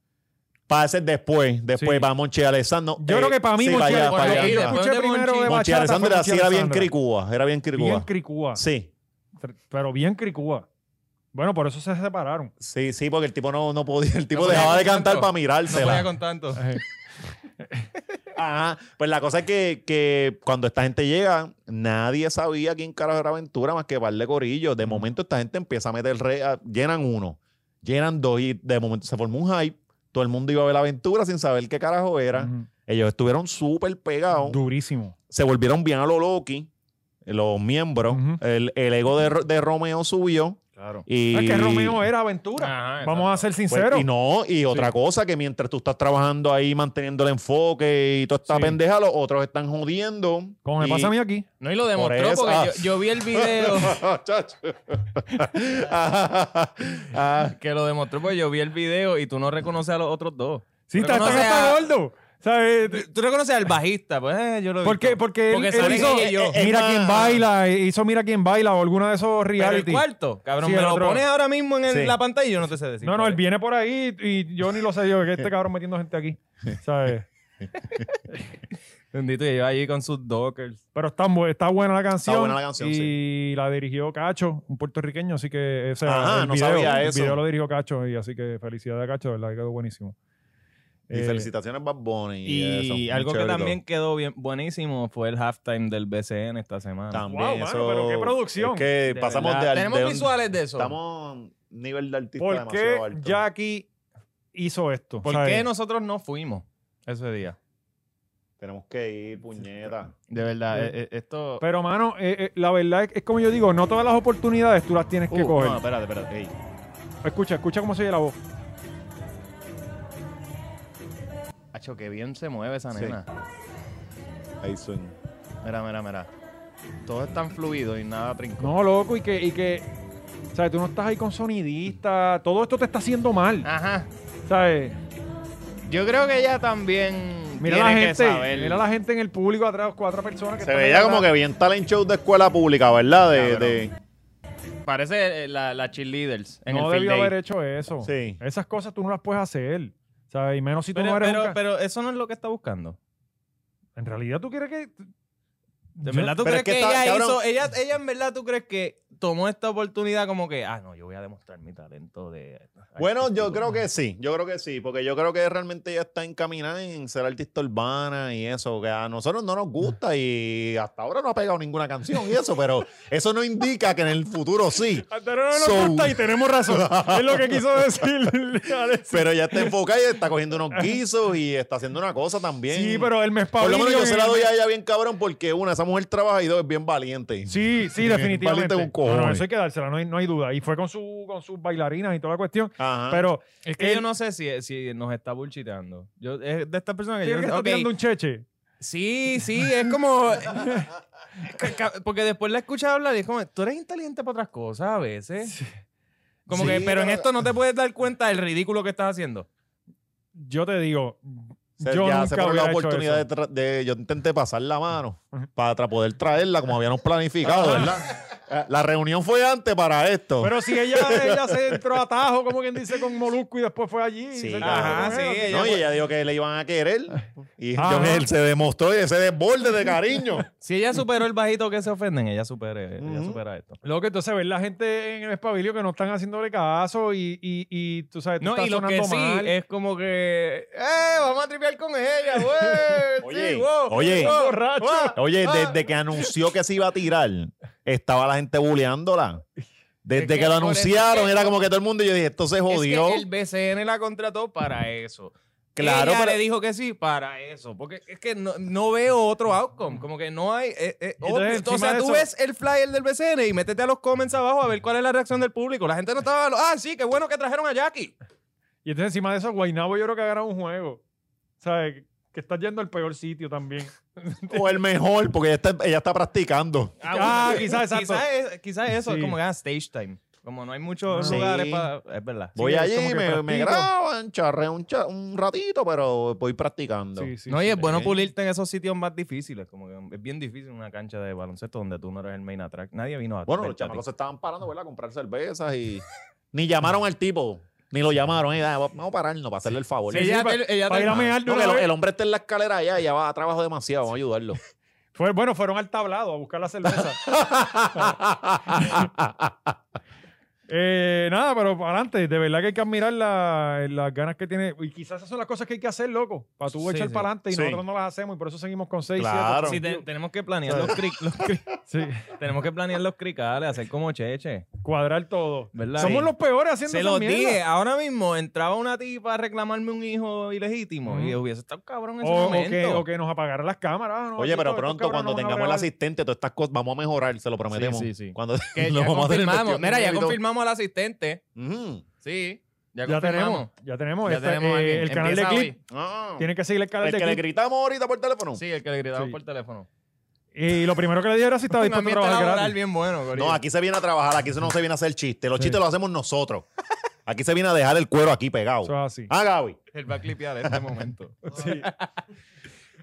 Speaker 3: pase después, después
Speaker 1: Sí.
Speaker 3: va Monchi Alessandro. Eh,
Speaker 1: Yo creo que para mí
Speaker 3: sí,
Speaker 1: Monchi
Speaker 3: para allá, para
Speaker 1: Alessandra.
Speaker 3: allá.
Speaker 1: Yo
Speaker 2: Después
Speaker 1: escuché
Speaker 2: de
Speaker 1: primero
Speaker 2: Monchi.
Speaker 1: de
Speaker 3: Monchi
Speaker 1: bachata. fue
Speaker 3: Alessandra
Speaker 1: Monchi
Speaker 3: sí era bien
Speaker 1: Alessandra.
Speaker 3: cricúa, era bien
Speaker 1: Bien
Speaker 3: cricúa.
Speaker 1: cricúa.
Speaker 3: Sí,
Speaker 1: Pero bien cricúa. Bueno, por eso se separaron.
Speaker 3: sí, sí, porque el tipo no, no podía, el tipo
Speaker 2: No podía
Speaker 3: dejaba de
Speaker 2: con
Speaker 3: cantar
Speaker 2: tanto.
Speaker 3: para
Speaker 2: No voy
Speaker 3: mirársela.
Speaker 2: con tanto.
Speaker 3: Ajá. Pues la cosa es que, que cuando esta gente llega, nadie sabía quién carajo era Ventura más que par de corillos. De momento esta gente empieza a meter re, a- llenan uno, llenan dos y de momento se formó un hype. Todo el mundo iba a ver la aventura sin saber qué carajo era.
Speaker 1: Ujú.
Speaker 3: Ellos estuvieron súper pegados.
Speaker 1: Durísimo.
Speaker 3: se volvieron bien a lo Loki, los miembros.
Speaker 1: Ujú.
Speaker 3: el, el ego de, Ro- de Romeo subió.
Speaker 2: Claro.
Speaker 3: Y,
Speaker 1: Es Ah, que Romeo era aventura.
Speaker 2: Ajá,
Speaker 1: Vamos a ser
Speaker 3: Pues,
Speaker 1: sinceros.
Speaker 3: y no, y otra cosa, que mientras tú estás trabajando ahí, manteniendo el enfoque y toda esta
Speaker 1: Sí.
Speaker 3: pendeja, los otros están jodiendo.
Speaker 1: Como me
Speaker 3: y-
Speaker 1: pasa a mí aquí.
Speaker 2: No, y lo
Speaker 3: Por
Speaker 2: demostró
Speaker 3: eso,
Speaker 2: porque
Speaker 3: ah.
Speaker 2: yo, yo vi el video.
Speaker 3: Chacho. Ah,
Speaker 2: que lo demostró porque yo vi el video y tú no reconoces a los otros dos.
Speaker 1: Sí, está, está,
Speaker 2: Reconoce
Speaker 1: está
Speaker 2: a-
Speaker 1: gordo. ¿Sabes?
Speaker 2: Tú reconoces al bajista, pues eh, yo lo vi.
Speaker 1: ¿Por qué? Porque él,
Speaker 2: Porque
Speaker 1: él
Speaker 2: sale
Speaker 1: hizo
Speaker 2: ella y yo.
Speaker 3: Es
Speaker 1: Mira
Speaker 3: más-
Speaker 1: quién baila, hizo Mira quién baila o alguna de esos
Speaker 2: Pero el
Speaker 1: reality.
Speaker 2: cuarto, cabrón,
Speaker 1: Sí,
Speaker 2: me
Speaker 1: el
Speaker 2: lo
Speaker 1: otro.
Speaker 2: pones ahora mismo en el-
Speaker 3: Sí.
Speaker 2: la pantalla y yo no te sé decir.
Speaker 1: no, no,
Speaker 2: cuál
Speaker 1: él
Speaker 2: es.
Speaker 1: viene por ahí y yo ni lo sé yo, que este cabrón metiendo gente aquí. ¿Sabes?
Speaker 2: Bendito, y yo allí con sus dockers.
Speaker 1: Pero está, bu- está buena la canción.
Speaker 3: buena la canción,
Speaker 1: Y
Speaker 3: sí.
Speaker 1: la dirigió Cacho, un puertorriqueño, así que. O sea,
Speaker 3: Ajá,
Speaker 1: el
Speaker 3: no
Speaker 1: video,
Speaker 3: sabía
Speaker 1: el
Speaker 3: eso.
Speaker 1: video lo dirigió Cacho, y así que felicidades a Cacho, de verdad que quedó buenísimo.
Speaker 3: y
Speaker 1: Eh,
Speaker 3: felicitaciones, Bad Bunny. eh,
Speaker 2: Y,
Speaker 3: eso, muy
Speaker 2: algo que
Speaker 3: chévere y
Speaker 2: también quedó bien buenísimo fue el halftime del BCN esta semana.
Speaker 3: todo. También
Speaker 1: Wow, mano,
Speaker 3: eso-
Speaker 1: pero qué producción.
Speaker 3: es que pasamos
Speaker 2: verdad.
Speaker 3: de, al-
Speaker 2: Tenemos
Speaker 3: de un-
Speaker 2: visuales de eso.
Speaker 3: Estamos nivel de artista
Speaker 1: ¿Por qué
Speaker 3: demasiado alto.
Speaker 1: Jackie hizo esto? eh,
Speaker 2: ¿Por
Speaker 1: ¿Sabes?
Speaker 2: qué nosotros no fuimos ese día?
Speaker 3: Tenemos que ir, puñeta.
Speaker 2: De verdad,
Speaker 1: Sí.
Speaker 2: eh, eh, esto.
Speaker 1: Pero, mano, eh, eh, la verdad es, es como yo digo, no todas las oportunidades tú las tienes que
Speaker 2: Uh,
Speaker 1: coger.
Speaker 2: No, espérate, espérate. ey.
Speaker 1: Escucha, escucha cómo se oye la voz.
Speaker 2: Acho, que bien se mueve esa
Speaker 3: Sí.
Speaker 2: nena.
Speaker 3: Ahí suena.
Speaker 2: Mira, mira, mira. Todo es tan fluido y nada trincó.
Speaker 1: No, loco, y que, y que, ¿sabes? Tú no estás ahí con sonidista, todo esto te está haciendo mal,
Speaker 2: Ajá.
Speaker 1: ¿sabes?
Speaker 2: Yo creo que ella también
Speaker 1: Mira
Speaker 2: tiene
Speaker 1: la
Speaker 2: que
Speaker 1: gente,
Speaker 2: saber.
Speaker 1: mira la gente en el público atrás, cuatro personas que
Speaker 3: Se
Speaker 1: están
Speaker 3: veía
Speaker 1: atrás.
Speaker 3: como que bien talent show de escuela pública, ¿verdad? De,
Speaker 2: Cabrón.
Speaker 3: de-
Speaker 2: Parece eh, la, la cheerleaders en
Speaker 1: no
Speaker 2: el field
Speaker 1: debió
Speaker 2: day.
Speaker 1: haber hecho eso.
Speaker 3: Sí.
Speaker 1: Esas cosas tú no las puedes hacer, ¿sabes? Y menos si tú
Speaker 2: Pero,
Speaker 1: no eres
Speaker 2: pero-
Speaker 1: un ca-
Speaker 2: pero eso no es lo que está buscando.
Speaker 1: En realidad tú quieres que...
Speaker 2: De
Speaker 1: Yo-
Speaker 2: verdad tú
Speaker 3: Pero
Speaker 2: crees
Speaker 3: es que
Speaker 2: que,
Speaker 3: está-
Speaker 2: ella
Speaker 3: cabrón.
Speaker 2: hizo, ella, ella en verdad tú crees que tomó esta oportunidad como que, ah, no, yo voy a demostrar mi talento de...
Speaker 3: Bueno, yo
Speaker 2: artístico.
Speaker 3: creo que sí, yo creo que sí, porque yo creo que realmente ella está encaminada en ser artista urbana y eso, que a nosotros no nos gusta y hasta ahora no ha pegado ninguna canción y eso, pero eso no indica que en el futuro sí.
Speaker 1: Hasta ahora Ah, no nos
Speaker 3: So-
Speaker 1: gusta y tenemos razón. es lo que quiso decir. Alex.
Speaker 3: Pero ella está enfocada y está cogiendo unos guisos y está haciendo una cosa también.
Speaker 1: sí, pero el mes
Speaker 3: Por lo menos yo se la
Speaker 1: Pavilio-
Speaker 3: doy a ella bien cabrón porque una, esa mujer trabaja y dos, es bien valiente.
Speaker 1: Sí, sí,
Speaker 3: Valiente
Speaker 1: definitivamente.
Speaker 3: un cojón.
Speaker 1: No, no, eso hay que dársela, no hay, no hay duda. Y fue con, su, con sus bailarinas y toda la cuestión.
Speaker 3: Ajá.
Speaker 1: Pero
Speaker 2: Es que
Speaker 1: él-
Speaker 2: yo no sé si, si nos está bullshitando. Yo, es de estas personas que
Speaker 1: tiene
Speaker 2: yo...
Speaker 1: que estar
Speaker 2: ok,
Speaker 1: tirando un cheche.
Speaker 2: Sí, sí, es como... ca- ca- Porque después la escuchas hablar y es como, tú eres inteligente para otras cosas a veces. Como
Speaker 3: Sí,
Speaker 2: que, pero en
Speaker 3: pero-
Speaker 2: esto no te puedes dar cuenta del ridículo que estás haciendo.
Speaker 1: Yo te digo,
Speaker 3: Se-
Speaker 1: yo
Speaker 3: ya se
Speaker 1: nunca
Speaker 3: fue
Speaker 1: hubiera
Speaker 3: la
Speaker 1: hecho
Speaker 3: oportunidad
Speaker 1: eso.
Speaker 3: de, tra- de- Yo intenté pasar la mano para tra- poder traerla como habíamos planificado, ¿verdad? Eh, la reunión fue antes para esto.
Speaker 1: Ah. Pero si ella, ella se entró a tajo, como quien dice, con Molusco y después fue allí.
Speaker 3: Sí,
Speaker 1: y se
Speaker 3: claro.
Speaker 1: casó con
Speaker 2: Ajá,
Speaker 1: él.
Speaker 2: sí,
Speaker 3: no, y ella dijo que le iban a querer. Y
Speaker 1: Ajá.
Speaker 3: yo- él se demostró ese desborde de cariño.
Speaker 2: Si ella superó el bajito que se ofenden, ella, supere, ella
Speaker 3: Ujú.
Speaker 2: supera esto.
Speaker 1: Loco, entonces ver la gente en el espabilio que no están haciéndole caso y, y, y tú sabes, tú
Speaker 2: No,
Speaker 1: estás
Speaker 2: y lo que
Speaker 1: sonando
Speaker 2: sí
Speaker 1: mal.
Speaker 2: es como que. ¡Eh! Vamos a tripear con ella, güey.
Speaker 3: Oye,
Speaker 2: sí, wow,
Speaker 3: oye.
Speaker 2: wow,
Speaker 1: Borracho.
Speaker 2: wow.
Speaker 3: Oye,
Speaker 1: Ah.
Speaker 3: desde que anunció que se iba a tirar, estaba la gente bulleándola. Desde
Speaker 2: Es
Speaker 3: que,
Speaker 2: que
Speaker 3: lo
Speaker 2: por eso es
Speaker 3: anunciaron,
Speaker 2: que-
Speaker 3: era como que todo el mundo, yo dije, esto se
Speaker 2: Es
Speaker 3: jodió.
Speaker 2: que el BCN la contrató para eso.
Speaker 3: Claro,
Speaker 2: ella
Speaker 3: pero-
Speaker 2: le dijo que sí para eso. Porque es que no, no veo otro outcome. Como que no hay. eh, eh,
Speaker 1: Entonces,
Speaker 2: otro-
Speaker 1: encima
Speaker 2: o sea,
Speaker 1: de
Speaker 2: tú
Speaker 1: eso-
Speaker 2: ves el flyer del BCN y métete a los comments abajo a ver cuál es la reacción del público. La gente no estaba. Ah, sí, qué bueno que trajeron a Jackie.
Speaker 1: Y entonces encima de eso, Guainabo yo creo que ha ganado un juego. ¿Sabes? Que está yendo al peor sitio también.
Speaker 3: O el mejor, porque ella está, ella está practicando.
Speaker 1: Ah, quizás, exacto.
Speaker 2: Quizás es- quizás eso
Speaker 1: Sí.
Speaker 2: es como que ah, stage time. Como no hay muchos
Speaker 3: Sí.
Speaker 2: lugares para. Es verdad.
Speaker 3: Voy
Speaker 1: es
Speaker 3: allí,
Speaker 1: como que
Speaker 3: me, me
Speaker 1: practico.
Speaker 3: graban, charré un, cha- un ratito, pero voy practicando.
Speaker 1: Sí, sí,
Speaker 2: no, y
Speaker 1: sí.
Speaker 2: es bueno
Speaker 3: Sí.
Speaker 2: pulirte en esos sitios más difíciles. Como que es bien difícil una cancha de baloncesto donde tú no eres el main attract. Nadie vino a
Speaker 3: Bueno, los
Speaker 2: verte a ti.
Speaker 3: chamacos se estaban parando, ¿verdad? A comprar cervezas y... Ni llamaron al tipo, ni lo llamaron. eh, ah, vamos a pararnos para hacerle el favor.
Speaker 1: Sí,
Speaker 4: Ella te-
Speaker 1: sí, pa-
Speaker 4: ella
Speaker 1: pa'
Speaker 4: te-
Speaker 1: ir a mear de
Speaker 3: No, que
Speaker 1: una
Speaker 3: el,
Speaker 1: vez.
Speaker 3: el hombre está en la escalera allá, ya va a trabajo demasiado, vamos a ayudarlo.
Speaker 1: Fue- bueno, fueron al tablado a buscar la cerveza. Eh, nada, pero para adelante, de verdad que hay que admirar la- las ganas que tiene. Y quizás esas son las cosas que hay que hacer, loco, para tú
Speaker 2: Sí,
Speaker 1: echar
Speaker 2: sí.
Speaker 1: para adelante y
Speaker 3: Sí.
Speaker 1: nosotros no las hacemos y por eso seguimos con 6,
Speaker 3: Claro.
Speaker 2: Sí, te- tenemos que planear los, cri- los cri- tenemos que planear los cricales, hacer como cheche.
Speaker 1: cuadrar todo.
Speaker 2: ¿Verdad?
Speaker 1: Somos
Speaker 2: Sí.
Speaker 1: los peores haciendo
Speaker 2: Se
Speaker 1: esas
Speaker 2: los
Speaker 1: mierdas.
Speaker 2: dije, ahora mismo entraba una tipa a reclamarme un hijo ilegítimo
Speaker 1: Ujú.
Speaker 2: y hubiese estado cabrón en ese
Speaker 1: O, o
Speaker 2: momento.
Speaker 1: que, o que nos apagaran las cámaras. Ah, ¿no?
Speaker 3: Oye,
Speaker 1: Aquí
Speaker 3: pero
Speaker 1: todos estos
Speaker 3: pronto,
Speaker 1: cabrones
Speaker 3: cuando
Speaker 1: nos van a
Speaker 3: tengamos el
Speaker 1: bregar.
Speaker 3: asistente, todas estas cosas vamos a mejorar, se lo prometemos.
Speaker 2: sí, sí.
Speaker 3: Cuando
Speaker 4: Que
Speaker 3: lo
Speaker 4: ya
Speaker 3: vamos a tener
Speaker 4: confirmamos.
Speaker 3: cuestión
Speaker 4: Mira, ya
Speaker 3: y todo.
Speaker 4: confirmamos al asistente.
Speaker 3: Ujú.
Speaker 4: Sí, ya
Speaker 1: Ya tenemos,
Speaker 4: confirmamos.
Speaker 1: ya tenemos.
Speaker 4: Ya
Speaker 1: Este,
Speaker 4: tenemos
Speaker 1: eh,
Speaker 4: a alguien.
Speaker 1: el canal de
Speaker 4: Empieza
Speaker 1: clip.
Speaker 4: hoy.
Speaker 3: Ah.
Speaker 1: Tienen que seguir el canal
Speaker 3: El
Speaker 1: de
Speaker 3: que le
Speaker 1: clip.
Speaker 3: gritamos ahorita por teléfono.
Speaker 4: Sí, el que le gritamos
Speaker 1: Sí.
Speaker 4: por teléfono.
Speaker 1: Y lo primero que le dijeron era si estaba
Speaker 4: Un
Speaker 1: dispuesto a
Speaker 4: ambiente
Speaker 1: trabajar
Speaker 4: laboral
Speaker 1: gratis.
Speaker 4: bien bueno, Corillo.
Speaker 3: No, aquí se viene a trabajar, aquí se- no se viene a hacer chiste. Los
Speaker 1: Sí.
Speaker 3: chistes los hacemos nosotros. Aquí se viene a dejar el cuero aquí pegado.
Speaker 1: Eso es así.
Speaker 3: Ah, Gaby.
Speaker 4: Él va a clipear este momento.
Speaker 1: Sí.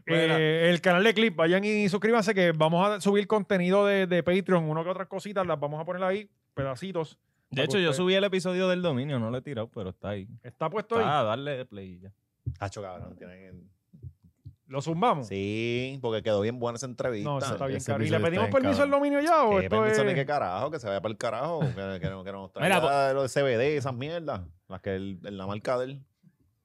Speaker 4: Bueno.
Speaker 1: Eh, el canal de clip, vayan y suscríbanse que vamos a subir contenido de, de Patreon, uno que otras cositas, las vamos a poner ahí, pedacitos.
Speaker 2: De hecho, yo subí el episodio del dominio, no lo he tirado, pero está ahí.
Speaker 1: Está puesto ahí,
Speaker 2: Está, darle play y ya.
Speaker 3: Hacho, cabrón. tienen-
Speaker 1: lo zumbamos.
Speaker 3: Sí, porque quedó bien buena esa entrevista.
Speaker 1: no, eso está bien
Speaker 2: ese
Speaker 1: caro. ¿Y le
Speaker 2: episodio
Speaker 1: pedimos
Speaker 2: está bien
Speaker 1: permiso al dominio ya o
Speaker 3: ¿Qué
Speaker 1: esto
Speaker 3: permiso
Speaker 1: es- pues-
Speaker 3: ni qué carajo? Que se vaya para el carajo. Que, que, no- que nos
Speaker 2: Mira,
Speaker 3: traiga lo de CBD, esas mierdas. Las que él, en la marca de él.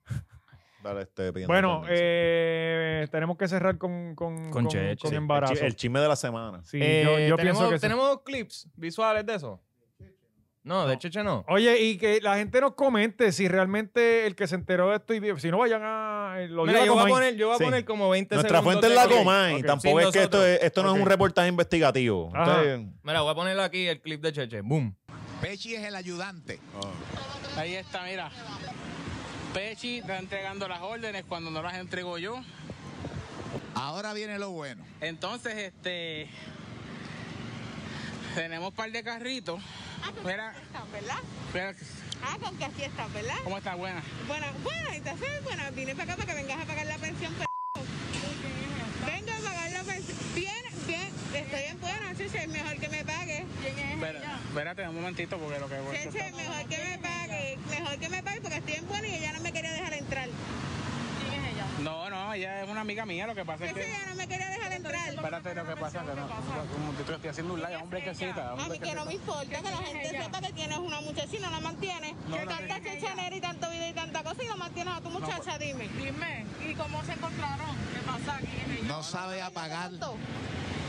Speaker 3: Dale, este, pidiendo
Speaker 1: Bueno,
Speaker 3: permiso.
Speaker 1: eh, tenemos que cerrar con, con,
Speaker 2: Con Cheche.
Speaker 1: con
Speaker 2: Sí,
Speaker 1: embarazo. Este
Speaker 3: El chisme de la semana.
Speaker 1: Sí,
Speaker 4: Eh,
Speaker 1: yo, yo
Speaker 4: tenemos,
Speaker 1: pienso que sí.
Speaker 4: ¿Tenemos clips visuales de eso? No, de Cheche no.
Speaker 1: Oye, y que la gente nos comente si realmente el que se enteró de esto y si no vayan a eh, lo
Speaker 4: Mira,
Speaker 1: digo
Speaker 4: yo voy a
Speaker 1: Comay.
Speaker 4: poner, yo voy a
Speaker 3: Sí.
Speaker 4: poner como 20
Speaker 3: Nuestra
Speaker 4: segundos
Speaker 3: fuente es la
Speaker 4: de clip.
Speaker 3: Comay.
Speaker 1: Ok.
Speaker 3: Tampoco
Speaker 4: Sí,
Speaker 3: es que esto,
Speaker 4: nosotros.
Speaker 3: es- esto no
Speaker 1: Ok.
Speaker 3: es un reportaje investigativo.
Speaker 1: Ajá.
Speaker 3: Entonces,
Speaker 4: Mira, voy a poner aquí el clip de Cheche. Boom.
Speaker 6: Pechi es el ayudante.
Speaker 7: Ahí está, mira. Pechi está entregando las órdenes cuando no las entrego yo.
Speaker 6: Ahora viene lo bueno.
Speaker 7: Entonces, este. Tenemos un par de carritos.
Speaker 8: Ah, pero
Speaker 7: Mira.
Speaker 8: así están, ¿verdad?
Speaker 7: Mira
Speaker 8: Ah, con que así están, ¿verdad?
Speaker 7: cómo está buena.
Speaker 8: Bueno, bueno, entonces, bueno, vine para acá para que vengas a pagar la pensión, p***. Venga a pagar la pensión. Bien, bien, estoy en buena, Cheche, mejor que me pague.
Speaker 7: Espera- Espérate un momentito porque lo que voy a
Speaker 8: Cheche, mejor que me pague, mejor que me pague porque estoy en buena y ella no me quería dejar entrar.
Speaker 7: No, no, ella es una amiga mía, lo que pasa es
Speaker 8: Cheche,
Speaker 7: que...
Speaker 8: ella no me quería dejar entrar.
Speaker 7: Espérate, lo que pasa es que no... Un momentito, estoy haciendo un live, hombre, que cita.
Speaker 8: A mí que no me importa que la gente sepa que tienes una muchacha y no la mantienes. que tanta chechanera y tanto video y tanta cosa y no mantienes a tu muchacha, dime. Dime, ¿y cómo se encontraron? ¿Qué pasa aquí?
Speaker 6: No sabe apagar
Speaker 8: Yo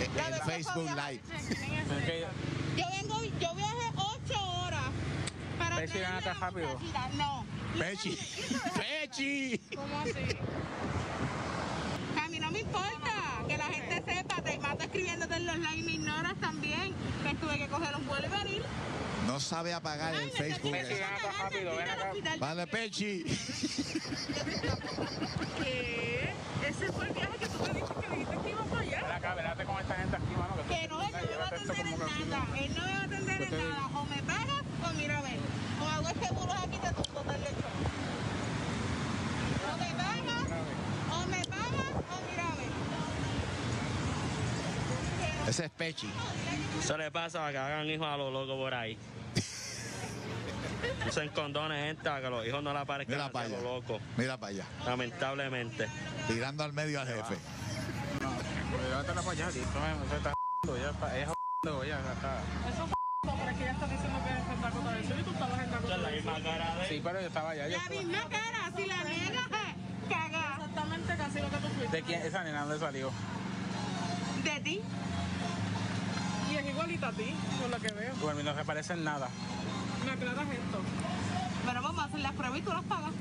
Speaker 6: el
Speaker 8: verdad,
Speaker 6: Facebook
Speaker 8: Fabián.
Speaker 6: Live.
Speaker 8: vengo, yo viajé ocho horas para
Speaker 7: Pechi, ven
Speaker 8: traerle
Speaker 7: acá
Speaker 8: a la
Speaker 7: rápido.
Speaker 8: muchachita. No.
Speaker 6: Pechi. Pechi.
Speaker 8: ¿Cómo así? A mí no me importa que la gente sepa, te mato escribiéndote en los likes y me ignoras también. Que tuve que coger un vuelo y venir.
Speaker 6: No sabe apagar el Facebook
Speaker 8: Pechi,
Speaker 6: Live.
Speaker 8: ven acá rápido, ven acá.
Speaker 6: Vale, Pechi.
Speaker 8: ¿Qué? Ese fue el viaje que tú me dijiste que me dijiste que ibas para allá.
Speaker 7: Acá, espérate con esta gente aquí, mano.
Speaker 8: Que no, él no me va a atender en nada. Él no me va a atender en nada. O me pagas o mira a ver. O hago este burro aquí y te tumbo todo el lechón. O me pagas, o me pagas o mira a ver.
Speaker 6: Ese es Pechi.
Speaker 9: Eso le pasa a que hagan hijos a los locos por ahí. Usen condones, gente, a que los hijos no la parezcan
Speaker 6: Mira
Speaker 9: así
Speaker 6: pa'
Speaker 9: a los
Speaker 6: allá.
Speaker 9: locos,
Speaker 6: Mira para allá.
Speaker 9: lamentablemente.
Speaker 6: Tirando al medio al
Speaker 3: Ah.
Speaker 6: jefe.
Speaker 7: Llévatela para allá, listo, eh, se está ya está, es ya está. Sí, pero yo estaba allá, yo
Speaker 8: La
Speaker 7: estaba-
Speaker 8: misma cara, si la niegas, eh, caga. Exactamente casi lo que tú fuiste.
Speaker 7: ¿De quién? Esa nena, ¿dónde salió?
Speaker 8: De ti. Y es igualita a ti, por lo que veo.
Speaker 7: Bueno, no se parece en nada.
Speaker 8: Me aclaras esto. Pero vamos a hacer las pruebas y tú las pagas.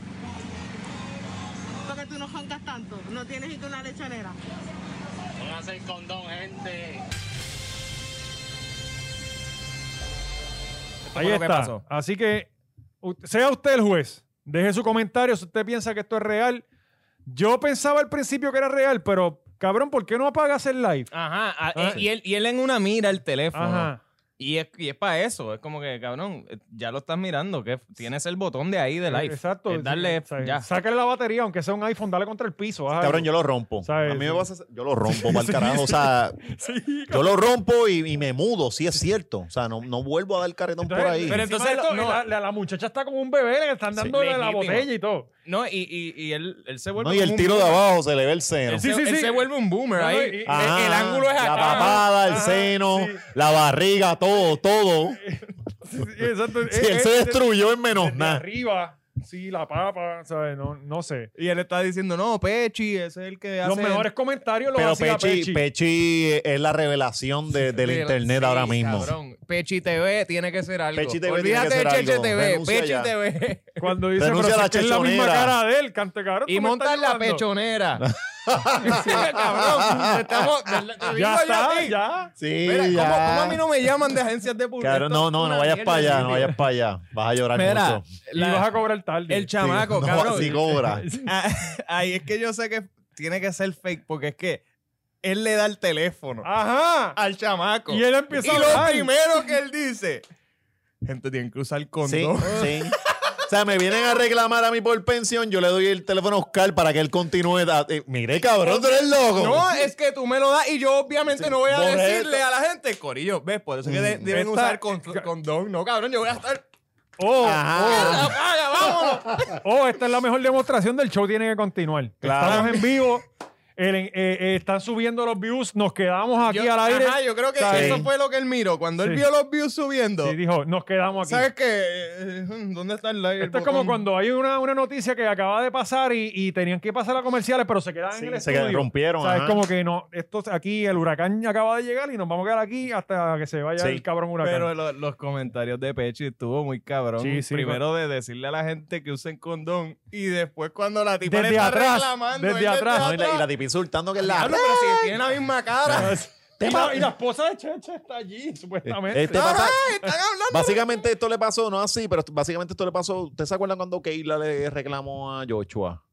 Speaker 8: Porque tú no joncas tanto. No tienes ni tú una lechonera.
Speaker 9: Pónganse el condón, gente.
Speaker 1: Ahí
Speaker 2: fue lo que
Speaker 1: está.
Speaker 2: pasó.
Speaker 1: Así que u- sea usted el juez. Deje su comentario si usted piensa que esto es real. Yo pensaba al principio que era real, pero Cabrón, ¿por qué no apagas el live?
Speaker 2: Ajá.
Speaker 1: Ah,
Speaker 2: ah, eh, y, él, y él en una mira el teléfono.
Speaker 1: Ajá.
Speaker 2: Y es, y es para eso. Es como que, cabrón, eh, ya lo estás mirando. que Tienes el botón de ahí de live.
Speaker 1: Eh, Exacto.
Speaker 2: Es darle.
Speaker 1: O sea,
Speaker 2: ya.
Speaker 1: Sácale la batería, aunque sea un iPhone, dale contra el piso. haz
Speaker 3: Cabrón,
Speaker 1: algo.
Speaker 3: yo lo rompo.
Speaker 1: ¿Sabes?
Speaker 3: A mí
Speaker 1: Sí.
Speaker 3: me vas a- Yo lo rompo, para el carajo. O sea,
Speaker 1: Sí,
Speaker 3: yo lo rompo y, y me mudo, sí es cierto. O sea, no, no vuelvo a dar carretón por ahí.
Speaker 1: Pero entonces
Speaker 2: Encima de esto,
Speaker 1: la, la- la muchacha está como un bebé, le están
Speaker 2: Sí,
Speaker 1: dando la- la
Speaker 2: legítimo.
Speaker 1: botella y todo.
Speaker 2: No, y, y, y él, él se vuelve.
Speaker 3: No, y
Speaker 2: como
Speaker 3: el
Speaker 2: un
Speaker 3: tiro de
Speaker 2: boomer.
Speaker 3: abajo se le ve el seno.
Speaker 2: Él,
Speaker 1: Sí,
Speaker 2: se,
Speaker 1: sí, sí.
Speaker 2: él se vuelve un boomer
Speaker 1: No, no,
Speaker 2: ahí.
Speaker 1: y- y-
Speaker 3: Ajá,
Speaker 2: el ángulo es
Speaker 3: La
Speaker 2: acá. Ah,
Speaker 3: papada, el
Speaker 1: Ajá,
Speaker 3: seno,
Speaker 1: sí.
Speaker 3: la barriga, todo, todo.
Speaker 2: Eh,
Speaker 1: Sí, sí, exacto.
Speaker 3: Si
Speaker 1: Eh,
Speaker 3: él se
Speaker 1: eh,
Speaker 3: destruyó en menos
Speaker 1: desde
Speaker 3: nada.
Speaker 1: arriba, sí, la papa, ¿sabes? No, no sé.
Speaker 2: Y él está diciendo, no, Pechi, ese es el que hace.
Speaker 1: Los mejores comentarios los
Speaker 3: Pero
Speaker 1: hacía
Speaker 3: Pechi,
Speaker 1: Pechi.
Speaker 3: Pechi es la revelación de- del
Speaker 2: Pero-
Speaker 3: internet
Speaker 2: sí,
Speaker 3: ahora mismo.
Speaker 2: cabrón. Pechi TV tiene que ser algo.
Speaker 3: Pechi TV tiene
Speaker 2: Olvídate
Speaker 3: que ser
Speaker 2: de Cheche
Speaker 3: algo.
Speaker 2: TV.
Speaker 3: Renuncia
Speaker 2: Pechi
Speaker 3: ya.
Speaker 2: TV.
Speaker 1: Cuando dice, pero
Speaker 3: Renuncia
Speaker 1: si
Speaker 3: a la
Speaker 1: es que es la misma
Speaker 3: chechonera.
Speaker 1: cara de él, cante cabrón.
Speaker 2: Y
Speaker 1: tú me
Speaker 2: montar
Speaker 1: estás
Speaker 2: la
Speaker 1: ayudando.
Speaker 2: pechonera. cabrón, estamos. te
Speaker 1: Ya
Speaker 2: digo yo a
Speaker 1: está,
Speaker 2: ti.
Speaker 1: ya.
Speaker 3: Sí,
Speaker 2: Mira, ¿cómo,
Speaker 3: ya.
Speaker 2: cómo a mí no me llaman de agencias de publicidad?
Speaker 3: Cabrón, no, no, no vayas para allá, no vayas para allá. Vas a llorar
Speaker 2: Mira,
Speaker 3: mucho.
Speaker 1: Y vas a cobrar tarde.
Speaker 2: el chamaco,
Speaker 3: No,
Speaker 2: cabrón.
Speaker 3: así cobra.
Speaker 2: Ah, Ahí es que yo sé que tiene que ser fake porque es que él le da el teléfono
Speaker 1: Ajá.
Speaker 2: al chamaco.
Speaker 1: Ah. Y él empieza a
Speaker 2: Y lo
Speaker 1: hablar.
Speaker 2: primero que él dice, gente tiene que usar
Speaker 3: Sí,
Speaker 2: condón.
Speaker 3: sí. O sea, me vienen a reclamar a mí por pensión, yo le doy el teléfono a Oscar para que él continúe. da- eh, mire, cabrón, tú eres
Speaker 1: Oh.
Speaker 3: loco.
Speaker 2: No, es que tú me lo das y yo obviamente no voy a
Speaker 3: Por
Speaker 2: decirle a la gente, Corillo, ves, por eso es que de- deben
Speaker 1: Mm. Esta-
Speaker 2: usar con- condón. No, cabrón, yo voy a estar... ¡Ah,
Speaker 1: Oh,
Speaker 3: Ajá.
Speaker 2: ¡Apaga, vámonos!
Speaker 1: Oh, esta es la mejor demostración del show, tiene que continuar.
Speaker 3: Claro.
Speaker 1: Estamos en vivo, el- eh, eh, están subiendo los views, nos quedamos aquí
Speaker 2: Yo-
Speaker 1: al aire.
Speaker 2: Ajá, yo creo que
Speaker 1: Sí.
Speaker 2: eso fue lo que él miró. Cuando
Speaker 1: Sí.
Speaker 2: él vio los views subiendo,
Speaker 1: Sí, dijo, nos quedamos aquí.
Speaker 2: ¿sabes qué? Eh, ¿Dónde está el live?
Speaker 1: Esto es como cuando hay una, una noticia que acaba de pasar y, y tenían que pasar a comerciales, pero se quedaban
Speaker 3: Sí,
Speaker 1: en el
Speaker 3: se
Speaker 1: estudio.
Speaker 3: quedaron- rompieron,
Speaker 1: O sea, es
Speaker 3: ajá.
Speaker 1: como que no, esto aquí, el huracán acaba de llegar y nos vamos a quedar aquí hasta que se vaya
Speaker 3: Sí.
Speaker 1: el cabrón huracán.
Speaker 2: Pero lo- los comentarios de Pechi estuvo muy cabrón.
Speaker 1: Sí, sí,
Speaker 2: Primero de decirle a la gente que usen condón y después cuando la tipa
Speaker 1: Desde
Speaker 2: le está
Speaker 1: atrás,
Speaker 2: reclamando
Speaker 1: desde
Speaker 2: él
Speaker 1: atrás.
Speaker 3: No, y, la, y la tipa insultando que es
Speaker 2: Diablo,
Speaker 3: la.
Speaker 2: pero si tiene la misma cara.
Speaker 1: y, la, y la esposa de Cheche está allí, supuestamente.
Speaker 3: Este
Speaker 2: Ajá,
Speaker 3: papá-
Speaker 2: están hablando.
Speaker 3: Básicamente esto le pasó, no así, pero básicamente esto le pasó. ¿Ustedes se acuerdan cuando Keila le reclamó a Joshua?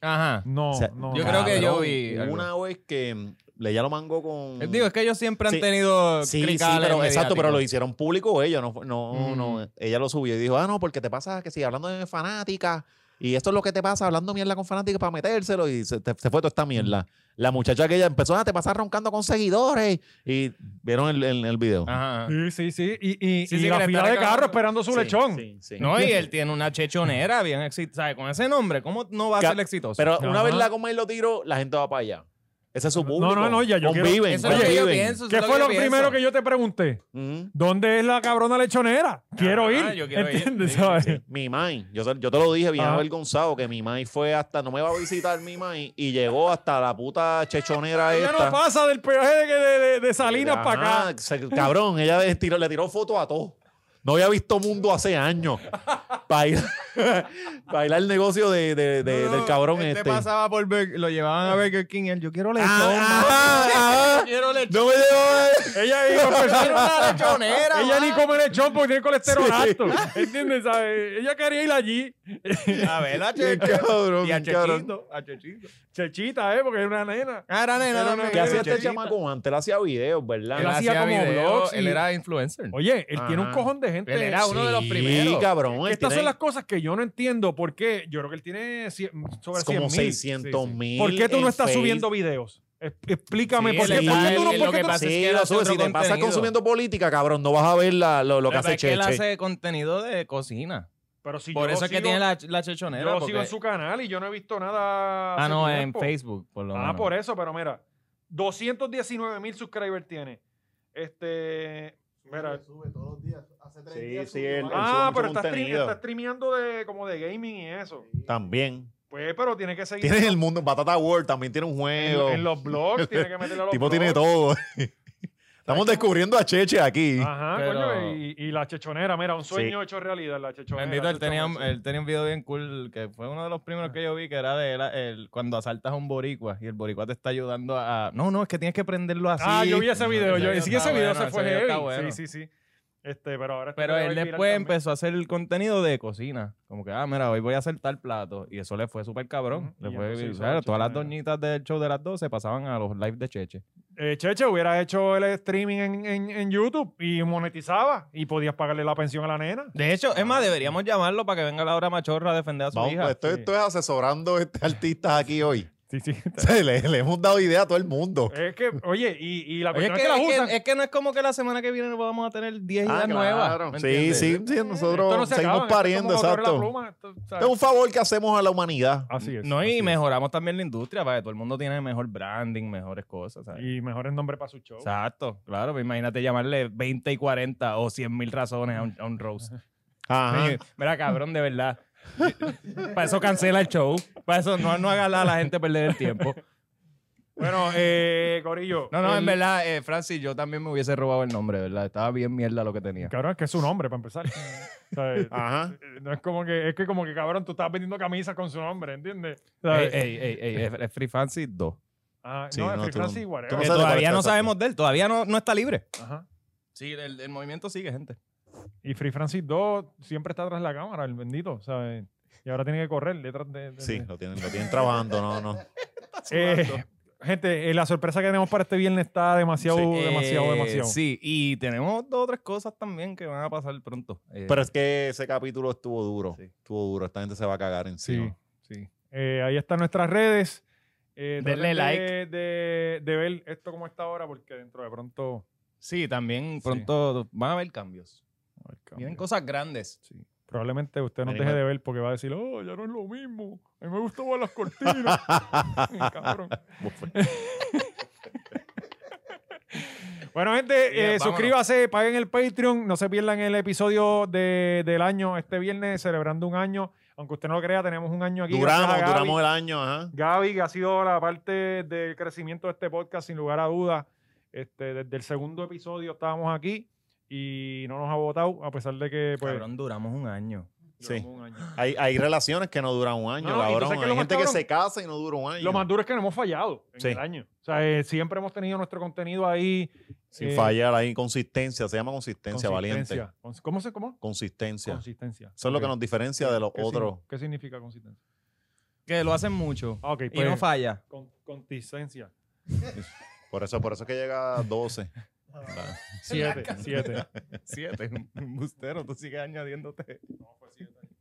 Speaker 2: Ajá.
Speaker 1: no,
Speaker 3: O sea,
Speaker 1: no.
Speaker 2: yo
Speaker 1: no.
Speaker 2: creo que yo
Speaker 3: Cabrón,
Speaker 2: vi
Speaker 3: hubo
Speaker 2: algo.
Speaker 3: Una vez que mm, le ya lo mango con.
Speaker 2: Digo, es que ellos siempre han
Speaker 3: Mm. Sí.
Speaker 2: tenido
Speaker 3: Sí, sí,
Speaker 2: cricales
Speaker 3: pero, exacto,
Speaker 2: mediáticos.
Speaker 3: pero lo hicieron público ellos, no, fue- no,
Speaker 2: Mm.
Speaker 3: no, ella lo subió y dijo, ah, no, porque te pasa que si hablando de fanática y esto es lo que te pasa hablando mierda con fanática para metérselo y se, te- se fue toda esta mierda. La muchacha que ella empezó, ah, te pasas roncando con seguidores y vieron el, el, el video.
Speaker 2: Ajá.
Speaker 1: Sí, sí, sí. Y, y,
Speaker 2: Sí,
Speaker 1: y
Speaker 2: sí,
Speaker 1: la
Speaker 2: que le
Speaker 1: fila
Speaker 2: está
Speaker 1: de carro
Speaker 2: reclamando.
Speaker 1: esperando su
Speaker 3: Ah, Sí,
Speaker 1: lechón.
Speaker 3: sí, sí.
Speaker 2: No, y él tiene una chechonera bien exitosa. ¿Sabes? Con ese nombre, ¿cómo no va a
Speaker 3: Ca-
Speaker 2: ser exitoso?
Speaker 3: Pero una
Speaker 1: Ajá.
Speaker 3: vez la coma y lo tiro, la gente va para allá. Ese es su público.
Speaker 1: no, no, ya, yo quiero-
Speaker 3: Conviven,
Speaker 2: eso es lo que yo
Speaker 3: conviven.
Speaker 2: pienso. eso
Speaker 1: ¿Qué
Speaker 2: es
Speaker 1: fue
Speaker 2: yo
Speaker 1: lo
Speaker 2: pienso.
Speaker 1: primero que yo te pregunté?
Speaker 3: Ujú.
Speaker 1: ¿Dónde es la cabrona lechonera? Quiero
Speaker 2: Ajá,
Speaker 1: ir.
Speaker 2: Ah, yo quiero ir.
Speaker 1: ¿Entiendes?
Speaker 2: Sí,
Speaker 1: ¿Sabes?
Speaker 3: Sí, Mi mai, yo, se- yo te lo dije bien
Speaker 2: Ah.
Speaker 1: Ajá.
Speaker 3: avergonzado que mi mai fue hasta, no me va a visitar mi mai y llegó hasta la puta chechonera
Speaker 1: Ella
Speaker 3: esta.
Speaker 1: no pasa del peaje de, de, de- de Salinas
Speaker 3: Ajá,
Speaker 1: para acá.
Speaker 3: se- cabrón, ella le tiró, le tiró fotos a todo. No había visto mundo hace años. Para ir, pa ir al negocio de, de- de- del cabrón
Speaker 2: Este
Speaker 3: este.
Speaker 2: pasaba por Burger- lo llevaban a Burger King y él, yo quiero lechón.
Speaker 3: Ah,
Speaker 2: mamá.
Speaker 3: ah,
Speaker 2: Yo quiero lechón.
Speaker 3: No me llevaba.
Speaker 1: Ella, iba a empezar-
Speaker 2: Quiero una lechonera,
Speaker 1: pues, ella ni
Speaker 2: ma.
Speaker 1: come lechón porque tiene colesterol
Speaker 3: Sí.
Speaker 1: alto. ¿Entiendes? ¿Sabes? Ella quería ir allí.
Speaker 2: A ver, a
Speaker 3: Bien
Speaker 2: Cheche.
Speaker 3: cabrón,
Speaker 2: Y a
Speaker 3: Ah, bien cabrón.
Speaker 2: Chechito, a Chechito.
Speaker 1: Chechita, ¿eh? Porque es una nena.
Speaker 2: Ah, era nena,
Speaker 1: Pero
Speaker 2: también.
Speaker 1: no,
Speaker 3: ¿Qué hacía este
Speaker 2: Chechito.
Speaker 3: chamaco antes? Él hacía videos, ¿verdad?
Speaker 2: Él
Speaker 1: Él hacía
Speaker 2: hacía
Speaker 1: como
Speaker 2: video,
Speaker 1: blogs y-
Speaker 2: Él era influencer.
Speaker 1: Oye, él tiene un
Speaker 3: Ajá.
Speaker 1: cojón de gente.
Speaker 2: Él era uno de los
Speaker 3: Sí,
Speaker 2: primeros.
Speaker 3: cabrón. él
Speaker 1: Estas son
Speaker 3: tiene
Speaker 1: las cosas que yo no entiendo. ¿Por qué? Yo creo que él tiene cien- sobre 100
Speaker 3: como
Speaker 1: mil.
Speaker 3: 600 mil.
Speaker 1: ¿Por qué tú
Speaker 3: en
Speaker 1: no estás
Speaker 3: Facebook.
Speaker 1: subiendo videos? Es- Explícame
Speaker 2: Sí,
Speaker 1: por qué.
Speaker 2: él
Speaker 1: ¿Por
Speaker 2: está-
Speaker 1: qué tú no-
Speaker 2: él-
Speaker 1: por
Speaker 2: lo
Speaker 1: qué
Speaker 2: que
Speaker 1: tú-
Speaker 2: pasa es
Speaker 3: Sí,
Speaker 2: que él
Speaker 3: lo
Speaker 2: hace
Speaker 3: subes.
Speaker 2: otro
Speaker 3: Si te pasas
Speaker 2: contenido.
Speaker 3: consumiendo política, cabrón, no vas a ver la- lo, lo que
Speaker 2: Pero
Speaker 3: hace
Speaker 2: es que él
Speaker 3: Cheche.
Speaker 2: hace contenido de cocina.
Speaker 1: Pero si
Speaker 2: Por
Speaker 1: yo
Speaker 2: eso es que
Speaker 1: sigo-
Speaker 2: tiene la, la chechonera.
Speaker 1: Yo lo
Speaker 2: porque-
Speaker 1: sigo en su canal y yo no he visto nada.
Speaker 2: Ah,
Speaker 1: hace
Speaker 2: no, en
Speaker 1: tiempo.
Speaker 2: Facebook, por lo
Speaker 1: Ah,
Speaker 2: menos.
Speaker 1: por eso, pero mira. 219 mil subscribers tiene. Este. Mira.
Speaker 3: Sí, sí, él- él sube
Speaker 1: Ah,
Speaker 3: mucho
Speaker 1: pero está, stream-
Speaker 3: contenido.
Speaker 1: está streameando de, como de gaming y eso.
Speaker 3: También.
Speaker 1: Pues, pero tiene que seguir.
Speaker 3: Tienes el mundo. Batata World también tiene un
Speaker 1: en,
Speaker 3: juego.
Speaker 1: en los blogs, tiene que meterle a
Speaker 3: el
Speaker 1: los
Speaker 3: tipo tiene
Speaker 1: blogs.
Speaker 3: todo. Estamos descubriendo a Cheche aquí.
Speaker 1: Ajá,
Speaker 2: Pero-
Speaker 1: coño. Y, y la chechonera, mira, un sueño hecho realidad, la chechonera.
Speaker 2: Bendito, él
Speaker 1: la
Speaker 2: tenía,
Speaker 1: chechonera.
Speaker 2: él tenía un video bien cool que fue uno de los primeros que yo vi que era de la- el- cuando asaltas a un boricua y el boricua te está ayudando a... No, no, es que tienes que prenderlo así.
Speaker 1: Ah, yo vi ese video. Yo, sí,
Speaker 2: está
Speaker 1: ese video
Speaker 2: bueno,
Speaker 1: se fue
Speaker 2: ese video está
Speaker 1: heavy.
Speaker 2: bueno.
Speaker 1: Sí, sí, sí. Este, pero ahora
Speaker 2: Pero
Speaker 1: este
Speaker 2: él
Speaker 1: viral
Speaker 2: después
Speaker 1: también.
Speaker 2: empezó a hacer el contenido de cocina. Como que, ah, mira, hoy voy a hacer tal plato. Y eso le fue súper cabrón.
Speaker 1: Ujú, y
Speaker 2: Le fue,
Speaker 1: entonces hizo
Speaker 2: o sea,
Speaker 1: mucho
Speaker 2: todas las
Speaker 1: dinero.
Speaker 2: doñitas del show de las 12 pasaban a los lives de Cheche.
Speaker 1: Eh, Cheche hubiera hecho el streaming en, en- en YouTube y monetizaba y podías pagarle la pensión a la nena.
Speaker 2: De hecho, es más, deberíamos llamarlo para que venga la hora machorra a defender a su
Speaker 3: Ah. Vamos,
Speaker 2: hija.
Speaker 3: pues, esto,
Speaker 1: sí.
Speaker 3: esto es asesorando este artista aquí hoy.
Speaker 1: Sí, sí. Eh,
Speaker 3: O sea, le, le hemos dado idea a todo el mundo.
Speaker 1: es que, oye, y, y la
Speaker 2: Oye, es,
Speaker 1: cuestión es que,
Speaker 2: que, es que-
Speaker 1: la usan.
Speaker 2: es que no es como que la semana que viene vamos a tener 10
Speaker 3: Ah,
Speaker 2: ideas
Speaker 3: claro.
Speaker 2: nuevas. ¿me
Speaker 3: Sí,
Speaker 2: entiendes?
Speaker 3: sí, sí,
Speaker 1: Eh, Esto
Speaker 3: nosotros
Speaker 1: no se
Speaker 3: seguimos
Speaker 1: acaba, esto es
Speaker 3: pariendo,
Speaker 1: como correr la
Speaker 3: exacto.
Speaker 1: pluma, esto, o sea,
Speaker 3: Este es un favor que hacemos a la humanidad.
Speaker 1: Así es.
Speaker 2: No,
Speaker 1: así
Speaker 2: y
Speaker 1: es.
Speaker 2: mejoramos también la industria para que todo el mundo tiene mejor branding, mejores cosas. ¿sabes?
Speaker 1: Y mejores nombres para su show.
Speaker 2: Exacto, claro. pues imagínate llamarle 20 y 40 o 100 mil razones a un, a un roast.
Speaker 3: Ajá.
Speaker 2: Oye, Mira, cabrón, de verdad. Para eso cancela el show. Para eso no, no haga a la gente perder el tiempo.
Speaker 1: Bueno, eh, Corillo.
Speaker 2: No, no,
Speaker 1: el-
Speaker 2: en verdad, eh, Francis, yo también me hubiese robado el nombre, ¿verdad? Estaba bien mierda lo que tenía.
Speaker 1: Cabrón, es que es su nombre, para empezar. O sea, eh,
Speaker 3: Ajá.
Speaker 1: No es como que, es que como que cabrón, tú estás vendiendo camisas con su nombre, ¿entiendes? O sea, eh,
Speaker 2: Ey, ey, ey, ey, es- es Free Francis 2.
Speaker 1: ah,
Speaker 3: Sí,
Speaker 1: no,
Speaker 3: no,
Speaker 1: es Free
Speaker 3: tú-
Speaker 1: Francis,
Speaker 3: tú
Speaker 1: whatever.
Speaker 3: no
Speaker 2: Que
Speaker 3: sé de cuál
Speaker 2: todavía
Speaker 3: está
Speaker 2: no
Speaker 3: exacto.
Speaker 2: sabemos de él, todavía no, no está libre.
Speaker 1: Ajá.
Speaker 2: Sí, el, el movimiento sigue, gente.
Speaker 1: Y Free Francis 2 siempre está tras la cámara, el bendito, ¿sabes? Y ahora tiene que correr detrás de. de-
Speaker 3: Sí,
Speaker 1: de-
Speaker 3: lo tienen, lo tienen trabajando, no, no.
Speaker 1: Eh, gente, eh, la sorpresa que tenemos para este viernes está demasiado,
Speaker 2: Uh,
Speaker 1: demasiado, demasiado.
Speaker 2: Eh, Sí, y tenemos dos o tres cosas también que van a pasar pronto. Eh,
Speaker 3: Pero es que ese capítulo estuvo duro.
Speaker 2: Sí.
Speaker 3: Estuvo duro. Esta gente se va a cagar encima.
Speaker 1: sí. Eh, ahí están nuestras redes. Eh,
Speaker 2: Denle
Speaker 1: traten
Speaker 2: like.
Speaker 1: De, de- de ver esto como está ahora, porque dentro de pronto.
Speaker 2: sí, también pronto van a haber cambios. Vienen cosas grandes.
Speaker 1: Probablemente usted nos deje de ver porque va a decir, oh, ya no es lo mismo. A mí me gustaban las cortinas. Cabrón.
Speaker 3: pues.
Speaker 1: bueno, gente,
Speaker 2: Bien,
Speaker 1: eh,
Speaker 2: vámonos.
Speaker 1: suscríbase, paguen el Patreon. No se pierdan el episodio de- del año este viernes, celebrando un año. Aunque usted no lo crea, tenemos un año aquí.
Speaker 3: Duramos,
Speaker 1: gracias a Gaby.
Speaker 3: duramos el año, ajá.
Speaker 1: Gaby, que ha sido la parte del crecimiento de este podcast, sin lugar a dudas. Este, desde el segundo episodio estábamos aquí y no nos ha votado, a pesar de que pues,
Speaker 2: Cabrón, duramos un año.
Speaker 1: duramos un año.
Speaker 3: Hay, hay relaciones que no duran un año,
Speaker 1: No, no, y tú
Speaker 3: cabrón.
Speaker 1: sabes que lo
Speaker 3: Hay
Speaker 1: más
Speaker 3: gente
Speaker 1: cabrón-
Speaker 3: que se casa y no dura un año.
Speaker 1: Lo más duro es que no hemos fallado en
Speaker 3: Sí.
Speaker 1: el año. O sea, eh, siempre hemos tenido nuestro contenido ahí.
Speaker 3: Sin
Speaker 1: eh,
Speaker 3: fallar, hay consistencia. Se llama consistencia, valiente.
Speaker 1: consistencia. Cons- ¿Cómo se cómo?
Speaker 3: Consistencia.
Speaker 1: Consistencia.
Speaker 3: Eso es lo que
Speaker 1: Ok.
Speaker 3: nos diferencia de los
Speaker 1: ¿Qué
Speaker 3: otros.
Speaker 1: signi- ¿Qué significa consistencia?
Speaker 2: Que lo hacen mucho.
Speaker 1: Ah, ok,
Speaker 2: y no
Speaker 1: pues,
Speaker 2: falla.
Speaker 1: con- consistencia.
Speaker 3: Por eso, por eso es que llega a 12.
Speaker 1: Siete. siete.
Speaker 2: Siete, un bustero, tú sigues añadiéndote.
Speaker 1: No, fue siete.